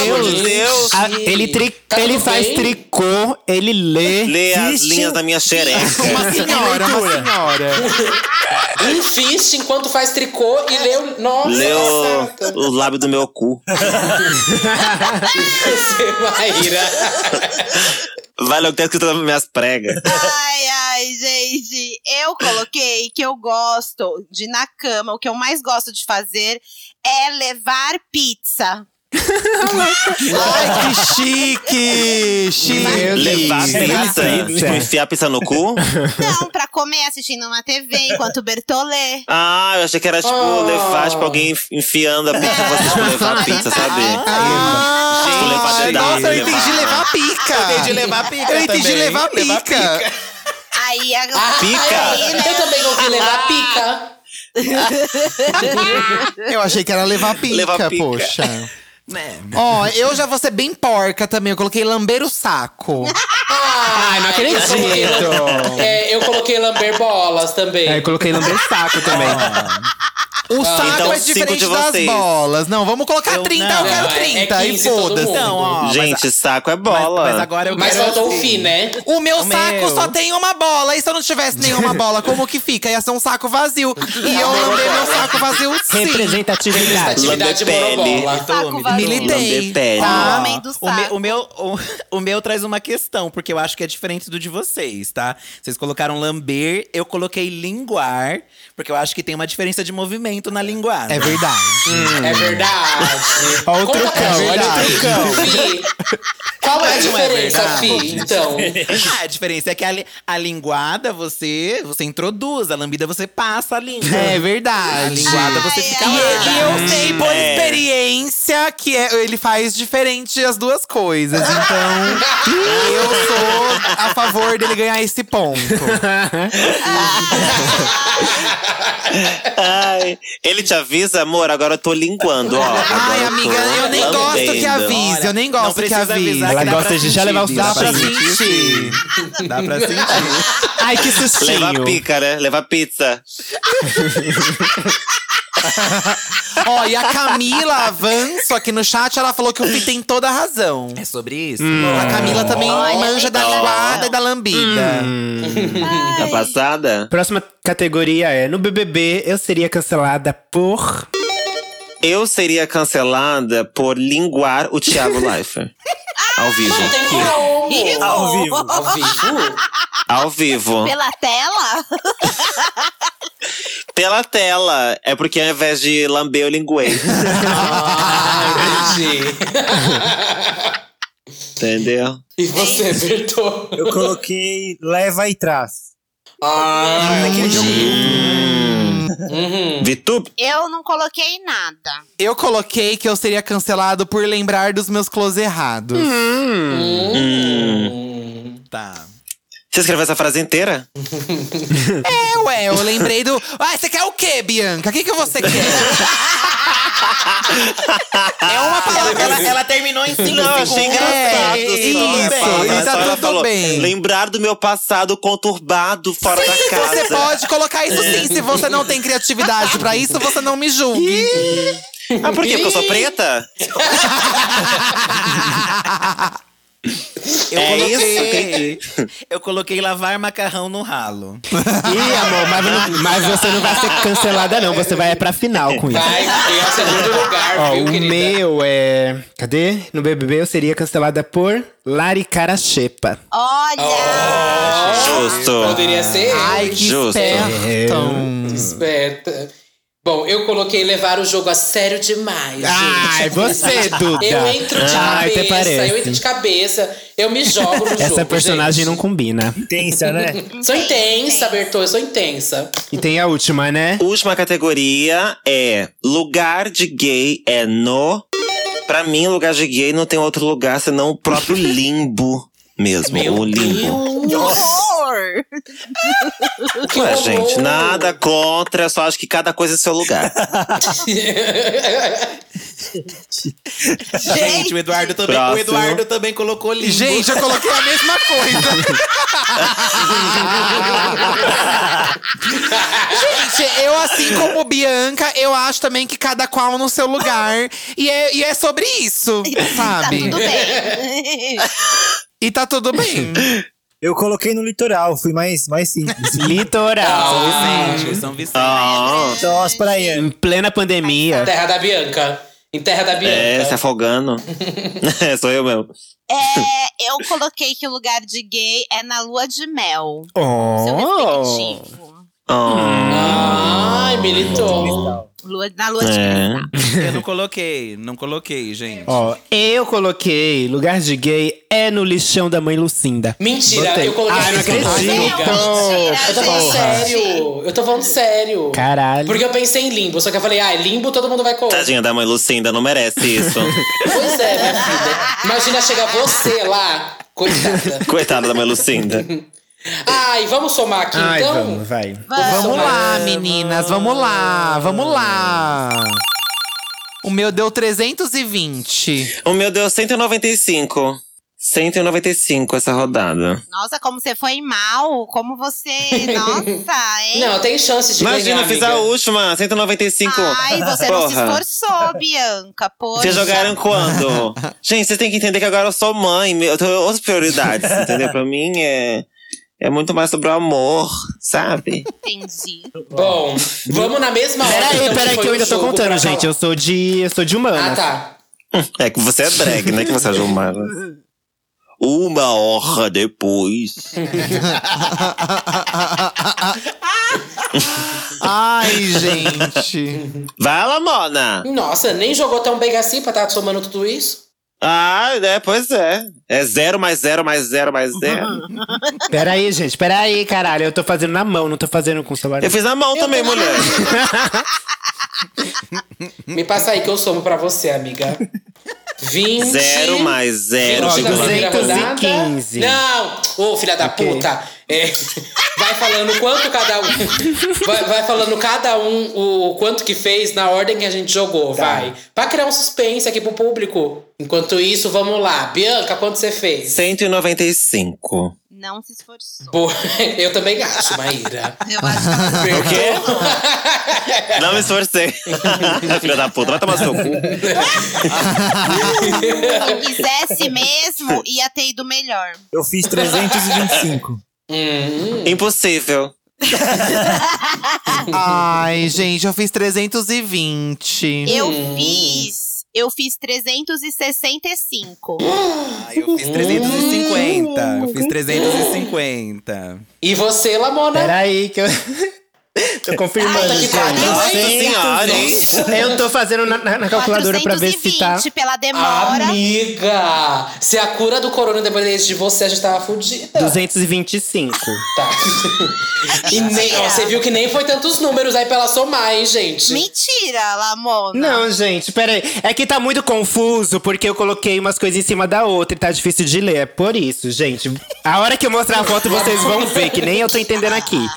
Speaker 3: Meu Deus!
Speaker 1: Ah, ele tri-
Speaker 5: Tá
Speaker 1: ele
Speaker 5: tudo
Speaker 1: faz
Speaker 5: bem?
Speaker 1: tricô, ele lê.
Speaker 3: Lê as
Speaker 1: Existe-
Speaker 3: linhas da minha xereca.
Speaker 2: Uma senhora, uma senhora.
Speaker 5: Um fist enquanto faz tricô e leu. Nossa,
Speaker 3: Lê o,
Speaker 5: passada.
Speaker 3: o lábio do meu cu.
Speaker 5: Você, Maíra.
Speaker 3: Vai logo, tem escrito nas minhas pregas.
Speaker 6: Ai, ai, gente. Eu coloquei que eu gosto de na cama. O que eu mais gosto de fazer é levar pizza.
Speaker 2: Ai, que chique! Chique!
Speaker 3: Levar pizza e tipo, enfiar pizza no cu?
Speaker 6: Não, pra comer assistindo uma TV enquanto Bertolê.
Speaker 3: Ah, eu achei que era tipo levar, tipo, alguém enfiando a pizza pra você tipo, levar a pizza, sabe? Tipo, levar dedada,
Speaker 2: Ah. Nossa, eu entendi levar pica!
Speaker 12: Eu entendi levar pica
Speaker 2: Eu entendi
Speaker 12: também.
Speaker 2: levar pica!
Speaker 12: Levar pica.
Speaker 6: Aí a
Speaker 5: Ah, Pica? é. Eu também ouvi levar pica.
Speaker 2: Eu achei que era levar pica,
Speaker 12: Levar pica.
Speaker 2: poxa.
Speaker 8: Né.
Speaker 2: Ó, eu já vou ser bem porca também. Eu coloquei lamber o saco.
Speaker 5: Ai, não
Speaker 2: acredito.
Speaker 5: É, eu coloquei lamber bolas também.
Speaker 1: Aí eu coloquei lamber saco também.
Speaker 2: O saco
Speaker 5: Então,
Speaker 2: é
Speaker 5: cinco
Speaker 2: diferente
Speaker 5: de
Speaker 2: das
Speaker 5: vocês.
Speaker 2: bolas. Não, vamos colocar 30, eu quero 30. e foda-se.
Speaker 3: Gente, saco é bola.
Speaker 8: mas agora eu
Speaker 5: Mas
Speaker 8: quero
Speaker 5: faltou o
Speaker 8: assim.
Speaker 5: fim, né?
Speaker 2: O meu
Speaker 8: O
Speaker 2: saco
Speaker 8: meu.
Speaker 2: só tem uma bola. E se eu não tivesse nenhuma bola, como que fica? Ia ser um saco vazio. E eu lambei meu saco vazio sim.
Speaker 8: Representatividade.
Speaker 5: Representatividade monobola.
Speaker 2: Militei.
Speaker 8: Ó,
Speaker 2: Tá?
Speaker 8: o, meu, o, meu, o, o meu traz uma questão, porque eu acho que é diferente do de vocês, tá? Vocês colocaram lamber, eu coloquei linguar, porque eu acho que tem uma diferença de movimento na linguagem.
Speaker 2: É verdade.
Speaker 5: É verdade.
Speaker 8: Olha
Speaker 5: Conta pra gente, Fi. Qual é a
Speaker 8: Mas não
Speaker 5: diferença, Fi?
Speaker 8: verdade.
Speaker 5: Então.
Speaker 8: Ah, a diferença é que a, li- a linguada você, você introduz, a lambida você passa a língua.
Speaker 2: É verdade.
Speaker 8: A linguada você fica
Speaker 2: E,
Speaker 8: lá.
Speaker 2: e eu sei por
Speaker 8: É.
Speaker 2: experiência que é- ele faz diferente as duas coisas. Então, eu sou a favor dele ganhar esse ponto.
Speaker 3: Ai, ele te avisa, amor, agora eu tô linguando, ó.
Speaker 2: Ai, amiga, eu nem gosto
Speaker 3: então.
Speaker 2: que avise. Eu nem gosto que avise.
Speaker 3: avisar que Ela dá gosta pra de já sentir, levar o Bia,
Speaker 2: Dá
Speaker 3: saco
Speaker 2: pra
Speaker 3: pra sentir.
Speaker 2: sentir.
Speaker 8: Dá pra sentir.
Speaker 2: Ai, que sustinho.
Speaker 3: Levar pica, né? Levar pizza.
Speaker 2: Ó, e a Camila Avanço aqui no chat, ela falou que o Fih tem toda a razão.
Speaker 8: É sobre isso?
Speaker 3: Hum.
Speaker 2: A Camila também manja da linguada e da lambida.
Speaker 3: Hum. Tá passada?
Speaker 1: Próxima categoria é: No BBB, eu seria cancelada por.
Speaker 3: Eu seria cancelada por linguar o Thiago Leifert. Ao vivo.
Speaker 5: Não tem como.
Speaker 6: Ao vivo.
Speaker 5: Ao vivo?
Speaker 3: Ao vivo.
Speaker 6: Pela tela?
Speaker 3: Pela tela. É porque ao invés de lamber, eu linguei.
Speaker 5: Ah, entendi.
Speaker 3: Entendeu?
Speaker 5: E você, Bertô?
Speaker 7: Eu coloquei leva e traz. é
Speaker 5: Ah, Hum.
Speaker 3: Vitube?
Speaker 6: Eu não coloquei nada.
Speaker 2: Eu coloquei que eu seria cancelado por lembrar dos meus close errados. Hum.
Speaker 8: Tá.
Speaker 3: Você escreveu essa frase inteira?
Speaker 2: É, ué, eu lembrei do. Ah, você quer o quê, Bianca? O que, que você quer? é uma palavra.
Speaker 8: Ela, ela terminou em cinco
Speaker 3: Não,
Speaker 8: segundos.
Speaker 3: achei engraçado.
Speaker 2: É,
Speaker 3: só,
Speaker 2: isso,
Speaker 3: né, Paula?
Speaker 2: e tá
Speaker 3: Só ela
Speaker 2: tudo bem.
Speaker 3: Lembrar do meu passado conturbado fora da casa.
Speaker 2: Você pode colocar isso sim. Se você não tem criatividade pra isso, você não me julgue.
Speaker 3: Ah, por quê? Porque eu sou preta?
Speaker 8: Eu
Speaker 3: é isso?
Speaker 8: coloquei,
Speaker 3: Entendi.
Speaker 8: eu coloquei lavar macarrão no ralo.
Speaker 1: Ih, amor, mas, não- mas você não vai ser cancelada, não. Você vai é pra final com isso.
Speaker 5: Vai ganhar o segundo lugar,
Speaker 1: Ó,
Speaker 5: viu,
Speaker 1: o
Speaker 5: querida?
Speaker 1: meu é. Cadê? No BBB eu seria cancelada por Laricara Xepa.
Speaker 6: Olha!
Speaker 3: Justo.
Speaker 5: Poderia ser eu.
Speaker 2: Ai, que
Speaker 3: Justo.
Speaker 2: espertão.
Speaker 5: Esperta. Bom, eu coloquei levar o jogo a sério demais,
Speaker 1: Ai,
Speaker 5: gente.
Speaker 1: você, Duda.
Speaker 5: Eu entro de
Speaker 1: Ai, até
Speaker 5: cabeça,
Speaker 1: parece.
Speaker 5: eu entro de cabeça, eu me jogo no jogo.
Speaker 1: Essa personagem não
Speaker 5: gente.
Speaker 1: combina.
Speaker 7: Intensa, né?
Speaker 5: Sou intensa, Bertô, eu sou intensa.
Speaker 1: E tem a última, né?
Speaker 3: Última categoria é lugar de gay é no. Pra mim, lugar de gay não tem outro lugar senão o próprio limbo mesmo. o limbo.
Speaker 6: Que horror!
Speaker 5: Que
Speaker 3: Ué,
Speaker 5: horror.
Speaker 3: gente, nada contra, eu só acho que cada coisa é seu lugar.
Speaker 8: Gente, o Eduardo também, o
Speaker 3: Próximo.
Speaker 8: Eduardo também colocou limbo.
Speaker 2: Gente, eu coloquei a mesma coisa. Gente, eu assim como Bianca, eu acho também que cada qual no seu lugar. E é, e é sobre isso,
Speaker 1: Oh,
Speaker 6: Tá
Speaker 2: sabe?
Speaker 6: tudo bem.
Speaker 2: E tá tudo bem.
Speaker 7: Eu coloquei no litoral, fui mais, mais simples.
Speaker 1: Litoral.
Speaker 8: São Vicente, São Vicente.
Speaker 3: Ah,
Speaker 7: Só as praias.
Speaker 1: Em plena pandemia.
Speaker 5: Terra da Bianca. Em Terra da Bianca.
Speaker 3: é, se afogando. é, sou eu mesmo.
Speaker 6: É, eu coloquei que o lugar de gay é na lua de mel. Seu
Speaker 1: Oh.
Speaker 6: respectivo.
Speaker 5: Ai, militou.
Speaker 6: Lua, na lua de
Speaker 8: Eu não coloquei, não coloquei, gente.
Speaker 1: Ó, eu coloquei lugar de gay é no lixão da mãe Lucinda.
Speaker 5: Mentira,
Speaker 1: Botei.
Speaker 5: eu coloquei
Speaker 1: Ah, não
Speaker 6: é
Speaker 5: isso pra
Speaker 1: acredito.
Speaker 5: você, amiga. Eu tô falando
Speaker 1: Porra.
Speaker 5: sério. Eu tô falando sério.
Speaker 1: Caralho.
Speaker 5: Porque eu pensei em limbo, só que eu falei, ah, limbo todo mundo vai colocar.
Speaker 3: Tadinha da mãe Lucinda, não merece isso.
Speaker 5: Pois é, minha filha. Imagina chegar você lá. Coitada.
Speaker 3: Coitada da mãe Lucinda.
Speaker 5: Ai, vamos somar aqui
Speaker 1: Ai,
Speaker 5: então?
Speaker 1: vamos, vai.
Speaker 2: Vamos
Speaker 5: somar.
Speaker 2: lá, meninas, vamos lá, vamos lá. O meu deu 320.
Speaker 3: O meu deu 195. 195 essa rodada.
Speaker 6: Nossa, como você foi mal. Como você. Nossa, hein?
Speaker 5: Não, tem chance de
Speaker 3: Imagina,
Speaker 5: ganhar,
Speaker 3: fiz
Speaker 5: amiga.
Speaker 3: a última, 195.
Speaker 6: Ai, você não se
Speaker 3: Porra.
Speaker 6: esforçou, Bianca. Poxa.
Speaker 3: Vocês jogaram quando? Gente, vocês têm que entender que agora eu sou mãe, meu- eu tenho outras prioridades, entendeu? Pra mim é, é muito mais sobre o amor, sabe?
Speaker 6: Entendi.
Speaker 5: Bom, vamos na mesma hora.
Speaker 1: Peraí,
Speaker 5: então,
Speaker 1: peraí,
Speaker 5: foi
Speaker 1: que eu
Speaker 5: o
Speaker 1: ainda tô
Speaker 5: jogo pra
Speaker 1: contando, gente.
Speaker 5: falar.
Speaker 1: Eu sou de. Eu sou de
Speaker 5: Ah,
Speaker 1: humanas.
Speaker 5: tá.
Speaker 3: É que você é drag, né? Que você é de humana. Uma hora depois.
Speaker 5: Ah, tá.
Speaker 2: Ai, gente.
Speaker 3: Vai lá, Mona!
Speaker 5: Nossa, nem jogou tão bem assim pra estar somando tudo isso?
Speaker 3: Ah, é, pois é. É zero mais zero mais zero mais
Speaker 2: Uhum.
Speaker 3: zero.
Speaker 1: Peraí, gente, peraí, caralho. Eu tô fazendo na mão, não tô fazendo com o celular.
Speaker 3: Eu fiz na mão também, mulher.
Speaker 5: Me passa aí que eu somo pra você, amiga. 20.
Speaker 3: Zero mais zero,
Speaker 1: Ó,
Speaker 5: Vinte na
Speaker 3: vírgula
Speaker 5: primeira rodada.
Speaker 1: 215.
Speaker 5: Não! Ô, filha da
Speaker 1: Ok.
Speaker 5: puta! É, vai falando quanto cada um. Vai, vai falando cada um o quanto que fez na ordem que a gente jogou, vai. Pra criar um suspense aqui pro público. Enquanto isso, vamos lá. Bianca, quanto você fez?
Speaker 3: 195.
Speaker 6: Não se esforçou.
Speaker 5: Boa. Eu também acho, Maíra.
Speaker 6: Eu acho que ela
Speaker 5: O
Speaker 3: Não me esforcei. Filha da puta, vai tomar seu cu.
Speaker 6: se quisesse mesmo, ia ter ido melhor.
Speaker 7: Eu fiz 325.
Speaker 5: Hum.
Speaker 3: Impossível.
Speaker 2: Ai, gente, eu fiz 320.
Speaker 6: Eu
Speaker 1: Uhum.
Speaker 5: Hum.
Speaker 6: fiz. Eu fiz 365.
Speaker 8: Ah, eu fiz 350. Eu fiz 350.
Speaker 5: E você, Lamona?
Speaker 1: Peraí, que eu. tô confirmando,
Speaker 5: Ai, tá que pariu,
Speaker 1: gente.
Speaker 3: Nossa
Speaker 5: hein?
Speaker 3: senhora, hein?
Speaker 1: Eu tô fazendo na, na- na calculadora pra ver se tá. Ah,
Speaker 6: 420 pela demora.
Speaker 5: Amiga! Se a cura do corona dependesse de você, a gente tava fudida.
Speaker 1: 225.
Speaker 5: Tá. E nem, ó, você viu que nem foi tantos números aí pra ela somar, hein, gente?
Speaker 6: Mentira, Lamona.
Speaker 1: Não, gente, peraí. É que tá muito confuso porque eu coloquei umas coisas em cima da outra e tá difícil de ler. É por isso, gente. A hora que eu mostrar a foto, vocês vão ver, que nem eu tô entendendo aqui.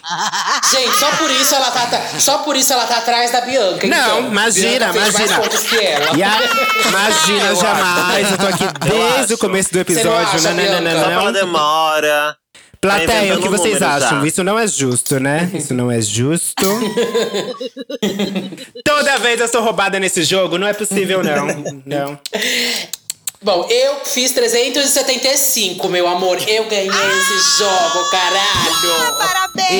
Speaker 5: Gente, só por isso ela tá, tá- só por isso ela tá atrás da Bianca.
Speaker 1: Não,
Speaker 5: então.
Speaker 1: imagina,
Speaker 5: Bianca fez
Speaker 1: imagina.
Speaker 5: Mais pontos que ela.
Speaker 1: E a- imagina, jamais. Eu tô aqui desde o começo do
Speaker 5: Você não
Speaker 1: episódio.
Speaker 5: acha, Bianca?
Speaker 3: Só pela
Speaker 2: um
Speaker 1: Nananana.
Speaker 3: demora. Tá
Speaker 1: Plateia, o
Speaker 3: inventando
Speaker 1: que vocês
Speaker 3: números já.
Speaker 1: acham? Isso não é justo, né? Isso não é justo. Toda vez eu sou roubada nesse jogo, não é possível, não. Não.
Speaker 5: Bom, eu fiz 375, meu amor. Eu ganhei esse jogo,
Speaker 6: Ah,
Speaker 5: caralho.
Speaker 6: parabéns!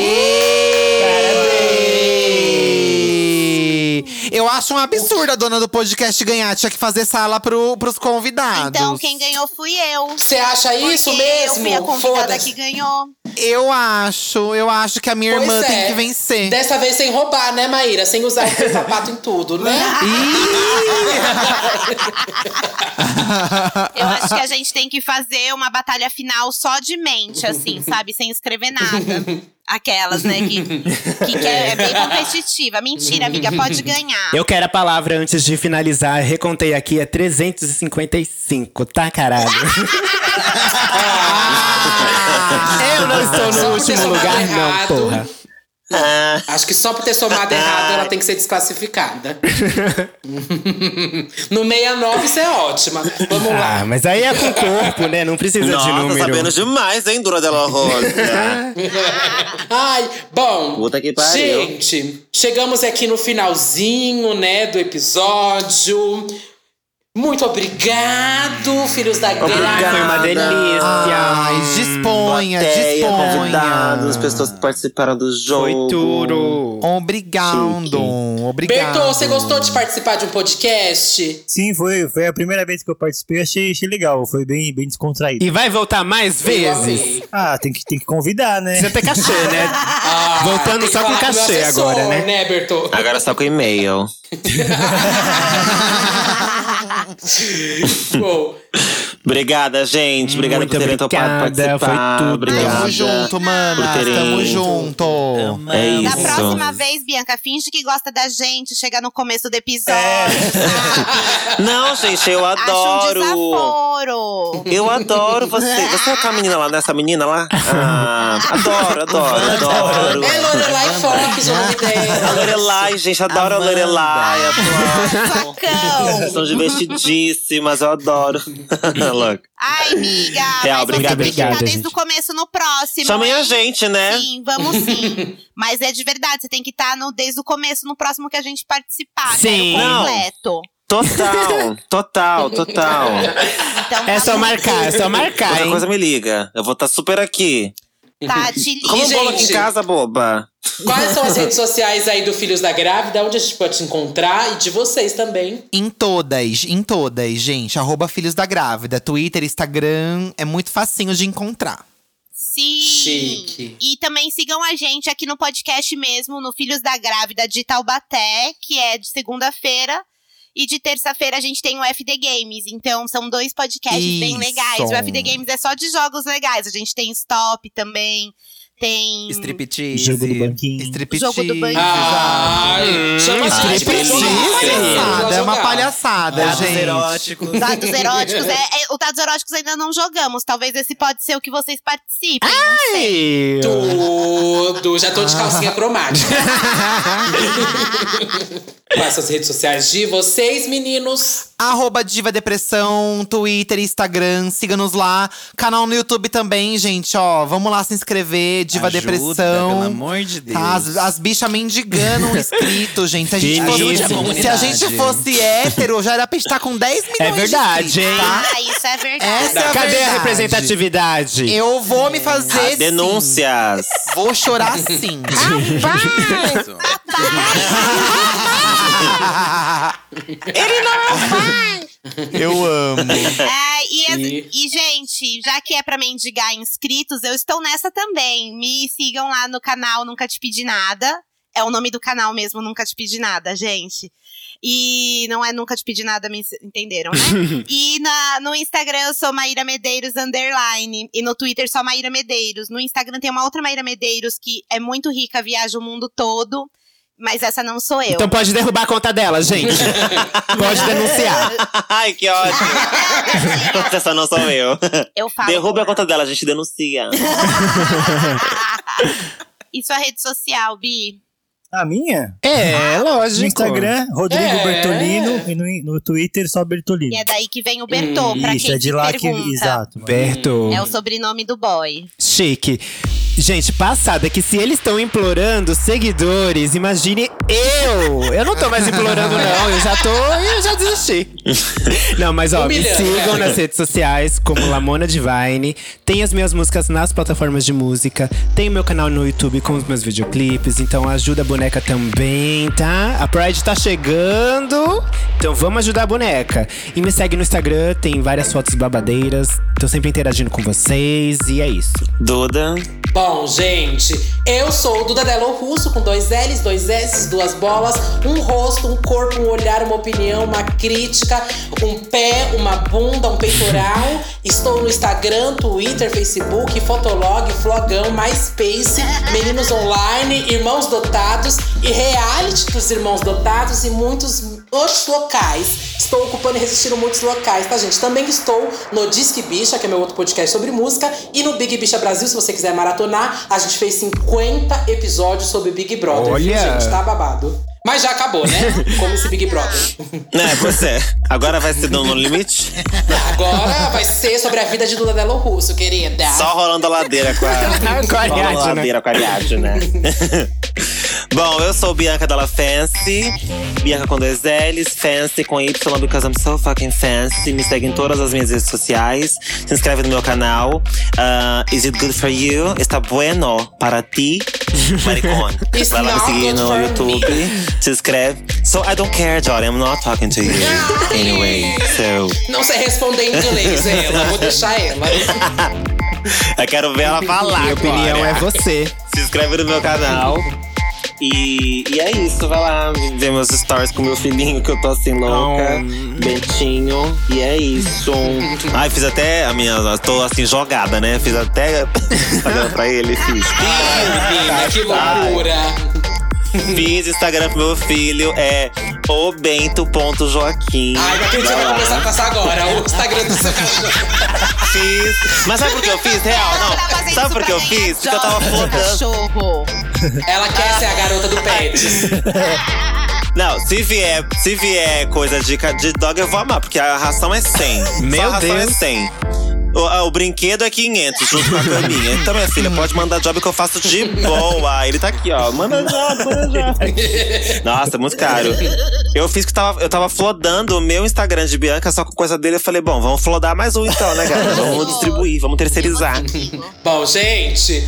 Speaker 2: Eu acho um absurdo a dona do podcast ganhar. Tinha que fazer sala pro, pros convidados.
Speaker 6: Então, quem ganhou fui Então, eu.
Speaker 5: Você acha isso
Speaker 6: Porque Eu fui a
Speaker 5: mesmo?
Speaker 6: convidada que
Speaker 5: Foda-se.
Speaker 6: ganhou.
Speaker 2: Eu acho, eu acho que a minha
Speaker 5: Pois
Speaker 2: irmã
Speaker 5: é.
Speaker 2: tem que vencer.
Speaker 5: Dessa vez sem roubar, né, Maíra? Sem usar o seu sapato em tudo, né?
Speaker 6: Ah, Eu acho que a gente tem que fazer uma batalha final só de mente, assim, sabe? Sem escrever nada. Aquelas, né? Que, que, que é, é bem competitiva. Mentira, amiga, pode ganhar.
Speaker 1: Eu quero a palavra antes de finalizar. Recontei aqui, é 355, tá, caralho? Ah, eu não estou no
Speaker 5: Só por ter
Speaker 1: último
Speaker 5: somado
Speaker 1: lugar, não,
Speaker 5: errado.
Speaker 1: porra.
Speaker 3: Ah,
Speaker 5: Acho que só por ter somado errado, ela tem que ser desclassificada. no 69, você é ótima. Vamos
Speaker 1: Ah,
Speaker 5: lá.
Speaker 1: mas aí é com corpo, né? Não precisa de
Speaker 3: nossa,
Speaker 1: número.
Speaker 3: sabendo um- demais, hein, Dura Della Rosa.
Speaker 5: Ai, bom.
Speaker 3: Puta que pariu.
Speaker 5: Gente, chegamos aqui no finalzinho, né, do episódio. Muito obrigado, filhos da
Speaker 1: Ah,
Speaker 5: guerra.
Speaker 1: Foi uma delícia.
Speaker 2: Ai, disponha,
Speaker 3: Plateia,
Speaker 2: disponha.
Speaker 3: convidados, pessoas que participaram do jogo.
Speaker 1: Foi duro.
Speaker 2: Obrigado. Obrigado.
Speaker 5: Bertô, você gostou de participar de um podcast?
Speaker 7: Sim, foi, foi a primeira vez que eu participei, achei, achei legal, foi bem, bem descontraído.
Speaker 1: E vai voltar mais
Speaker 5: Eu
Speaker 1: vezes?
Speaker 5: amei.
Speaker 7: Ah, tem que, tem que convidar, né?
Speaker 1: Precisa ter cachê, né?
Speaker 5: Ah,
Speaker 1: Voltando só com cachê agora, né?
Speaker 5: né, Bertô?
Speaker 3: Agora só com e-mail.
Speaker 5: Bom.
Speaker 3: Obrigada, gente. Obrigada
Speaker 2: Muito
Speaker 3: por terem topado
Speaker 2: obrigada,
Speaker 3: participar.
Speaker 2: foi tudo.
Speaker 3: Obrigada.
Speaker 2: Tamo junto, mano.
Speaker 3: Por terem
Speaker 2: Tamo
Speaker 3: ido.
Speaker 2: junto.
Speaker 6: Da
Speaker 3: É isso.
Speaker 6: próxima vez, Bianca, finge que gosta da gente, chega no começo do episódio.
Speaker 3: Não, gente, eu adoro.
Speaker 6: Acha um desaforo.
Speaker 3: Eu adoro você. Você é aquela menina lá, nessa menina lá? Ah, adoro, adoro, adoro.
Speaker 5: É Lorelai Fox o nome dela.
Speaker 3: A Lorelai, gente, adoro a Lorelai. adoro. São divertidíssimas, eu adoro. Look.
Speaker 6: Ai, amiga.
Speaker 3: Real,
Speaker 6: mas
Speaker 3: obrigado,
Speaker 6: você tem que
Speaker 3: obrigado,
Speaker 6: ficar desde
Speaker 3: gente.
Speaker 6: o começo no próximo.
Speaker 3: Chamem a
Speaker 6: hein?
Speaker 3: gente, né?
Speaker 6: Sim, vamos sim. Mas é de verdade, você tem que estar no, desde o começo no próximo que a gente participar.
Speaker 1: Sim.
Speaker 6: Quero
Speaker 1: Não.
Speaker 6: completo.
Speaker 3: Total, total, total.
Speaker 6: Então,
Speaker 1: É
Speaker 6: tá
Speaker 1: só
Speaker 6: bom.
Speaker 1: marcar, é só marcar,
Speaker 3: Qualquer
Speaker 1: hein?
Speaker 3: coisa me liga. Eu vou estar super aqui.
Speaker 6: Tá, te liga.
Speaker 3: Como um bolo aqui em
Speaker 5: gente.
Speaker 3: casa, boba.
Speaker 5: Quais são as redes sociais aí do Filhos da Grávida? Onde a gente pode te encontrar e de vocês também.
Speaker 2: Em todas, em todas, gente. Arroba Filhos da Grávida. Twitter, Instagram. É muito facinho de encontrar.
Speaker 6: Sim.
Speaker 5: Chique.
Speaker 6: E também sigam a gente aqui no podcast mesmo, no Filhos da Grávida de Taubaté, que é de segunda-feira. E de terça-feira a gente tem o FD Games. Então são dois podcasts bem
Speaker 2: Isso.
Speaker 6: legais. O FD Games é só de jogos legais. A gente tem Stop também,
Speaker 5: Hum.
Speaker 6: tem.
Speaker 8: Striptease.
Speaker 7: Jogo do banquinho.
Speaker 6: Jogo do banho.
Speaker 1: Ah, hum,
Speaker 5: Ai, chama a gente pra
Speaker 2: Striptease.
Speaker 5: Ah, jogar.
Speaker 2: Palhaçada, é uma palhaçada,
Speaker 8: Dados
Speaker 2: gente.
Speaker 8: eróticos.
Speaker 6: Dados eróticos. É, é, o Dados eróticos ainda não jogamos. Talvez esse pode ser o que vocês participem. não sei.
Speaker 5: Tudo. Já tô de calcinha cromática. Quais são as redes sociais de vocês, meninos?
Speaker 2: Arroba Diva Depressão, Twitter, Instagram, siga-nos lá. Canal no YouTube também, gente, ó. Vamos lá se inscrever, Diva
Speaker 8: Ajuda, Pelo
Speaker 2: Depressão.
Speaker 8: amor de Deus.
Speaker 2: Tá, as, as bichas mendigando um inscrito, gente. Se a gente,
Speaker 8: Ajude a
Speaker 2: fosse, se a gente
Speaker 8: comunidade.
Speaker 2: fosse hétero, já era pra estar com 10 milhões
Speaker 1: É
Speaker 2: de
Speaker 1: verdade,
Speaker 2: inscritos,
Speaker 1: hein?
Speaker 2: tá?
Speaker 6: Ah, isso é verdade.
Speaker 2: Essa é a
Speaker 1: Cadê a
Speaker 2: verdade.
Speaker 1: representatividade?
Speaker 2: Eu vou me fazer sim.
Speaker 3: Denúncias.
Speaker 2: Vou chorar sim. é Eu amo.
Speaker 6: É, e, as-
Speaker 5: E-
Speaker 6: e, gente, já que é pra mendigar inscritos, eu estou nessa também. Me sigam lá no canal Nunca Te Pedi Nada. É o nome do canal mesmo, Nunca Te Pedi Nada, gente. E não é Nunca Te Pedi Nada, me ens- entenderam, né? e na- no Instagram eu sou Maíra Medeiros Underline. E no Twitter só Maíra Medeiros. No Instagram tem uma outra Maíra Medeiros que é muito rica, viaja o mundo todo. Mas essa não sou eu.
Speaker 1: Então pode derrubar a conta dela, gente. pode denunciar.
Speaker 3: Ai, que ótimo. Essa não sou eu.
Speaker 6: eu falo.
Speaker 3: Derruba a conta dela, a gente denuncia.
Speaker 6: E sua rede social, Bi?
Speaker 7: A minha?
Speaker 1: É,
Speaker 7: No
Speaker 1: lógico.
Speaker 7: Instagram, Rodrigo
Speaker 5: É.
Speaker 7: Bertolino. E no, no Twitter, só Bertolino.
Speaker 6: E é daí que vem o Bertô, pra
Speaker 7: Isso,
Speaker 6: quem
Speaker 7: é de
Speaker 6: se
Speaker 7: lá
Speaker 6: pergunta.
Speaker 7: que. Exato. mano.
Speaker 1: Berto.
Speaker 6: É o sobrenome do boy.
Speaker 1: Chique. Gente, passada que se eles estão implorando seguidores, imagine eu. Eu não tô mais implorando, não. Eu já tô. Eu já desisti. Não, mas ó, me
Speaker 5: Humilhando.
Speaker 1: sigam nas redes sociais como Lamona Divine. Tem as minhas músicas nas plataformas de música. Tem o meu canal no YouTube com os meus videoclipes. Então ajuda a boneca também, tá? A Pride tá chegando. Então vamos ajudar a boneca. E me segue no Instagram, tem várias fotos babadeiras. Tô sempre interagindo com vocês. E é isso.
Speaker 3: Duda.
Speaker 5: Bom, gente, eu sou o Duda Delo Russo, com dois L's, dois S's, duas bolas, um rosto, um corpo, um olhar, uma opinião, uma crítica, um pé, uma bunda, um peitoral. Estou no Instagram, Twitter, Facebook, Fotolog, Flogão, MySpace, Meninos Online, Irmãos Dotados e reality dos Irmãos Dotados e muitos outros locais. Estou ocupando e resistindo muitos locais, tá, gente? Também estou no Disque Bicha, que é meu outro podcast sobre música, e no Big Bicha Brasil, se você quiser maratonar. A gente fez 50 episódios sobre Big Brother, viu,
Speaker 1: Olha!
Speaker 5: gente? Tá babado. Mas já acabou, né? Como esse Big Brother.
Speaker 3: Né, pois é. Agora vai ser dono no limite?
Speaker 5: Agora vai ser sobre a vida de Duda Delo Russo, querida.
Speaker 3: Só rolando a ladeira com a.
Speaker 1: Com a
Speaker 3: rolando
Speaker 1: Ariadne, né?
Speaker 3: a ladeira com a Ariadne, né? Bom, eu sou Bianca Della Fancy. Bianca com dois L's, Fancy com Y, because I'm so fucking fancy. Me segue em todas as minhas redes sociais. Se inscreve no meu canal. Ah, is it good for you? Está bueno para ti? Maricona.
Speaker 5: It's
Speaker 3: Vai lá me
Speaker 5: not
Speaker 3: seguir
Speaker 5: good
Speaker 3: no
Speaker 5: for
Speaker 3: YouTube. Se inscreve. So I don't care, Jordan. I'm not talking to you. Anyway, so.
Speaker 5: Não sei responder em inglês, ela. Vou deixar ela.
Speaker 7: Eu quero ver ela falar.
Speaker 13: Minha opinião
Speaker 7: agora.
Speaker 13: é você.
Speaker 7: Se inscreve no meu canal. E, e é isso, vai lá ver meus stories com meu filhinho que eu tô assim louca. Betinho. E é isso. Ai, fiz até. A minha. Tô assim jogada, né? Fiz até. Instagram pra ele, fiz.
Speaker 5: menina, que loucura.
Speaker 7: Fiz Instagram pro meu filho, é o Bento.joaquim.
Speaker 5: Ai, não acredito que eu vou começar a passar agora. O Instagram do seu cachorro.
Speaker 7: Fiz. Mas sabe por que eu fiz? Real, não. Sabe por que eu fiz? Porque eu tava flodando.
Speaker 6: Cachorro.
Speaker 5: Ela quer ser a garota do Pets.
Speaker 7: Não, se vier, se vier coisa de, ca- de dog, eu vou amar, porque a ração é 100.
Speaker 13: Meu
Speaker 7: Só a ração
Speaker 13: Deus.
Speaker 7: é 100. O, ah, o brinquedo é 500, junto com a caminha. Então, minha filha, pode mandar job que eu faço de boa. Ele tá aqui, ó. Manda job, manda job. Nossa, é muito caro. Eu fiz que tava, eu tava flodando o meu Instagram de Bianca, só com coisa dele. Eu falei, bom, vamos flodar mais um então, né, galera? Vamos distribuir, vamos terceirizar.
Speaker 5: Bom, gente.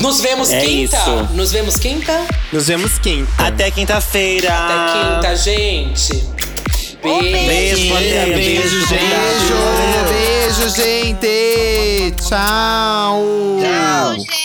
Speaker 5: Nos vemos
Speaker 7: É
Speaker 5: quinta.
Speaker 7: isso.
Speaker 5: Nos vemos quinta.
Speaker 13: Nos vemos quinta.
Speaker 7: Até quinta-feira.
Speaker 5: Até quinta, gente.
Speaker 7: Ah. Beijo,
Speaker 5: Beijo,
Speaker 7: Valéria. Beijo,
Speaker 1: Beijo,
Speaker 7: gente.
Speaker 1: gente. Tchau.
Speaker 6: Tchau, gente.